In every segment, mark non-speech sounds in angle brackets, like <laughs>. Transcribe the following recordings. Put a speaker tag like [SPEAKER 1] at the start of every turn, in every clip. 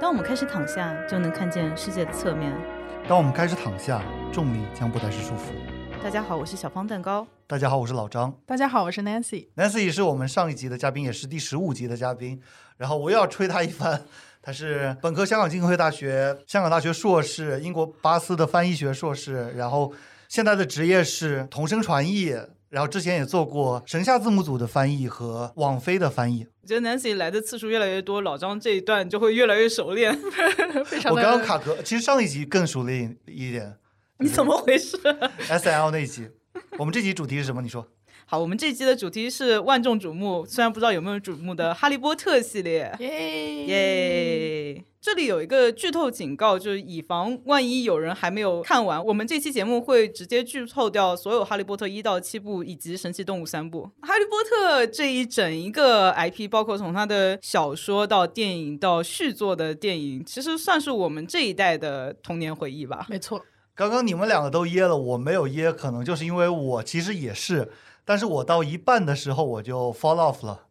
[SPEAKER 1] 当我们开始躺下，就能看见世界的侧面。
[SPEAKER 2] 当我们开始躺下，重力将不再是束缚。
[SPEAKER 1] 大家好，我是小方蛋糕。
[SPEAKER 2] 大家好，我是老张。
[SPEAKER 3] 大家好，我是 Nancy。
[SPEAKER 2] Nancy 是我们上一集的嘉宾，也是第十五集的嘉宾。然后我又要吹他一番，他是本科香港浸会大学、香港大学硕士、英国巴斯的翻译学硕士，然后现在的职业是同声传译，然后之前也做过神下字幕组的翻译和网飞的翻译。
[SPEAKER 1] 我觉得 Nancy 来的次数越来越多，老张这一段就会越来越熟练。 <laughs>
[SPEAKER 3] 非常
[SPEAKER 2] 我
[SPEAKER 3] 的
[SPEAKER 2] 刚刚卡壳，其实上一集更熟练一点
[SPEAKER 1] 你怎么回事？
[SPEAKER 2] ，S L 那一集。我们这集主题是什么？你说。
[SPEAKER 1] <laughs> 好，我们这一期的主题是万众瞩目，虽然不知道有没有瞩目的《哈利波特》系列。
[SPEAKER 3] 耶
[SPEAKER 1] 耶！这里有一个剧透警告，就是以防万一有人还没有看完，我们这期节目会直接剧透掉所有《哈利波特》一到七部以及《神奇动物》三部。《哈利波特》这一整一个 IP，包括从他的小说到电影到续作的电影，其实算是我们这一代的童年回忆吧。
[SPEAKER 3] 没错，
[SPEAKER 2] 刚刚你们两个都噎了，我没有噎，可能就是因为我其实也是，但是我到一半的时候我就 fall off 了。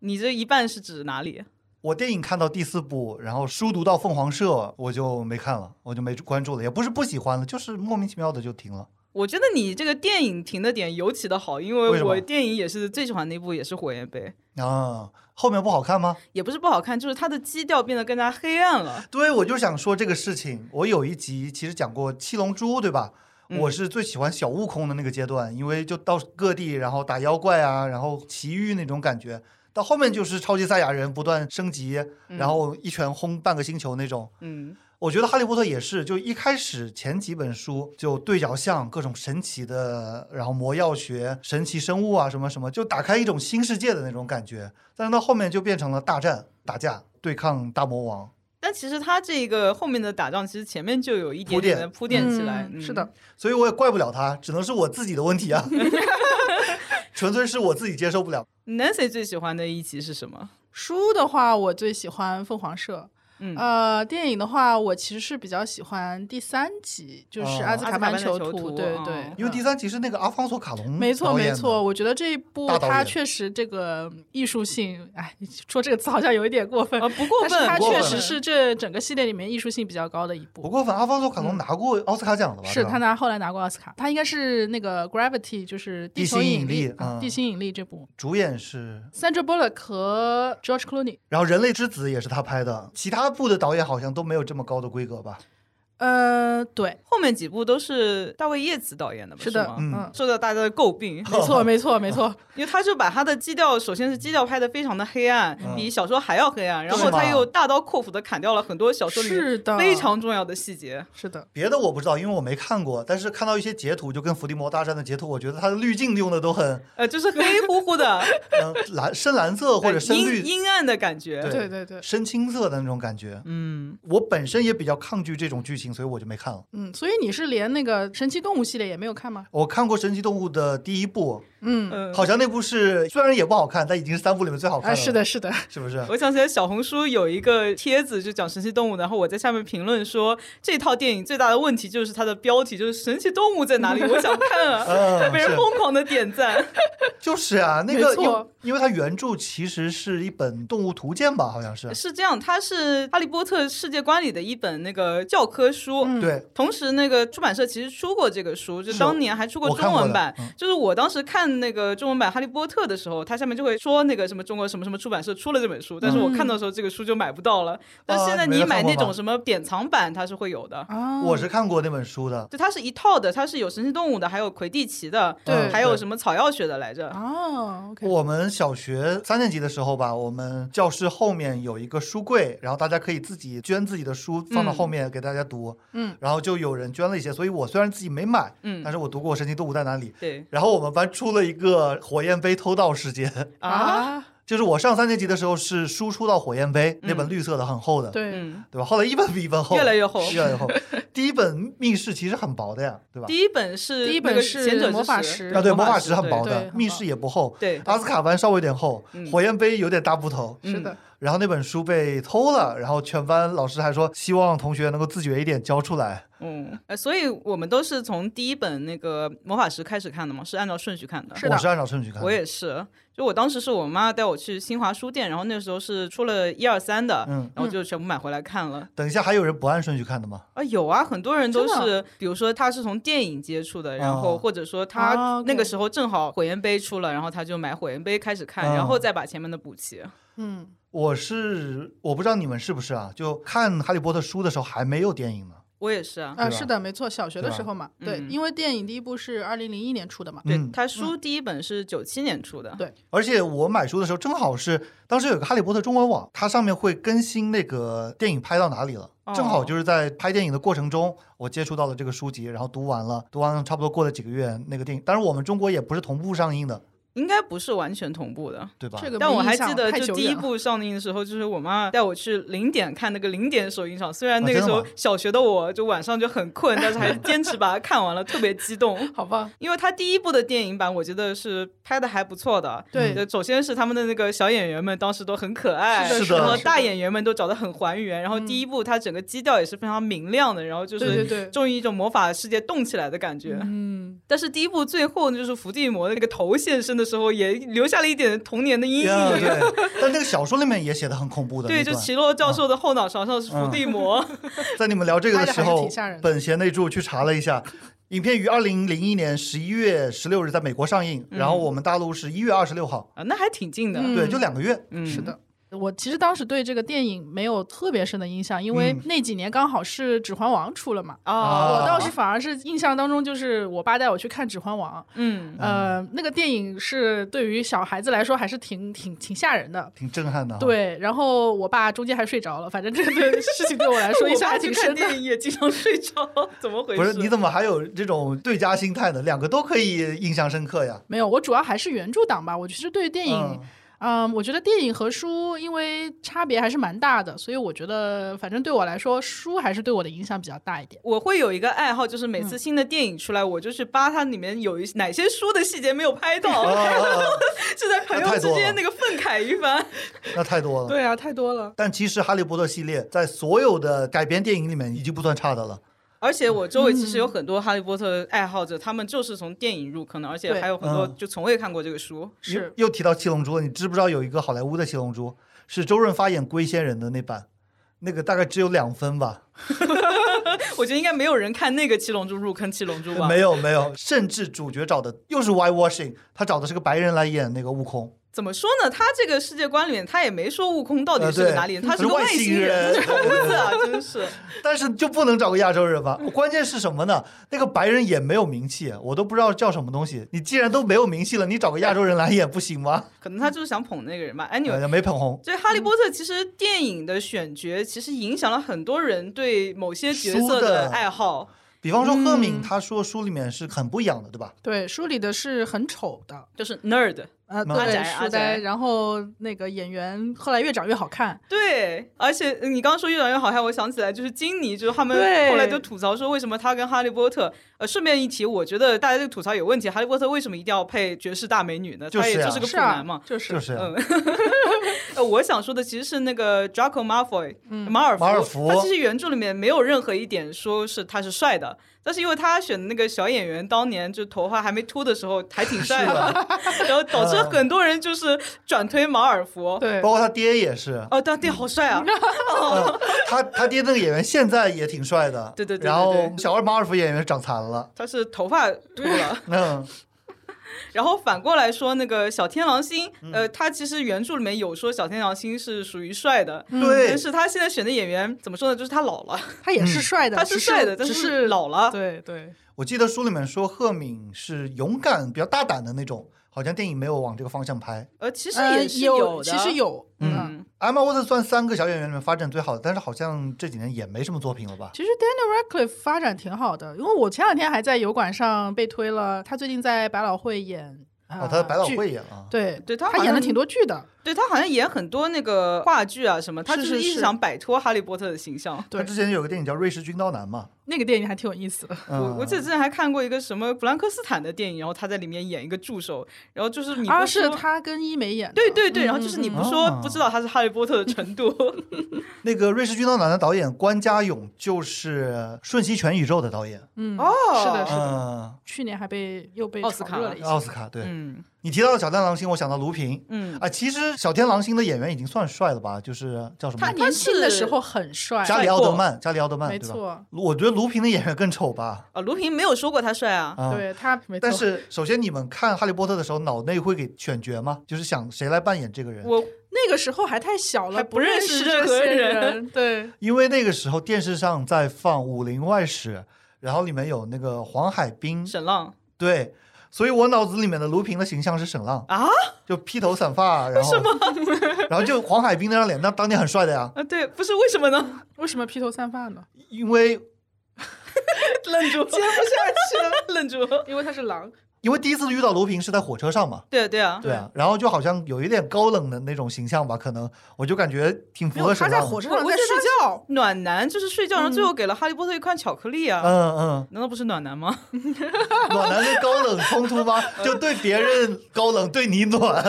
[SPEAKER 1] 你这一半是指哪里？
[SPEAKER 2] 我电影看到第四部，然后书读到凤凰社，我就没看了，我就没关注了，也不是不喜欢了，就是莫名其妙的就停了。
[SPEAKER 1] 我觉得你这个电影停的点尤其的好，因
[SPEAKER 2] 为
[SPEAKER 1] 为
[SPEAKER 2] 什么
[SPEAKER 1] 我电影也是最喜欢的一部，也是《火焰杯》，
[SPEAKER 2] 啊，后面不好看吗？
[SPEAKER 1] 也不是不好看，就是它的基调变得更加黑暗了。
[SPEAKER 2] 对，我就想说这个事情。我有一集其实讲过七龙珠，对吧？我是最喜欢小悟空的那个阶段，因为就到各地，然后打妖怪啊，然后奇遇那种感觉。到后面就是超级赛亚人不断升级，然后一拳轰半个星球那种。
[SPEAKER 1] 嗯，
[SPEAKER 2] 我觉得《哈利波特》也是，就一开始前几本书就对角巷各种神奇的，然后魔药学、神奇生物啊什么什么，就打开一种新世界的那种感觉。但是到后面就变成了大战、打架、对抗大魔王。
[SPEAKER 1] 但其实它这个后面的打仗，其实前面就有一点
[SPEAKER 2] 铺垫
[SPEAKER 1] 点的铺垫起来。
[SPEAKER 3] 嗯
[SPEAKER 1] 嗯
[SPEAKER 3] 是，的，
[SPEAKER 2] 所以我也怪不了他，只能是我自己的问题
[SPEAKER 3] <laughs>
[SPEAKER 2] 啊，纯粹是我自己接受不了。
[SPEAKER 1] Nancy 最喜欢的一集是什么？
[SPEAKER 3] 书的话我最喜欢凤凰社。
[SPEAKER 1] 嗯
[SPEAKER 3] 呃，电影的话，我其实是比较喜欢第三集，就是
[SPEAKER 2] 哦
[SPEAKER 3] 《阿兹
[SPEAKER 1] 阿兹
[SPEAKER 3] 卡
[SPEAKER 1] 卡班
[SPEAKER 3] 班
[SPEAKER 1] 的
[SPEAKER 3] 囚
[SPEAKER 1] 囚
[SPEAKER 3] 徒》
[SPEAKER 1] 徒
[SPEAKER 3] 对
[SPEAKER 1] 哦
[SPEAKER 3] 对，
[SPEAKER 2] 因为第三集是那个阿方索卡隆
[SPEAKER 3] 没错
[SPEAKER 2] 导演
[SPEAKER 3] 没
[SPEAKER 2] 的
[SPEAKER 3] 错，，我觉得这一部
[SPEAKER 2] 大导
[SPEAKER 3] 它
[SPEAKER 2] 演
[SPEAKER 3] 确实这个艺术性，哎，说这个词好像有一点过分，
[SPEAKER 1] 啊，不过
[SPEAKER 3] 呃但是
[SPEAKER 1] 分，
[SPEAKER 3] 它
[SPEAKER 2] 不过
[SPEAKER 3] 确
[SPEAKER 2] 分
[SPEAKER 3] 实是这整个系列里面艺术性比较高的一
[SPEAKER 2] 不
[SPEAKER 3] 部。
[SPEAKER 2] 过反正阿方索卡隆拿过奥斯卡奖的吧？
[SPEAKER 3] 嗯是
[SPEAKER 2] 吧
[SPEAKER 3] 他拿后来拿过奥斯卡，他应该是那个《Gravity》，就是
[SPEAKER 2] 地
[SPEAKER 3] 球
[SPEAKER 2] 心
[SPEAKER 3] 引
[SPEAKER 2] 引力
[SPEAKER 3] 啊
[SPEAKER 2] 嗯
[SPEAKER 3] 地心引力这部
[SPEAKER 2] 主演是，
[SPEAKER 3] ，Sandra Bullock 和 George Clooney。
[SPEAKER 2] 然后《人类之子》也是他拍的，其他部的导演好像都没有这么高的规格吧？
[SPEAKER 3] 呃，对，
[SPEAKER 1] 后面几部都是大卫叶子导演的吧？
[SPEAKER 3] 是的
[SPEAKER 1] 吗，
[SPEAKER 2] 嗯
[SPEAKER 3] 嗯，
[SPEAKER 1] 受到大家的诟
[SPEAKER 2] <laughs>
[SPEAKER 1] 病，
[SPEAKER 3] 没错，没错，没 <laughs> 错，
[SPEAKER 1] 因为他就把他的基调，首先是基调拍的非常的黑暗，
[SPEAKER 2] 嗯
[SPEAKER 1] 比小说还要黑暗，然
[SPEAKER 2] 是
[SPEAKER 1] 后
[SPEAKER 2] 吗
[SPEAKER 1] 他又大刀阔斧的砍掉了很多小说里面
[SPEAKER 3] 是的，
[SPEAKER 1] 非常重要的细节。
[SPEAKER 3] 是的，
[SPEAKER 2] 别的我不知道，因为我没看过，但是看到一些截图，就跟伏地魔大战的截图，我觉得他的滤镜用的都很，
[SPEAKER 1] 呃，就是黑乎乎的，
[SPEAKER 2] 嗯、蓝深蓝色 <laughs> 或者
[SPEAKER 1] 呃
[SPEAKER 2] 深
[SPEAKER 1] 阴
[SPEAKER 2] 绿、
[SPEAKER 1] 阴暗的感觉。
[SPEAKER 2] 对
[SPEAKER 3] 对对对，
[SPEAKER 2] 深青色的那种感觉。
[SPEAKER 1] 嗯，
[SPEAKER 2] 我本身也比较抗拒这种剧情，所以我就没看了。
[SPEAKER 3] 嗯，所以你是连那个神奇动物系列也没有看吗？
[SPEAKER 2] 我看过《神奇动物》的第一部，
[SPEAKER 3] 嗯，
[SPEAKER 1] 嗯
[SPEAKER 2] 好像那部是虽然也不好看，但已经是三部里面最好看
[SPEAKER 3] 啊，
[SPEAKER 2] 了。
[SPEAKER 3] 是，的，
[SPEAKER 2] <laughs>
[SPEAKER 3] 是的，
[SPEAKER 2] 是不
[SPEAKER 3] <laughs>
[SPEAKER 2] 是？
[SPEAKER 1] 我想起来小红书有一个帖子就讲神奇动物，然后我在下面评论说这套电影最大的问题就是它的标题就是神奇动物在哪里，我想看
[SPEAKER 2] <laughs>
[SPEAKER 1] 啊。
[SPEAKER 2] 嗯，
[SPEAKER 1] 被人
[SPEAKER 2] 是，
[SPEAKER 1] 疯狂的点赞，
[SPEAKER 2] 就是啊，那个
[SPEAKER 3] 没错
[SPEAKER 2] 因为因为它原著其实是一本动物图鉴吧，好像
[SPEAKER 1] <laughs>
[SPEAKER 2] 是。
[SPEAKER 1] 是这样，它是《哈利波特》世界观里的一本那个教科书，
[SPEAKER 3] 嗯
[SPEAKER 2] 对，
[SPEAKER 1] 同时，那个出版社其实出过这个书，就是当年还出过
[SPEAKER 2] 我看
[SPEAKER 1] 中
[SPEAKER 2] 过
[SPEAKER 1] 文
[SPEAKER 2] 的
[SPEAKER 1] 版。
[SPEAKER 2] 嗯
[SPEAKER 1] 就是我当时看那个中文版《哈利波特》的时候，它下面就会说那个什么中国什么什么出版社出了这本书，但是我看到的时候这个书就买不到了。但现在
[SPEAKER 2] 嗯哦你没
[SPEAKER 1] 你
[SPEAKER 2] 有
[SPEAKER 1] 买
[SPEAKER 2] 看过
[SPEAKER 1] 那
[SPEAKER 2] 吗
[SPEAKER 1] 种什么典藏版，它是会有的。
[SPEAKER 3] 啊，
[SPEAKER 2] 我是看过那本书的。
[SPEAKER 1] 就它是一套的，它是有神奇动物的，还有魁地奇的，
[SPEAKER 3] 对
[SPEAKER 1] 还有什么草药学的来着。
[SPEAKER 3] 哦，OK，
[SPEAKER 2] 我们小学三年级的时候吧，我们教室后面有一个书柜，然后大家可以自己捐自己的书放到后面给大家读。
[SPEAKER 3] 嗯，
[SPEAKER 2] 然后就有人捐了一些，所以我虽然自己没买，
[SPEAKER 1] 嗯
[SPEAKER 2] 但是我读过《神奇动物在哪里》。
[SPEAKER 1] 对
[SPEAKER 2] 然后我们班出了一个火焰杯偷盗事件，
[SPEAKER 1] 啊，，
[SPEAKER 2] 就是我上三年级的时候是输出到火焰杯、那本绿色的，很厚的，
[SPEAKER 3] 对，
[SPEAKER 1] 嗯，
[SPEAKER 2] 对吧？后来一本比一本厚，
[SPEAKER 1] 越来越厚
[SPEAKER 2] 越来越厚。第一本密室其实很薄的呀，对吧？
[SPEAKER 1] 第一本是
[SPEAKER 3] 第一
[SPEAKER 1] 那个
[SPEAKER 3] 本
[SPEAKER 1] 贤者
[SPEAKER 3] 是
[SPEAKER 1] 之
[SPEAKER 3] 魔法
[SPEAKER 1] 石，
[SPEAKER 3] 石
[SPEAKER 2] 啊，对，魔
[SPEAKER 1] 魔法
[SPEAKER 2] 法
[SPEAKER 1] 石
[SPEAKER 2] 石很啊
[SPEAKER 1] 对
[SPEAKER 2] 薄
[SPEAKER 3] 对
[SPEAKER 2] 的
[SPEAKER 3] 很，薄
[SPEAKER 2] 密室也不厚，
[SPEAKER 1] 对
[SPEAKER 2] 阿斯卡班稍微有点厚，
[SPEAKER 1] 嗯
[SPEAKER 2] 火焰杯有点大部头。
[SPEAKER 3] 是的，
[SPEAKER 2] 然后那本书被偷了，然后全班老师还说希望同学能够自觉一点交出来。
[SPEAKER 1] 嗯，呃所以我们都是从第一本那个魔法石开始看的嘛，是按照顺序看的。
[SPEAKER 3] 是的
[SPEAKER 2] 我是按照顺序看的。
[SPEAKER 1] 我也是，就我当时是我妈带我去新华书店，然后那时候是出了一二三的，
[SPEAKER 2] 嗯
[SPEAKER 1] 然后就全部买回来看了。
[SPEAKER 2] 等一下，还有人不按顺序看的吗？
[SPEAKER 1] 啊，有啊，很多人都
[SPEAKER 3] 真
[SPEAKER 1] 是，比如说他是从电影接触的，然后
[SPEAKER 2] 哦
[SPEAKER 1] 或者说
[SPEAKER 3] 哦
[SPEAKER 1] 他
[SPEAKER 3] ，OK
[SPEAKER 1] 那个时候正好火焰杯出了，然后他就买火焰杯开始看，然后
[SPEAKER 2] 哦
[SPEAKER 1] 再把前面的补齐。
[SPEAKER 3] 嗯，
[SPEAKER 2] 我是我不知道你们是不是啊？就看《哈利波特》书的时候还没有电影呢。
[SPEAKER 1] 我也是啊，
[SPEAKER 2] 对
[SPEAKER 3] 啊，
[SPEAKER 2] 吧
[SPEAKER 3] 是的，没错，小学的
[SPEAKER 2] 对吧
[SPEAKER 3] 时候嘛，对，
[SPEAKER 1] 嗯
[SPEAKER 3] 因为电影第一部是二零零一年出的嘛，
[SPEAKER 1] 对
[SPEAKER 2] 嗯
[SPEAKER 1] 他书第一本是九七年出的，
[SPEAKER 3] 对
[SPEAKER 2] 而且我买书的时候，正好是当时有个《哈利波特》中文网，它上面会更新那个电影拍到哪里了。
[SPEAKER 1] 哦
[SPEAKER 2] 正好就是在拍电影的过程中，我接触到了这个书籍，然后读完了，读完了差不多过了几个月，那个电影，当然我们中国也不是同步上映的，
[SPEAKER 1] 应该不是完全同步的。
[SPEAKER 2] 对吧？
[SPEAKER 3] 这个
[SPEAKER 1] 但
[SPEAKER 3] 没
[SPEAKER 1] 我
[SPEAKER 3] 印
[SPEAKER 1] 还
[SPEAKER 3] 象
[SPEAKER 1] 记
[SPEAKER 3] 了
[SPEAKER 1] 得，
[SPEAKER 3] 太
[SPEAKER 1] 就
[SPEAKER 3] 久
[SPEAKER 1] 第一
[SPEAKER 3] 远了
[SPEAKER 1] 部上映的时候，就是我妈带我去零点看那个零点首映场。虽然
[SPEAKER 2] 啊
[SPEAKER 1] 那个
[SPEAKER 2] 真
[SPEAKER 1] 时
[SPEAKER 2] 的
[SPEAKER 1] 候
[SPEAKER 2] 吗
[SPEAKER 1] 小学的我就晚上就很困，但是还是坚持把它看完了，特别激动。
[SPEAKER 3] 好吧，
[SPEAKER 1] 因为他第一部的电影版，我觉得是拍的还不错的。
[SPEAKER 3] 对
[SPEAKER 1] 呃首先是他们的那个小演员们当时都很可爱，
[SPEAKER 2] 是的是的
[SPEAKER 1] 然后
[SPEAKER 2] 是的
[SPEAKER 1] 大演员们都找的很还原。然后第一部它整个基调也是非常明亮的，然后就
[SPEAKER 3] 对对
[SPEAKER 1] 是
[SPEAKER 3] 对
[SPEAKER 1] 终于一种魔法世界动起来的感觉。
[SPEAKER 3] 嗯，
[SPEAKER 1] 但是第一部最后就是伏地魔的那个头现身的时候，也留下了一点童年的阴影。
[SPEAKER 2] 呀对，但那个小说里面也写的很恐怖的那
[SPEAKER 1] 对，就
[SPEAKER 2] 段。
[SPEAKER 1] 奇洛教授的后脑勺上是伏地魔，
[SPEAKER 2] 在你们聊这个的时
[SPEAKER 3] 拍得还是
[SPEAKER 2] 候
[SPEAKER 3] 挺吓人的，
[SPEAKER 2] 本贤内助去查了一下，影片于二零零一年十一月十六日在美国上映，然后我们大陆是一月二十六号，
[SPEAKER 1] 啊，那还挺近的。
[SPEAKER 3] 嗯
[SPEAKER 2] 对，就两个月。
[SPEAKER 1] 嗯，
[SPEAKER 3] 是。的。我其实当时对这个电影没有特别深的印象，因为
[SPEAKER 2] 嗯
[SPEAKER 3] 那几年刚好是《指环王》出了嘛，
[SPEAKER 1] 哦，
[SPEAKER 3] 我倒是反而是印象当中，就是我爸带我去看《指环王》，
[SPEAKER 1] 嗯，
[SPEAKER 3] 呃，那个电影是对于小孩子来说还是挺挺挺吓人的。
[SPEAKER 2] 挺震撼的、，
[SPEAKER 1] 啊
[SPEAKER 3] 对，然后我爸中间还睡着了，反正这个 <laughs> 事情对我来说印
[SPEAKER 1] 我
[SPEAKER 3] 象
[SPEAKER 1] 爸
[SPEAKER 3] 还
[SPEAKER 1] 去
[SPEAKER 3] 挺
[SPEAKER 1] 看
[SPEAKER 3] 深的。
[SPEAKER 1] 电影也经常睡着， <laughs> 怎么回事？
[SPEAKER 2] 不是你怎么还有这种对家心态呢？两个都可以印象深刻呀。
[SPEAKER 3] 没有，我主要还是原著党吧。我其实对电影 <laughs>
[SPEAKER 2] 嗯，，
[SPEAKER 3] 嗯、我觉得电影和书因为差别还是蛮大的，所以我觉得反正对我来说，书还是对我的影响比较大一点。
[SPEAKER 1] 我会有一个爱好，就是每
[SPEAKER 2] 嗯
[SPEAKER 1] 次新的电影出来，我就去扒它里面有一些哪些书的细节没有拍
[SPEAKER 2] 啊
[SPEAKER 3] 哦
[SPEAKER 1] 到，
[SPEAKER 2] 啊啊
[SPEAKER 1] <laughs> 就在朋友之间那个愤慨一
[SPEAKER 2] <laughs>
[SPEAKER 1] 番。
[SPEAKER 2] 那太多了。
[SPEAKER 3] 对啊，太多了。
[SPEAKER 2] 但其实《哈利波特》系列在所有的改编电影里面已经不算差的了。
[SPEAKER 1] 而且我周围其实有很多哈利波特爱好者，他们就是从电影入坑的，而且
[SPEAKER 3] 对
[SPEAKER 1] 还有很多
[SPEAKER 2] 嗯
[SPEAKER 1] 就从未看过这个书。
[SPEAKER 3] 是
[SPEAKER 2] 又又提到《七龙珠》了，你知不知道有一个好莱坞的《七龙珠》是周润发演龟仙人的那版，那个大概只有两分吧。
[SPEAKER 1] 我觉得应该没有人看那个《七龙珠》入坑《七龙珠》吧？
[SPEAKER 2] 没有没有，甚至主角找的又是 white washing，他找的是个白人来演那个悟空，
[SPEAKER 1] 怎么说呢？他这个世界观里面，他也没说悟空到底是个
[SPEAKER 2] 呃对
[SPEAKER 1] 哪里人，他
[SPEAKER 2] 他
[SPEAKER 1] 是个
[SPEAKER 2] 是外
[SPEAKER 1] 星
[SPEAKER 2] 星人
[SPEAKER 1] 头子啊， <laughs> 真是。
[SPEAKER 2] 但是就不能找个亚洲人吧？关键是什么呢？那个白人也没有名气，我都不知道叫什么东西。你既然都没有名气了，你找个亚洲人来演不行
[SPEAKER 1] <laughs>
[SPEAKER 2] 吗？
[SPEAKER 1] 可能他就是想捧那个
[SPEAKER 2] <laughs>
[SPEAKER 1] 人吧。Anyway，
[SPEAKER 2] 呃没捧红。
[SPEAKER 1] 这《哈利波特》其实电影的选角，其实影响了很多人对某些角色
[SPEAKER 2] 书的
[SPEAKER 1] 爱好。
[SPEAKER 2] 比方说赫
[SPEAKER 3] 嗯
[SPEAKER 2] 敏，他说书里面是很不一样的，对吧？
[SPEAKER 3] 对，书里的是很丑的，
[SPEAKER 1] 就是 nerd，
[SPEAKER 3] 呃，
[SPEAKER 2] 那
[SPEAKER 1] 阿
[SPEAKER 3] 对
[SPEAKER 1] 宅，阿
[SPEAKER 3] 书
[SPEAKER 1] 宅
[SPEAKER 3] 呆，然后那个演员后来越长越好看，
[SPEAKER 1] 对，而且呃你刚刚说越长越好看，我想起来就是金妮，就是他们
[SPEAKER 3] 对
[SPEAKER 1] 后来就吐槽说为什么他跟哈利波特，呃，顺便一提，我觉得大家这个吐槽有问题，哈利波特为什么一定要配绝世大美女呢？
[SPEAKER 2] 就是
[SPEAKER 1] 他也
[SPEAKER 2] 呀
[SPEAKER 1] 就是嗯个
[SPEAKER 3] 是
[SPEAKER 1] 普
[SPEAKER 3] 啊
[SPEAKER 1] 男嘛，。
[SPEAKER 3] 就是
[SPEAKER 2] 就是呀、
[SPEAKER 1] 呃，我想说的其实是那个 Draco Malfoy，、
[SPEAKER 3] 嗯
[SPEAKER 1] 马尔
[SPEAKER 2] 马尔福
[SPEAKER 1] 他其实原著里面没有任何一点说是他是帅的，但是因为他选的那个小演员当年就头发还没秃的时候还挺帅
[SPEAKER 2] 是
[SPEAKER 1] 的，
[SPEAKER 2] 的，
[SPEAKER 1] 然后导致很多人就是转推马尔福。，
[SPEAKER 3] 对
[SPEAKER 2] 包，括他爹也是，
[SPEAKER 1] 哦，但爹好帅啊！
[SPEAKER 2] 嗯他他爹那个演员现在也挺帅的，
[SPEAKER 1] 对对对对
[SPEAKER 2] 然后
[SPEAKER 1] 对
[SPEAKER 2] 小二马尔福演员长
[SPEAKER 1] <laughs>
[SPEAKER 2] 残了，
[SPEAKER 1] 他是头发秃
[SPEAKER 3] <laughs>
[SPEAKER 1] 了，
[SPEAKER 2] 嗯，
[SPEAKER 1] 然后反过来说，那个小天狼星，
[SPEAKER 2] 嗯
[SPEAKER 1] 呃，他其实原著里面有说小天狼星是属于帅的，
[SPEAKER 2] 对
[SPEAKER 1] 但，是他现在选的演员怎么说呢？就是他老了，
[SPEAKER 3] 他也嗯是帅的，
[SPEAKER 1] 他
[SPEAKER 3] 只
[SPEAKER 1] 是
[SPEAKER 3] 是
[SPEAKER 1] 帅的，但
[SPEAKER 3] 只
[SPEAKER 1] 是
[SPEAKER 3] 是，
[SPEAKER 1] 老了。
[SPEAKER 3] 对对，
[SPEAKER 2] 我记得书里面说赫敏是勇敢、比较大胆的那种，好像电影没有往这个方向拍。
[SPEAKER 1] 呃，其实
[SPEAKER 3] 呃
[SPEAKER 1] 也是
[SPEAKER 3] 有，
[SPEAKER 1] 的，
[SPEAKER 3] 其实有，嗯。
[SPEAKER 1] 嗯，
[SPEAKER 2] 艾玛沃特算三个小演员里面发展最好的，但是好像这几年也没什么作品了吧？
[SPEAKER 3] 其实 Daniel Radcliffe 发展挺好的，因为我前两天还在油管上被推了，他最近在百老汇演啊，
[SPEAKER 2] 哦，他在百老
[SPEAKER 3] 剧，
[SPEAKER 2] 汇演啊，
[SPEAKER 3] 对
[SPEAKER 1] 对他
[SPEAKER 3] 他
[SPEAKER 1] 好像
[SPEAKER 3] 演了挺多剧的，
[SPEAKER 1] 对他好像演很多那个话剧啊什么，他就是是
[SPEAKER 3] 是
[SPEAKER 1] 一直
[SPEAKER 3] 是
[SPEAKER 1] 想摆脱哈利波特的形象。
[SPEAKER 3] 对
[SPEAKER 2] 他之前有个电影叫《瑞士军刀男》嘛，
[SPEAKER 3] 那个电影还挺有意思的。
[SPEAKER 2] 嗯
[SPEAKER 1] 我我记得之前还看过一个什么弗兰克斯坦的电影，然后他在里面演一个助手，然后就是你不
[SPEAKER 3] 啊，
[SPEAKER 1] 说
[SPEAKER 3] 是他跟伊美演的，
[SPEAKER 1] 对对对，然后就是你
[SPEAKER 3] 嗯
[SPEAKER 1] 不说
[SPEAKER 2] 哦
[SPEAKER 1] 不知道他是哈利波特的程度，
[SPEAKER 2] 那个《瑞士军刀男》的导演关家勇就是《瞬息全宇宙》的导演，
[SPEAKER 3] 嗯，
[SPEAKER 1] 哦
[SPEAKER 3] 是的，是的，
[SPEAKER 2] 嗯，
[SPEAKER 3] 去年还被又被
[SPEAKER 1] 奥斯卡
[SPEAKER 3] 炒热了哦一下，
[SPEAKER 2] 奥斯卡对。
[SPEAKER 1] <laughs> 嗯
[SPEAKER 2] 你提到小天狼星，我想到卢平
[SPEAKER 1] 嗯，
[SPEAKER 2] 啊。其实小天狼星的演员已经算帅了吧？就是叫什么
[SPEAKER 3] 他？年轻的时候很帅，
[SPEAKER 2] 加里
[SPEAKER 1] 帅
[SPEAKER 2] 奥德
[SPEAKER 1] 过
[SPEAKER 2] 曼，加里奥德曼
[SPEAKER 3] 没
[SPEAKER 2] 对吧？
[SPEAKER 3] 错，
[SPEAKER 2] 我觉得卢平的演员更丑吧。
[SPEAKER 1] 啊，卢平没有说过他帅啊，
[SPEAKER 2] 啊，
[SPEAKER 3] 对他没错。
[SPEAKER 2] 但是首先，你们看《哈利波特》的时候，脑内会给选角吗？就是想谁来扮演这个人？
[SPEAKER 1] 我
[SPEAKER 3] 那个时候还太小了，
[SPEAKER 1] 还
[SPEAKER 3] 不
[SPEAKER 1] 不
[SPEAKER 3] 认
[SPEAKER 1] 认
[SPEAKER 3] 识
[SPEAKER 1] 识
[SPEAKER 3] 这
[SPEAKER 1] 任何
[SPEAKER 3] 些
[SPEAKER 1] 人
[SPEAKER 3] 人，对，
[SPEAKER 2] 因为那个时候电视上在放《武林外史》，然后里面有那个黄海冰，
[SPEAKER 1] 沈浪
[SPEAKER 2] 对，所以我脑子里面的卢平的形象是沈浪，
[SPEAKER 1] 啊
[SPEAKER 2] 就披头散发，然后 <laughs> 然后就黄海冰那张脸，那当年很帅的呀，
[SPEAKER 1] 啊，对，不是为什么呢？
[SPEAKER 3] 为什么披头散发呢？
[SPEAKER 2] 因为
[SPEAKER 1] 愣
[SPEAKER 3] <laughs>
[SPEAKER 1] 住，接不下 <laughs> 去了，愣住。
[SPEAKER 3] 因为他是狼，
[SPEAKER 2] 因为第一次遇到卢平是在火车上嘛。
[SPEAKER 1] 对啊对啊，
[SPEAKER 2] 对啊，然后就好像有一点高冷的那种形象吧，可能我就感觉挺
[SPEAKER 3] 没
[SPEAKER 2] 符
[SPEAKER 3] 有
[SPEAKER 2] 合
[SPEAKER 3] 他
[SPEAKER 2] 沈
[SPEAKER 3] 在
[SPEAKER 2] 浪
[SPEAKER 3] 火
[SPEAKER 2] 的。
[SPEAKER 3] 车上
[SPEAKER 1] 我
[SPEAKER 3] 在
[SPEAKER 1] 我觉得
[SPEAKER 3] 睡觉，
[SPEAKER 1] 暖男就是睡觉，然后最
[SPEAKER 3] 嗯
[SPEAKER 1] 后给了哈利波特一块巧克力啊，
[SPEAKER 2] 嗯嗯，
[SPEAKER 1] 难道不是暖男吗？ <laughs>
[SPEAKER 2] 暖男跟高冷冲突吗？就对别人高冷，对你暖。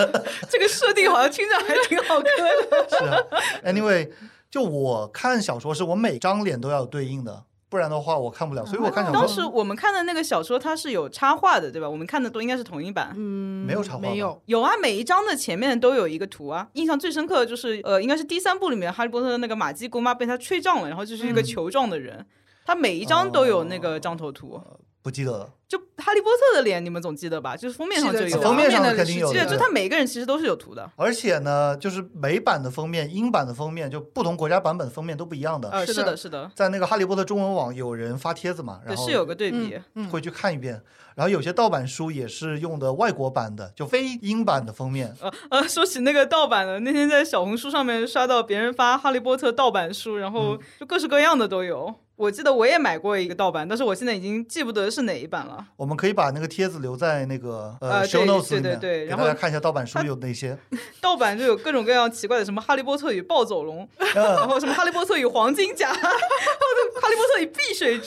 [SPEAKER 1] 这个设定好像听着还挺好磕的。
[SPEAKER 2] <laughs> 是啊，anyway，就我看小说是我每张脸都要有对应的，不然的话我看不了。所以我看小
[SPEAKER 1] 啊当
[SPEAKER 2] 说
[SPEAKER 1] 时我们看的那个小说，它是有插画的，对吧？我们看的都应该是同一版。
[SPEAKER 3] 嗯，
[SPEAKER 2] 没有插画吧
[SPEAKER 3] 没有，
[SPEAKER 1] 有啊，每一章的前面都有一个图啊。印象最深刻的就是，呃，应该是第三部里面哈利波特的那个玛姬姑妈被他吹胀了，然后就是
[SPEAKER 2] 嗯
[SPEAKER 1] 一个球状的人，他每一章都有那
[SPEAKER 2] 哦
[SPEAKER 1] 个张头图。
[SPEAKER 2] 不记得了。
[SPEAKER 1] 就哈利波特的脸，你们总记得吧？就是封面上
[SPEAKER 3] 记
[SPEAKER 1] 就
[SPEAKER 3] 得
[SPEAKER 1] 有啊，
[SPEAKER 2] 封面上
[SPEAKER 3] 的
[SPEAKER 2] 肯定有
[SPEAKER 3] 是
[SPEAKER 2] 的
[SPEAKER 3] 记
[SPEAKER 1] 对，
[SPEAKER 3] <laughs> 得
[SPEAKER 1] 就他每个人其实都是有图的。
[SPEAKER 2] 而且呢，就是美版的封面、英版的封面，就不同国家版本封面都不一样的。
[SPEAKER 1] 呃，
[SPEAKER 3] 是
[SPEAKER 1] 是
[SPEAKER 3] 的
[SPEAKER 1] 的，是的，
[SPEAKER 2] 在那个哈利波特中文网有人发帖子嘛，
[SPEAKER 1] 对，
[SPEAKER 2] 然后
[SPEAKER 1] 是有个对比。
[SPEAKER 3] 嗯嗯，
[SPEAKER 2] 会去看一遍。然后有些盗版书也是用的外国版的，就非英版的封面。
[SPEAKER 1] 呃呃，说起那个盗版的，那天在小红书上面刷到别人发《哈利波特》盗版书，然后就各式各样的都有。我记得我也买过一个盗版，但是我现在已经记不得是哪一版了。
[SPEAKER 2] 我们可以把那个帖子留在那个
[SPEAKER 1] 啊对
[SPEAKER 2] 呃 show notes
[SPEAKER 1] 对
[SPEAKER 2] 里面，
[SPEAKER 1] 对对
[SPEAKER 2] 给
[SPEAKER 1] 然
[SPEAKER 2] 大家
[SPEAKER 1] 后
[SPEAKER 2] 看一下盗版书有哪些。
[SPEAKER 1] 盗版就有各种各样奇怪的，什么《哈利波特与暴走龙》，然后什么《哈利波特与黄金甲》，然后《哈利波特与碧水珠》，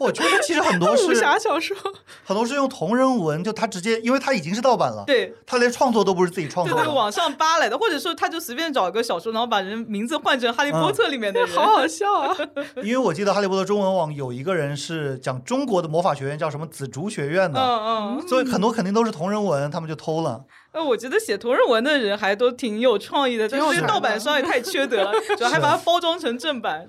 [SPEAKER 2] 我觉得其实
[SPEAKER 1] <laughs>
[SPEAKER 2] 很多
[SPEAKER 3] 武
[SPEAKER 2] 是
[SPEAKER 3] 侠小说，
[SPEAKER 2] 很多是用同人文，就他直接，因为他已经是盗版了，
[SPEAKER 1] 对。
[SPEAKER 2] 他连创作都不是自己创
[SPEAKER 1] 对
[SPEAKER 2] 作的。
[SPEAKER 1] 对，往上扒来的，或者说他就随便找一个小说，然后把人名字换成《哈利波特》里面的人，
[SPEAKER 3] 好好笑啊！
[SPEAKER 2] 因为我记得《哈利波特》中文网有一个人是讲中国的魔法学院叫什么紫竹学院的，
[SPEAKER 1] 嗯嗯，
[SPEAKER 2] <laughs> 所以很多肯定都是同人文，他们就偷了。
[SPEAKER 1] 呃，我觉得写同人文的人还都挺有创意的，
[SPEAKER 3] 挺
[SPEAKER 1] 但
[SPEAKER 3] 有
[SPEAKER 1] 是
[SPEAKER 3] 才
[SPEAKER 1] 盗
[SPEAKER 3] 的
[SPEAKER 1] 版商也太缺
[SPEAKER 3] <laughs>
[SPEAKER 1] 德了，主要还把它包装成正版。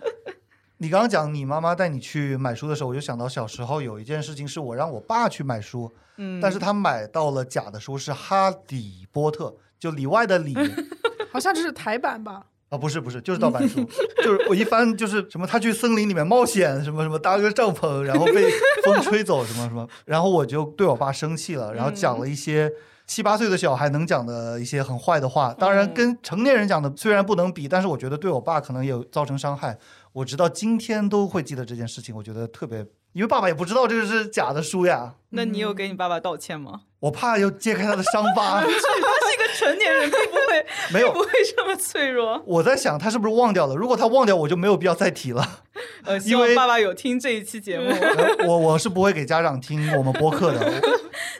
[SPEAKER 2] 你刚刚讲你妈妈带你去买书的时候，我就想到小时候有一件事情，是我让我爸去买书，
[SPEAKER 1] 嗯，
[SPEAKER 2] 但是他买到了假的书，是《哈利波特》，就里外
[SPEAKER 1] <laughs>
[SPEAKER 2] 的里
[SPEAKER 3] <laughs> 好像这是台版吧？
[SPEAKER 2] 啊，不是不是，就是盗版书，就是我一翻就是什么他去森林里面冒险，什么什么搭个帐篷，然后被风吹走，什么什么，然后我就对我爸生气了，然后讲了一些。七八岁的小孩能讲的一些很坏的话，当然跟成年人讲的虽然不能比，但是我觉得对我爸可能也有造成伤害。我直到今天都会记得这件事情，我觉得特别，因为爸爸也不知道这个是假的书呀，
[SPEAKER 1] 那你有给
[SPEAKER 3] 嗯
[SPEAKER 1] 你爸爸道歉吗？ <laughs>
[SPEAKER 2] 我怕又揭开他的伤疤。 <laughs>
[SPEAKER 1] 他是一个成年人，并不
[SPEAKER 3] <laughs>
[SPEAKER 1] 会
[SPEAKER 2] 没有
[SPEAKER 1] 不，会这么脆弱。
[SPEAKER 2] 我在想他是不是忘掉了，如果他忘掉，我就没有必要再提了。
[SPEAKER 1] 呃，希
[SPEAKER 2] 因
[SPEAKER 1] 望
[SPEAKER 2] 为
[SPEAKER 1] 爸爸有听这一期节目。
[SPEAKER 2] 呃我我是不会给家长听我们播客的。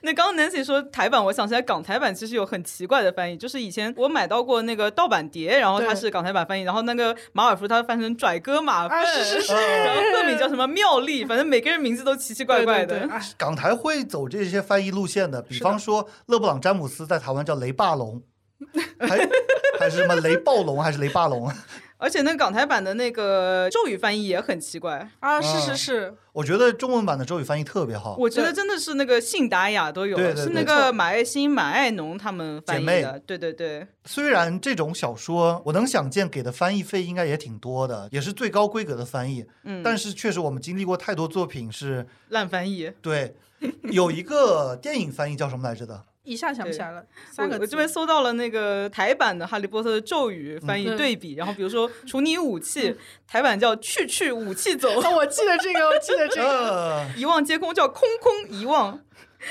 [SPEAKER 1] 那刚刚 Nancy 说台版，我想起来港台版其实有很奇怪的翻译，就是以前我买到过那个盗版碟，然后它
[SPEAKER 3] 对
[SPEAKER 1] 是港台版翻译，然后那个马尔福他翻成拽哥马粪，
[SPEAKER 3] <laughs> 啊，是是 <laughs> 是，
[SPEAKER 1] 然后赫敏叫什么妙丽，反正每个人名字都奇奇怪怪的。
[SPEAKER 3] 对
[SPEAKER 1] <laughs>
[SPEAKER 3] 对对哎
[SPEAKER 2] 港台会走这些翻译路线的，比方说勒布朗詹姆斯在台湾叫雷霸龙，还还是什么雷暴龙，还是雷霸龙？
[SPEAKER 1] 而且那个港台版的那个咒语翻译也很奇怪，
[SPEAKER 3] 啊，是是是，
[SPEAKER 2] 我觉得中文版的周语翻译特别好。
[SPEAKER 1] 我觉得真的是那个信达雅都有了，
[SPEAKER 2] 哦对对
[SPEAKER 1] 是
[SPEAKER 2] 对
[SPEAKER 1] 那个马爱新、马爱农他们翻译
[SPEAKER 2] 姐
[SPEAKER 1] 的，对对对，
[SPEAKER 2] 虽然这种小说我能想见给的翻译费应该也挺多的，也是最高规格的翻译，
[SPEAKER 1] 嗯，
[SPEAKER 2] 但是确实我们经历过太多作品是
[SPEAKER 1] 烂翻译。
[SPEAKER 2] 对。有一个电影翻译叫什么来着的？
[SPEAKER 3] 一下想不起来了，三个
[SPEAKER 1] 我我
[SPEAKER 3] 字
[SPEAKER 1] 这
[SPEAKER 3] <laughs>
[SPEAKER 1] 边搜到了那个台版的《哈利波特》的咒语翻译
[SPEAKER 3] 嗯
[SPEAKER 1] 对比，然后比如说“除你武器”，台版叫“去去武器走 <laughs>
[SPEAKER 3] 啊，我记得这个，我记得这个。
[SPEAKER 2] 呃”，，
[SPEAKER 1] 一望皆空叫“空空一望”，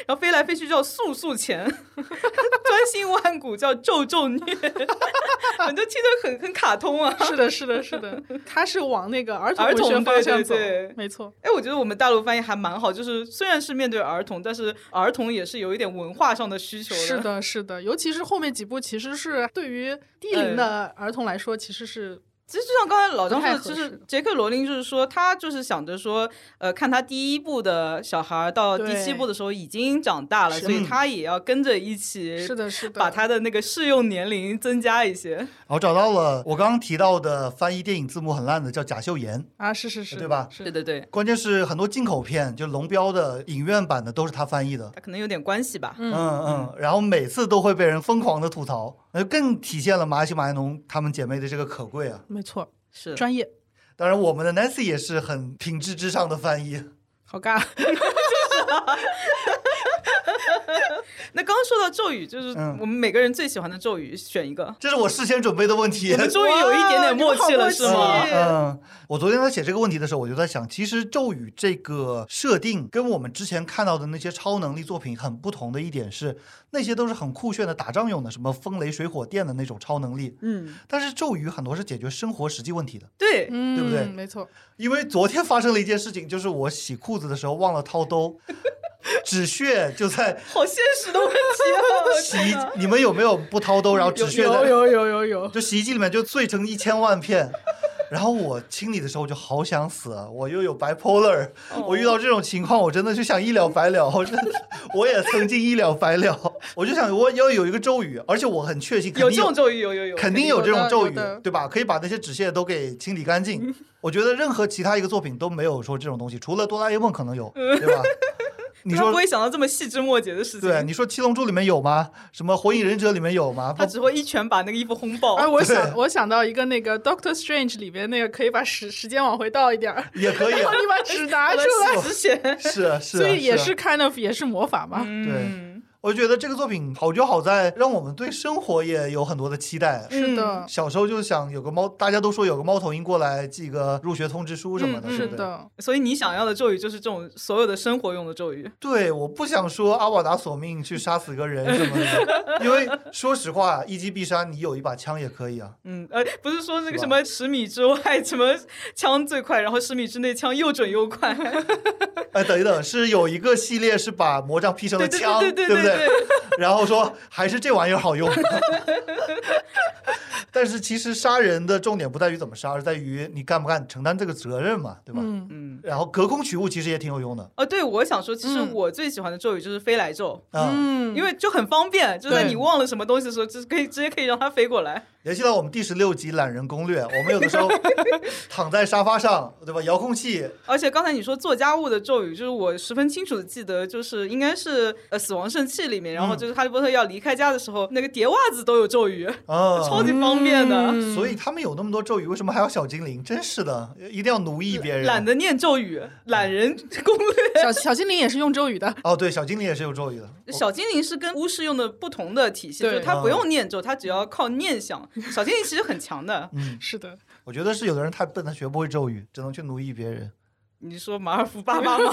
[SPEAKER 1] 然后飞来飞去叫速速前， <laughs> 专心万古叫咒咒虐， <laughs> 反正听着很很卡通啊。
[SPEAKER 3] <laughs> 是的，是的，是的，他是往那个儿童
[SPEAKER 1] 儿
[SPEAKER 3] 文学
[SPEAKER 1] 童
[SPEAKER 3] 方
[SPEAKER 1] 对
[SPEAKER 3] 向
[SPEAKER 1] 对
[SPEAKER 3] 走，
[SPEAKER 1] 对
[SPEAKER 3] 没错。
[SPEAKER 1] 哎，我觉得我们大陆翻译还蛮好，就是虽然是面对儿童，但是儿童也是有一点文化上的需求的。
[SPEAKER 3] 是，的，是的，尤其是后面几部，其实是对于低
[SPEAKER 1] 嗯
[SPEAKER 3] 龄的儿童来说，其实是
[SPEAKER 1] 其实就像刚才老张说的，
[SPEAKER 3] 不太
[SPEAKER 1] 就
[SPEAKER 3] 合
[SPEAKER 1] 是
[SPEAKER 3] 适
[SPEAKER 1] 杰克罗琳，就是说他就是想着说，呃，看他第一部的小孩儿到第七
[SPEAKER 3] 对
[SPEAKER 1] 部的时候已经长大了，
[SPEAKER 3] 是
[SPEAKER 1] 所以他也要跟着一起
[SPEAKER 3] 是的，是的，
[SPEAKER 1] 把他的那个适用年龄增加一些。
[SPEAKER 2] 我找到了我刚刚提到的翻译电影字幕很烂的，叫贾秀妍。
[SPEAKER 3] 啊，是是是，
[SPEAKER 2] 对吧
[SPEAKER 3] 是
[SPEAKER 1] 对对对，
[SPEAKER 2] 关键是很多进口片，就龙标的影院版的都是他翻译的。
[SPEAKER 1] 他可能有点关系吧。
[SPEAKER 2] 嗯
[SPEAKER 3] 嗯
[SPEAKER 2] 嗯，然后每次都会被人疯狂的吐槽，那就更体现了麻西马爱农她们姐妹的这个可贵啊。
[SPEAKER 3] 没错，
[SPEAKER 1] 是
[SPEAKER 3] 专业，
[SPEAKER 2] 当然，我们的 Nancy 也是很品质之上的翻译。 <laughs>
[SPEAKER 3] 好尬。
[SPEAKER 1] 那刚刚说到咒语，就是
[SPEAKER 2] 嗯
[SPEAKER 1] 我们每个人最喜欢的咒语，选一个。
[SPEAKER 2] 这是我事先准备的问题。
[SPEAKER 1] 我们终于有一点点默契了，
[SPEAKER 3] 哇
[SPEAKER 1] 是
[SPEAKER 3] 你们好默
[SPEAKER 1] 吗
[SPEAKER 2] <laughs>
[SPEAKER 3] 契？
[SPEAKER 2] 嗯，我昨天在写这个问题的时候，我就在想，其实咒语这个设定跟我们之前看到的那些超能力作品很不同的一点是，那些都是很酷炫的打仗用的，什么风雷水火电的那种超能力。
[SPEAKER 1] 嗯，
[SPEAKER 2] 但是咒语很多是解决生活实际问题的，
[SPEAKER 1] 对，
[SPEAKER 3] 嗯，
[SPEAKER 2] 对不对
[SPEAKER 3] 没错，
[SPEAKER 2] 因为昨天发生了一件事情，就是我洗裤子的时候忘了掏兜，止血就在
[SPEAKER 1] 好现实的问题
[SPEAKER 2] 洗
[SPEAKER 1] 啊！
[SPEAKER 2] 衣。你们有没有不掏兜然后止血
[SPEAKER 3] 有
[SPEAKER 2] 的？
[SPEAKER 3] 有有有有，
[SPEAKER 2] 就洗衣机里面就碎成一千万片。然后我清理的时候就好想死啊，我又有 bipolar，、我
[SPEAKER 3] 哦
[SPEAKER 2] 遇到这种情况我真的就想一了百了，我真的我也曾经一了百了，我就想我要有一个咒语，而且我很确信肯
[SPEAKER 1] 有
[SPEAKER 2] 定
[SPEAKER 1] 这种咒语，有有有，
[SPEAKER 2] 肯定
[SPEAKER 3] 有
[SPEAKER 2] 有这种
[SPEAKER 3] 的
[SPEAKER 2] 咒
[SPEAKER 3] 有
[SPEAKER 2] 语
[SPEAKER 3] 的，
[SPEAKER 2] 对吧？可以把那些纸屑都给清理干净。我觉得任何其他一个作品都没有说这种东西，除了哆啦 A 梦可能有，对吧？你
[SPEAKER 1] 他
[SPEAKER 2] 说
[SPEAKER 1] 不会想到这么细枝末节的事情。
[SPEAKER 2] 对，你说《七龙珠》里面有吗？什么《火影忍者》里面有吗？
[SPEAKER 1] 他只会一拳把那个衣服轰爆。
[SPEAKER 3] 哎，我想
[SPEAKER 2] 对
[SPEAKER 3] 我想到一个那个 Doctor Strange 里边那个，可以把时时间往回倒一点儿，
[SPEAKER 2] 也可以，啊
[SPEAKER 3] <laughs> 然后你把纸拿出来，
[SPEAKER 1] 之前，
[SPEAKER 2] 是啊是啊，
[SPEAKER 3] 所以也
[SPEAKER 2] 啊
[SPEAKER 3] 是 kind of 也是魔
[SPEAKER 2] <laughs>
[SPEAKER 3] 法嘛。
[SPEAKER 1] 嗯，
[SPEAKER 2] 我觉得这个作品好就好在让我们对生活也有很多的期待。
[SPEAKER 3] 是
[SPEAKER 1] 嗯
[SPEAKER 3] 的，
[SPEAKER 2] 小时候就想有个猫，大家都说有个猫头鹰过来寄个入学通知书什么
[SPEAKER 1] 嗯
[SPEAKER 2] 的，对
[SPEAKER 3] 是
[SPEAKER 2] 不对？
[SPEAKER 3] 的，
[SPEAKER 1] 所以你想要的咒语就是这种所有的生活用的咒语。
[SPEAKER 2] 对，我不想说阿瓦达索命去杀死一个人什么的，因为说实话，一击必杀，你有一把枪也可以啊。
[SPEAKER 1] 嗯，呃，不是说那
[SPEAKER 2] 是
[SPEAKER 1] 个
[SPEAKER 2] 吧
[SPEAKER 1] 什么十米之外什么枪最快，然后十米之内枪又准又快。
[SPEAKER 2] 哎，等一等，是有一个系列是把魔杖
[SPEAKER 1] <laughs>
[SPEAKER 2] 劈成了
[SPEAKER 1] 对对
[SPEAKER 2] 枪，
[SPEAKER 1] 对对
[SPEAKER 2] 不对？ <laughs> 然后说还是这玩意儿好用。 <laughs> 但是其实杀人的重点不在于怎么杀，而在于你干不干承担这个责任嘛，对吧？
[SPEAKER 3] 嗯，
[SPEAKER 1] 嗯，
[SPEAKER 2] 然后隔空取物其实也挺有用的，
[SPEAKER 1] 哦，对，我想说，其实
[SPEAKER 3] 嗯
[SPEAKER 1] 我最喜欢的咒语就是飞来咒。
[SPEAKER 2] 啊、
[SPEAKER 3] 嗯
[SPEAKER 1] 因为就很方便，就在
[SPEAKER 3] 对
[SPEAKER 1] 你忘了什么东西的时候，就是可以直接可以让它飞过来。
[SPEAKER 2] 联系到我们第十六集《懒人攻略》，我们有的时候躺在沙发上，对吧？遥控器，
[SPEAKER 1] 而且刚才你说做家务的咒语，就是我十分清楚的记得，就是应该是呃《死亡圣器》里面，然后
[SPEAKER 2] 嗯
[SPEAKER 1] 就是哈利波特要离开家的时候，那个叠袜子都有咒语，
[SPEAKER 2] 啊、
[SPEAKER 1] <laughs> 超级方便的。
[SPEAKER 3] 嗯
[SPEAKER 2] 所以他们有那么多咒语，为什么还有小精灵？真是的，一定要奴役别
[SPEAKER 1] <laughs>
[SPEAKER 2] 人。
[SPEAKER 1] 懒得念咒语，懒人攻略。
[SPEAKER 3] <laughs> 小小精灵也是用咒语的，
[SPEAKER 2] 哦，对，小精灵也是有咒语的。
[SPEAKER 1] 小精灵是跟巫师用的不同的体系，就
[SPEAKER 3] 对
[SPEAKER 1] 是它不
[SPEAKER 2] 嗯
[SPEAKER 1] 用念咒，它只要靠念想。小精灵其实很强的。
[SPEAKER 2] 嗯，
[SPEAKER 3] 是的，
[SPEAKER 2] 我觉得是有的人太笨，他学不会咒语，只能去奴役别人。
[SPEAKER 1] 你说马尔福爸爸吗？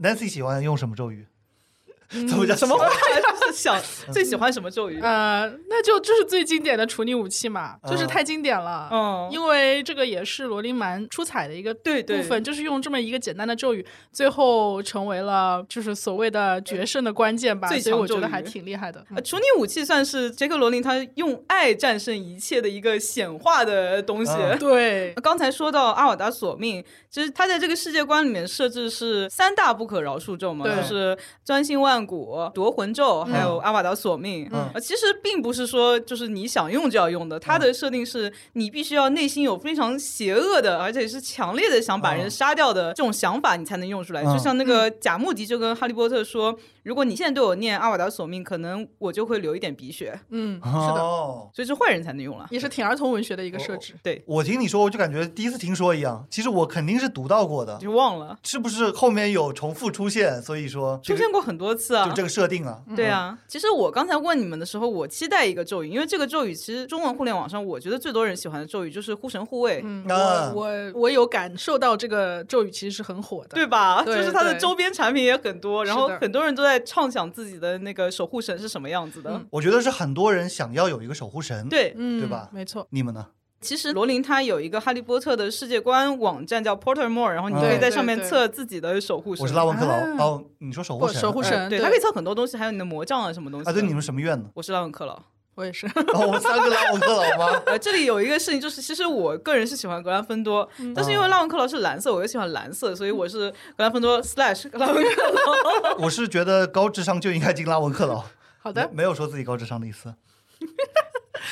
[SPEAKER 2] Nancy 喜欢用什么咒语？ <laughs> 怎么叫什么？
[SPEAKER 1] 就是想最喜欢什么咒语？
[SPEAKER 3] 呃，那就就是最经典的处女武器嘛，就是太经典了。
[SPEAKER 1] 嗯，
[SPEAKER 3] 因为这个也是罗琳蛮出彩的一个
[SPEAKER 1] 对对
[SPEAKER 3] 部分，就是用这么一个简单的咒语，最后成为了就是所谓的决胜的关键吧。
[SPEAKER 1] 最
[SPEAKER 3] 所以
[SPEAKER 1] 强
[SPEAKER 3] 我觉
[SPEAKER 1] 咒
[SPEAKER 3] 得
[SPEAKER 1] 语
[SPEAKER 3] 还挺厉害的。嗯
[SPEAKER 1] 呃，处女武器算是杰克罗琳她用爱战胜一切的一个显化的东西。
[SPEAKER 2] 嗯
[SPEAKER 3] 对，
[SPEAKER 1] 刚才说到阿瓦达索命，其实他在这个世界观里面设置是三大不可饶恕咒嘛，
[SPEAKER 3] 对
[SPEAKER 1] 就是专心万古、夺魂咒，还有阿瓦达索命。
[SPEAKER 2] 嗯
[SPEAKER 1] 呃其实并不是说就是你想用就要用的，它的设定是你必须要内心有非常邪恶的，而且是强烈的想把人杀掉的这种想法，你才能用出来。
[SPEAKER 2] 嗯
[SPEAKER 1] 就像那个贾穆迪就跟哈利波特说，如果你现在对我念阿瓦达索命，可能我就会流一点鼻血，
[SPEAKER 3] 嗯，是的，
[SPEAKER 2] 哦，
[SPEAKER 1] 所以是坏人才能用了。
[SPEAKER 3] 也是挺儿童文学的一
[SPEAKER 1] 哦
[SPEAKER 3] 个设置。
[SPEAKER 1] 对，
[SPEAKER 2] 我听你说，我就感觉第一次听说一样。其实我肯定是读到过的，
[SPEAKER 1] 就忘了。
[SPEAKER 2] 是不是后面有重复出现？所以说，
[SPEAKER 1] 出现过很多思啊
[SPEAKER 2] 就。这个设定啊，
[SPEAKER 1] 对啊，其实我刚才问你们的时候，我期待一个咒语，因为这个咒语其实中文互联网上我觉得最多人喜欢的咒语就是护神护卫，
[SPEAKER 3] 嗯，
[SPEAKER 2] 啊
[SPEAKER 3] 我我我有感受到这个咒语其实是很火的，
[SPEAKER 1] 对吧？
[SPEAKER 3] 对
[SPEAKER 1] 就是它的
[SPEAKER 3] 对
[SPEAKER 1] 周边产品也很多，然
[SPEAKER 3] 是
[SPEAKER 1] 后
[SPEAKER 3] 的
[SPEAKER 1] 很多人都在畅想自己的那个守护神是什么样子的。
[SPEAKER 3] 嗯
[SPEAKER 2] 我觉得是很多人想要有一个守护神，，
[SPEAKER 1] 对，
[SPEAKER 3] 嗯，
[SPEAKER 2] 对吧
[SPEAKER 3] 没错，
[SPEAKER 2] 你们呢？
[SPEAKER 1] 其实罗琳她有一个哈利波特的世界观网站叫 Pottermore，然后你
[SPEAKER 2] 嗯
[SPEAKER 1] 可以
[SPEAKER 2] 对
[SPEAKER 1] 在上面
[SPEAKER 3] 对对
[SPEAKER 1] 测自己的守护神。
[SPEAKER 2] 我是拉文克劳
[SPEAKER 3] 啊，
[SPEAKER 2] 哦，你说守护神，
[SPEAKER 3] 不守护
[SPEAKER 1] 哎
[SPEAKER 3] 神
[SPEAKER 1] 对，
[SPEAKER 3] 对
[SPEAKER 1] 它可以测很多东西，还有你的魔杖啊什么东西
[SPEAKER 2] 哎啊，对，
[SPEAKER 1] 的
[SPEAKER 2] 你们什么愿呢？
[SPEAKER 1] 我是拉文克劳。
[SPEAKER 3] 我
[SPEAKER 2] <laughs>
[SPEAKER 3] 也是，
[SPEAKER 2] 哦，我们三个拉文克劳吗？
[SPEAKER 1] 呃，这里有一个事情，就是其实我个人是喜欢格兰芬多，但是因为拉文克劳是蓝色，我又喜欢蓝色，所以我是格兰芬多 <laughs> slash 格兰芬克劳。
[SPEAKER 2] <laughs> 我是觉得高智商就应该进拉文克劳，
[SPEAKER 3] 好
[SPEAKER 2] 好
[SPEAKER 3] 的，
[SPEAKER 2] 没有说自己高智商的意思。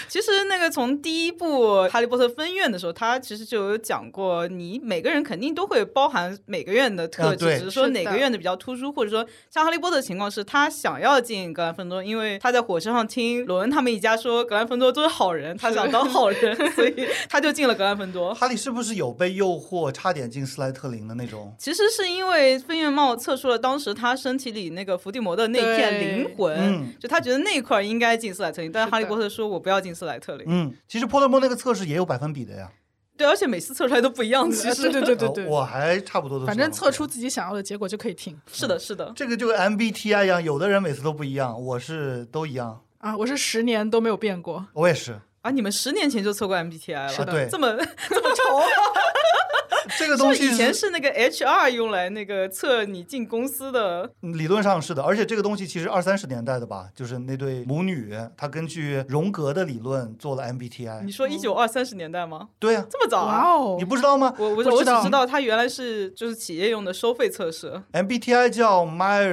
[SPEAKER 1] 其实那个从第一部《哈利波特》分院的时候，他其实就有讲过，你每个人肯定都会包含每个院的特质，
[SPEAKER 2] 啊对
[SPEAKER 1] 只是说
[SPEAKER 3] 是的
[SPEAKER 1] 哪个院的比较突出，或者说像哈利波特的情况是，他想要进格兰芬多，因为他在火车上听罗恩他们一家说格兰芬多都是好人，他想当好人，所以他就进了格兰芬多。
[SPEAKER 2] 哈利是不是有被诱惑，差点进斯莱特林的那种？
[SPEAKER 1] 其实是因为分院帽测出了当时他身体里那个伏地魔的那片
[SPEAKER 3] 对
[SPEAKER 1] 灵魂，
[SPEAKER 2] 嗯
[SPEAKER 1] 就他觉得那一块儿应该进斯莱特林，但
[SPEAKER 3] 是
[SPEAKER 1] 是哈利
[SPEAKER 3] 的
[SPEAKER 1] 波特说我不要进斯莱特林，
[SPEAKER 2] 嗯，其实波特莫那个测试也有百分比的呀。
[SPEAKER 1] 对，而且每次测出来都不一样，其
[SPEAKER 3] 啊
[SPEAKER 1] 实
[SPEAKER 3] 对对对对对
[SPEAKER 2] 呃，我还差不多都是
[SPEAKER 3] 反正
[SPEAKER 2] 这样
[SPEAKER 3] 测出自己想要的结果就可以停
[SPEAKER 1] 是的，是的。
[SPEAKER 2] 这个就跟 MBTI 一样，有的人每次都不一样，我是都一样，
[SPEAKER 3] 啊，我是十年都没有变过，
[SPEAKER 2] 我也
[SPEAKER 3] <laughs>
[SPEAKER 2] 是。
[SPEAKER 1] 啊，你们十年前就测过 MBTI 了，
[SPEAKER 2] 是的对
[SPEAKER 1] 这么 <laughs> 这么潮，
[SPEAKER 2] 这个东
[SPEAKER 1] 是
[SPEAKER 2] 西
[SPEAKER 1] 以前是那个 HR 用来那个测你进公司的，
[SPEAKER 2] 理论上是的，而且这个东西其实二三十年代的吧，就是那对母女，她根据荣格的理论做了
[SPEAKER 1] 你
[SPEAKER 2] MBTI。
[SPEAKER 1] 说一九二三十年代吗？
[SPEAKER 2] 对呀、
[SPEAKER 1] 这么早
[SPEAKER 3] 嗯哇
[SPEAKER 1] 啊？
[SPEAKER 3] 哦
[SPEAKER 2] 你，不知道吗
[SPEAKER 1] 我我
[SPEAKER 3] 不
[SPEAKER 1] 我
[SPEAKER 3] 知
[SPEAKER 1] 只
[SPEAKER 3] 道
[SPEAKER 1] 知道它原来是就是企业用的收费测试，
[SPEAKER 2] ？MBTI 叫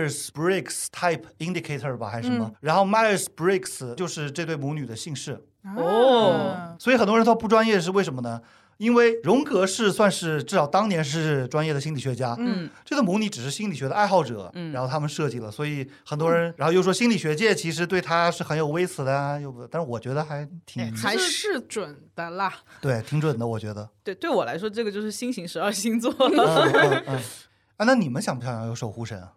[SPEAKER 2] Myers-Briggs Type Indicator 吧，还是什么？然后 Myers-Briggs 就是这对母女的姓氏，
[SPEAKER 1] 哦
[SPEAKER 3] 啊，
[SPEAKER 2] 所以很多人他不专业是为什么呢？因为荣格是算是至少当年是专业的心理学家，
[SPEAKER 3] 嗯，
[SPEAKER 2] 这个母女只是心理学的爱好者，
[SPEAKER 1] 嗯
[SPEAKER 2] 然后他们设计了，所以很多人，然后又说心理学界其实对他是很有微词的啊，又不，但是我觉得还挺、
[SPEAKER 3] 哎还是准的啦，
[SPEAKER 2] 对，挺准的，我觉得。
[SPEAKER 1] 对，对我来说这个就是新型十二星座。
[SPEAKER 2] 嗯嗯嗯啊，那你们想不想要有守护神啊？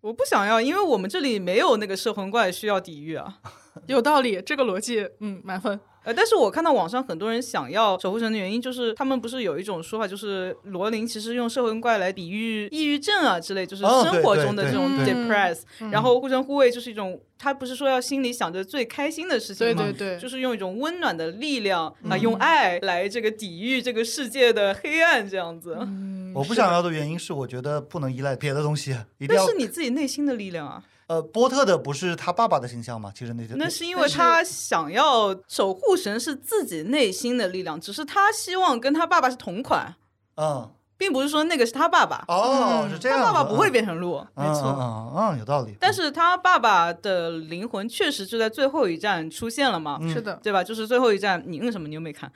[SPEAKER 1] 我不想要，因为我们这里没有那个摄魂怪需要抵御啊。
[SPEAKER 3] 有道理，这个逻辑，嗯，满分，
[SPEAKER 1] 呃，但是我看到网上很多人想要守护神的原因，就是他们不是有一种说法，就是罗琳其实用摄魂怪来比喻抑郁症啊之类，就是
[SPEAKER 2] 哦
[SPEAKER 1] 生活中的这种
[SPEAKER 3] 对对对
[SPEAKER 1] depress，、然
[SPEAKER 3] 嗯
[SPEAKER 1] 后护神护卫就是一种，他不是说要心里想着最开心的事情
[SPEAKER 3] 对
[SPEAKER 1] 吗？
[SPEAKER 3] 对对，嗯
[SPEAKER 1] 就是用一种温暖的力量啊、用爱来这个抵御这个世界的黑暗，这样子。
[SPEAKER 3] 嗯
[SPEAKER 2] 我不想要的原因是，我觉得不能依赖别的东西，一
[SPEAKER 1] 那
[SPEAKER 2] 定要
[SPEAKER 1] 是。你自己内心的力量啊，
[SPEAKER 2] 呃，波特的不是他爸爸的形象吗？其呃实那些
[SPEAKER 1] 那是因为他想要守护神是自己内心的力量，只是他希望跟他爸爸是同款，
[SPEAKER 2] 嗯
[SPEAKER 1] 并不是说那个是他爸爸。
[SPEAKER 2] 哦、
[SPEAKER 3] 嗯
[SPEAKER 2] 是这样
[SPEAKER 1] 他
[SPEAKER 2] 子，
[SPEAKER 1] 爸爸不会
[SPEAKER 2] 嗯
[SPEAKER 1] 变成鹿，
[SPEAKER 2] 嗯
[SPEAKER 1] 没错。
[SPEAKER 2] 嗯嗯嗯，有道理。
[SPEAKER 1] 但是他爸爸的灵魂确实就在最后一站出现了嘛，
[SPEAKER 2] 嗯
[SPEAKER 3] 是的，
[SPEAKER 1] 对吧？就是最后一站，你嗯什么？你又没看。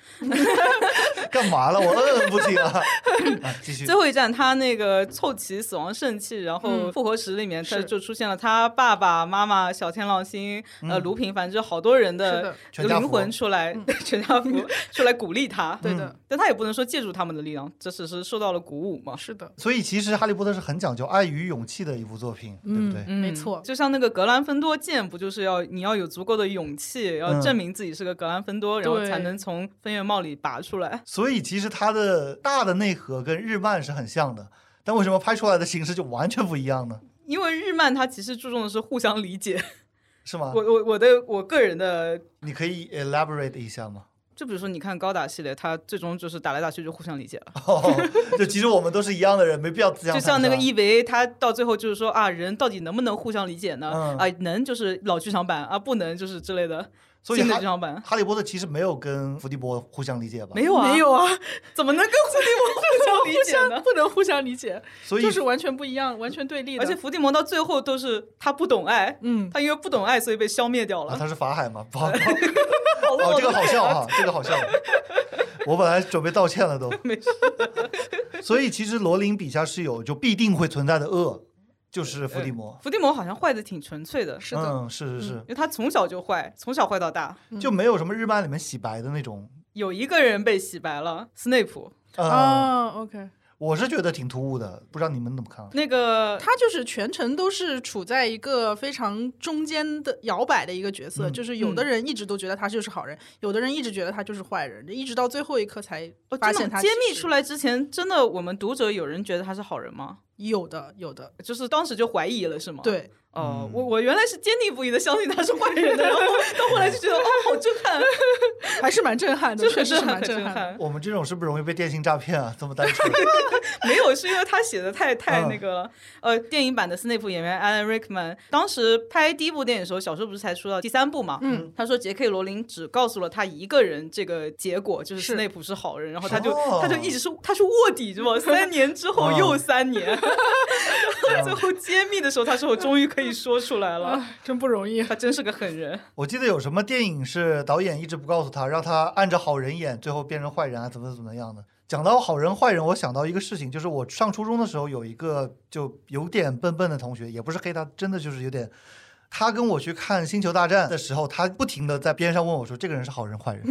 [SPEAKER 2] 干嘛了？我摁不起
[SPEAKER 1] <laughs>
[SPEAKER 2] 啊！啊继续
[SPEAKER 1] 最。后一站，他那个凑齐死亡圣器，然后
[SPEAKER 3] 嗯
[SPEAKER 1] 复活石里面，他
[SPEAKER 3] 是
[SPEAKER 1] 就出现了他爸爸妈妈、小天狼星、呃卢平凡，就好多人
[SPEAKER 3] 是
[SPEAKER 1] 的
[SPEAKER 2] 嗯
[SPEAKER 3] 的嗯
[SPEAKER 2] 全家福
[SPEAKER 1] 灵魂出来， <laughs> 全家福出来鼓励他。
[SPEAKER 3] 对的，
[SPEAKER 1] 但他也不能说借助他们的力量，这只是受到了鼓舞
[SPEAKER 2] 嗯
[SPEAKER 1] 嘛。
[SPEAKER 3] 是的，
[SPEAKER 2] 所以其实《哈利波特》是很讲究爱与勇气的一部作品，对不
[SPEAKER 1] 嗯
[SPEAKER 2] 对？
[SPEAKER 3] 嗯没错，
[SPEAKER 1] 就像那个格兰芬多剑，不就是要你要有足够的勇气，要
[SPEAKER 2] 嗯
[SPEAKER 1] 证明自己是个格兰芬多，然后
[SPEAKER 3] 对
[SPEAKER 1] 才能从分院帽里拔出来。
[SPEAKER 2] 所以其实它的大的内核跟日漫是很像的，但为什么拍出来的形式就完全不一样呢？
[SPEAKER 1] 因为日漫它其实注重的是互相理
[SPEAKER 2] <laughs>
[SPEAKER 1] 解。
[SPEAKER 2] 是吗
[SPEAKER 1] 我？我我的我个人的，
[SPEAKER 2] 你可以 elaborate 一下吗？
[SPEAKER 1] 就比如说你看高达系列，它最终就是打来打去就互相理解了。
[SPEAKER 2] 哦，就其实我们都是一样的人，没必要自相
[SPEAKER 1] 就
[SPEAKER 2] 残杀。
[SPEAKER 1] 像那个 EVA，它到最后就是说啊，人到底能不能互相理解呢？
[SPEAKER 2] 嗯
[SPEAKER 1] 啊，能就是老剧场版啊，不能就是之类的
[SPEAKER 2] 所以
[SPEAKER 1] 新的
[SPEAKER 2] 哈
[SPEAKER 1] 剧场版。
[SPEAKER 2] 哈利波特其实没有跟伏地魔互相理解吧？
[SPEAKER 1] 没有啊，
[SPEAKER 3] 没，有啊， <laughs>
[SPEAKER 1] 怎么能跟伏地魔互相理
[SPEAKER 3] 互
[SPEAKER 1] 解呢
[SPEAKER 3] 相？不能互相理解，
[SPEAKER 2] 所以
[SPEAKER 3] 就是完全不一样，完全对立
[SPEAKER 1] <laughs>
[SPEAKER 3] 的，
[SPEAKER 1] 而且伏地魔到最后都是他不懂爱，
[SPEAKER 3] 嗯，
[SPEAKER 1] 他因为不懂爱，所以被消灭掉
[SPEAKER 2] 啊，
[SPEAKER 1] 了。
[SPEAKER 2] 他是法海嘛？ <laughs> 不好，
[SPEAKER 1] 好 <laughs>
[SPEAKER 2] 哦，这个好笑哈，这个好笑。啊我本来准备道歉了都，
[SPEAKER 1] 没事。
[SPEAKER 2] 所以其实罗琳笔下是有就必定会存在的恶，就是伏地魔。
[SPEAKER 1] 伏地魔好像坏的挺纯粹的，
[SPEAKER 3] 是的，
[SPEAKER 2] 嗯，是是是
[SPEAKER 1] 因，为他从小就坏，从小坏到大。
[SPEAKER 2] 就没有什么日漫里面洗白的那种。
[SPEAKER 1] 有一个人被洗白了，斯内普。
[SPEAKER 2] 啊、
[SPEAKER 3] 啊，OK，
[SPEAKER 2] 我是觉得挺突兀的，不知道你们怎么看啊？
[SPEAKER 1] 那个
[SPEAKER 3] 他就是全程都是处在一个非常中间的摇摆的一个角色，
[SPEAKER 2] 嗯
[SPEAKER 3] 就是有的
[SPEAKER 1] 嗯
[SPEAKER 3] 人一直都觉得他就是好人，有的人一直觉得他就是坏人，一直到最后一刻才
[SPEAKER 1] 哦
[SPEAKER 3] 发
[SPEAKER 1] 真的
[SPEAKER 3] 现
[SPEAKER 1] 吗
[SPEAKER 3] 他
[SPEAKER 1] 揭
[SPEAKER 3] 其
[SPEAKER 1] 秘
[SPEAKER 3] 实
[SPEAKER 1] 出来之前，真的我们读者有人觉得他是好人吗？
[SPEAKER 3] 有的有的，
[SPEAKER 1] 就是当时就怀疑了，是吗？，
[SPEAKER 3] 对，
[SPEAKER 1] 哦、
[SPEAKER 2] 嗯
[SPEAKER 1] 我我原来是坚定不移的相信他是坏人的，然后到后来就觉得哦，好震撼， <laughs>
[SPEAKER 3] 还是蛮震撼的，确实是蛮
[SPEAKER 1] 很震
[SPEAKER 3] 撼的。
[SPEAKER 1] 撼。
[SPEAKER 2] 我们这种是不是容易被电信诈骗啊？这么单纯，
[SPEAKER 1] <laughs> 没有，是因为他写的太太
[SPEAKER 2] 嗯
[SPEAKER 1] 那个了。呃，电影版的斯内普演员 Alan Rickman 当时拍第一部电影的时候，小说不是才出到第三部嘛？
[SPEAKER 3] 嗯，
[SPEAKER 1] 他说杰克罗琳只告诉了他一个人这个结果，就是
[SPEAKER 3] 是
[SPEAKER 1] 斯内普是好人，然后他就、
[SPEAKER 2] 哦
[SPEAKER 1] 他就一直是他是卧底，是吗？三年之后
[SPEAKER 2] 嗯
[SPEAKER 1] 又三
[SPEAKER 2] <laughs>
[SPEAKER 1] 年，最后揭秘的时候，他说我终于可以说出来
[SPEAKER 2] 嗯
[SPEAKER 1] 了，
[SPEAKER 3] 啊，真不容易。
[SPEAKER 1] <laughs> 他真是个狠人。
[SPEAKER 2] 我记得有什么电影是导演一直不告诉他，让他按着好人演，最后变成坏人啊，怎么怎么样的。讲到好人坏人，我想到一个事情，就是我上初中的时候有一个就有点笨笨的同学，也不是黑他，真的就是有点。他跟我去看《星球大战》的时候，他不停的在边上问我说：“这个人是好人 <laughs> 坏人？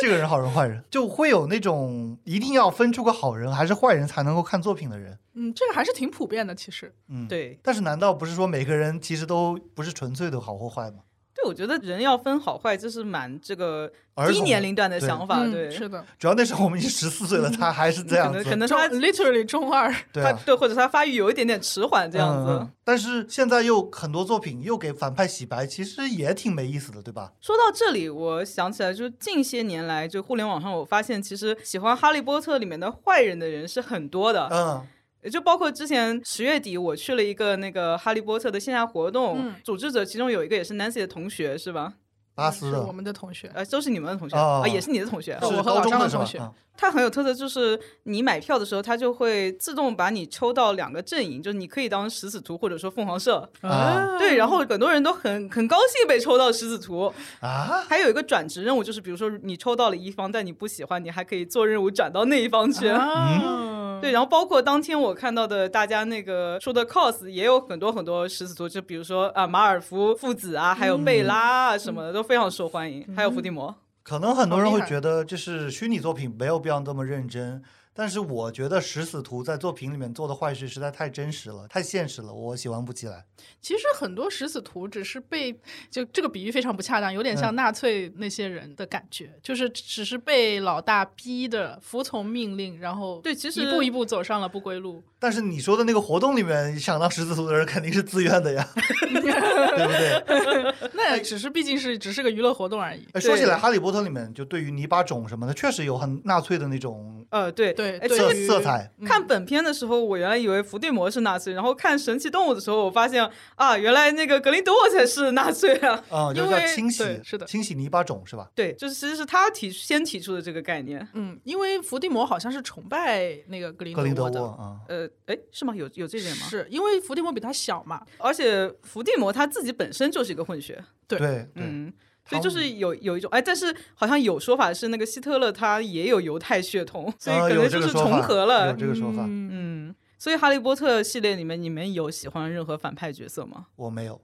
[SPEAKER 2] 这个人好人坏人？”就会有那种一定要分出个好人还是坏人才能够看作品的人。
[SPEAKER 3] 嗯，这个还是挺普遍的，其实。
[SPEAKER 2] 嗯，。
[SPEAKER 1] 对
[SPEAKER 2] 但是难道不是说每个人其实都不是纯粹的好或坏吗？
[SPEAKER 1] 对，我觉得人要分好坏，这是蛮这个
[SPEAKER 2] 儿
[SPEAKER 1] 低
[SPEAKER 2] 童
[SPEAKER 1] 年龄段的
[SPEAKER 2] 对
[SPEAKER 1] 想法。
[SPEAKER 3] 嗯
[SPEAKER 1] 对，
[SPEAKER 3] 是的，
[SPEAKER 2] 主要那时候我们已经十四岁了，他还是
[SPEAKER 1] 可
[SPEAKER 2] 这样
[SPEAKER 1] 能嗯
[SPEAKER 2] 子，
[SPEAKER 1] 可能
[SPEAKER 3] 中
[SPEAKER 1] 他
[SPEAKER 3] literally 中二，
[SPEAKER 2] 对
[SPEAKER 1] 他
[SPEAKER 2] 啊，
[SPEAKER 1] 对，或者他发育有一点点迟缓这样子。
[SPEAKER 2] 嗯嗯但是现在又很多作品又给反派洗白，其实也挺没意思的，对吧？
[SPEAKER 1] 说到这里，我想起来，就是近些年来，就互联网上，我发现其实喜欢《哈利波特》里面的坏人的人是很多的，
[SPEAKER 2] 嗯，
[SPEAKER 1] 就包括之前十月底我去了一个那个《哈利波特》的线下活动，
[SPEAKER 3] 嗯
[SPEAKER 1] 组织者其中有一个也是 Nancy 的同学，是吧？
[SPEAKER 2] 巴斯
[SPEAKER 3] 是
[SPEAKER 2] 的
[SPEAKER 3] 我，们的同学。
[SPEAKER 1] 呃，都是你们的同学、
[SPEAKER 2] 哦
[SPEAKER 1] 啊，也是你的同学。
[SPEAKER 3] 我
[SPEAKER 2] 啊是
[SPEAKER 3] 和
[SPEAKER 2] 高
[SPEAKER 3] 老
[SPEAKER 2] 中
[SPEAKER 3] 张
[SPEAKER 2] 的
[SPEAKER 3] 的
[SPEAKER 2] 是
[SPEAKER 3] 同
[SPEAKER 2] 吧？
[SPEAKER 3] 学
[SPEAKER 2] 嗯
[SPEAKER 1] 它很有特色，就是你买票的时候，它就会自动把你抽到两个阵营，就是你可以当食死徒或者说凤凰社。
[SPEAKER 2] 啊
[SPEAKER 1] 对，然后很多人都很很高兴被抽到食死徒，
[SPEAKER 2] 啊，
[SPEAKER 1] 还有一个转职任务，就是比如说你抽到了一方，但你不喜欢，你还可以做任务转到那一方
[SPEAKER 3] 嗯
[SPEAKER 1] 去。
[SPEAKER 3] 啊，
[SPEAKER 1] <laughs> 对，然后包括当天我看到的大家那个说的 cos 也有很多很多十字图，就比如说啊马尔福父子啊，还有
[SPEAKER 3] 嗯
[SPEAKER 1] 贝拉啊什么的、都非常受欢迎，还有伏地魔。
[SPEAKER 2] 可能很多人
[SPEAKER 3] 好厉
[SPEAKER 2] 会
[SPEAKER 3] 害
[SPEAKER 2] 觉得就是虚拟作品没有必要那么认真，但是我觉得食死徒在作品里面做的坏事实在太真实了，太现实了，我喜欢不起来。
[SPEAKER 3] 其实很多食死徒只是被就这个比喻非常不恰当，有点像
[SPEAKER 2] 嗯
[SPEAKER 3] 纳粹那些人的感觉，就是只是被老大逼的服从命令，然后
[SPEAKER 1] 对其实
[SPEAKER 3] 一步一步走上了不归路。
[SPEAKER 2] 但是你说的那个活动里面，想当食死徒的人肯定是自愿的呀，对不对？
[SPEAKER 3] 那只是毕竟是只是个娱乐活动而已。
[SPEAKER 2] 哎，说起来，
[SPEAKER 1] 对
[SPEAKER 2] 《哈利波特》里面就对于泥巴种什么的，确实有很纳粹的那种
[SPEAKER 1] 呃，对
[SPEAKER 3] 对
[SPEAKER 1] 哎，这
[SPEAKER 3] 对
[SPEAKER 2] 色
[SPEAKER 1] 个
[SPEAKER 3] 于
[SPEAKER 2] 色彩。
[SPEAKER 3] 嗯
[SPEAKER 1] 看本片的时候，我原来以为伏地魔是纳粹，然后看神奇动物的时候，我发现啊，原来那个格林德沃才是纳粹啊。 <laughs>
[SPEAKER 2] 嗯，就
[SPEAKER 1] 因
[SPEAKER 2] 是叫
[SPEAKER 1] 为
[SPEAKER 2] 清洗
[SPEAKER 3] 对，是的
[SPEAKER 2] 清洗泥巴种是吧？
[SPEAKER 1] 对，就是其实是他提先提出的这个概念。
[SPEAKER 3] 嗯，因为伏地魔好像是崇拜那个格林
[SPEAKER 2] 格林德
[SPEAKER 3] 沃
[SPEAKER 2] 沃
[SPEAKER 3] 的，
[SPEAKER 2] 啊，
[SPEAKER 1] 呃，哎，是吗？有有这点吗？
[SPEAKER 3] 是因为伏地魔比他小嘛，
[SPEAKER 1] 而且伏地魔他自己本身就是一个混血，
[SPEAKER 3] 对
[SPEAKER 2] 对对，
[SPEAKER 1] 嗯，
[SPEAKER 2] 他
[SPEAKER 1] 所以就是有有一种哎，但是好像有说法是那个希特勒他也有犹太血统，所以
[SPEAKER 2] 啊
[SPEAKER 1] 可
[SPEAKER 2] 有
[SPEAKER 1] 能就
[SPEAKER 2] 这个
[SPEAKER 1] 是
[SPEAKER 2] 说
[SPEAKER 1] 重
[SPEAKER 2] 法
[SPEAKER 1] 合了
[SPEAKER 2] 有。这个说法，
[SPEAKER 3] 嗯
[SPEAKER 1] 嗯，所以哈利波特系列里面，你们有喜欢任何反派角色吗
[SPEAKER 2] 我没有，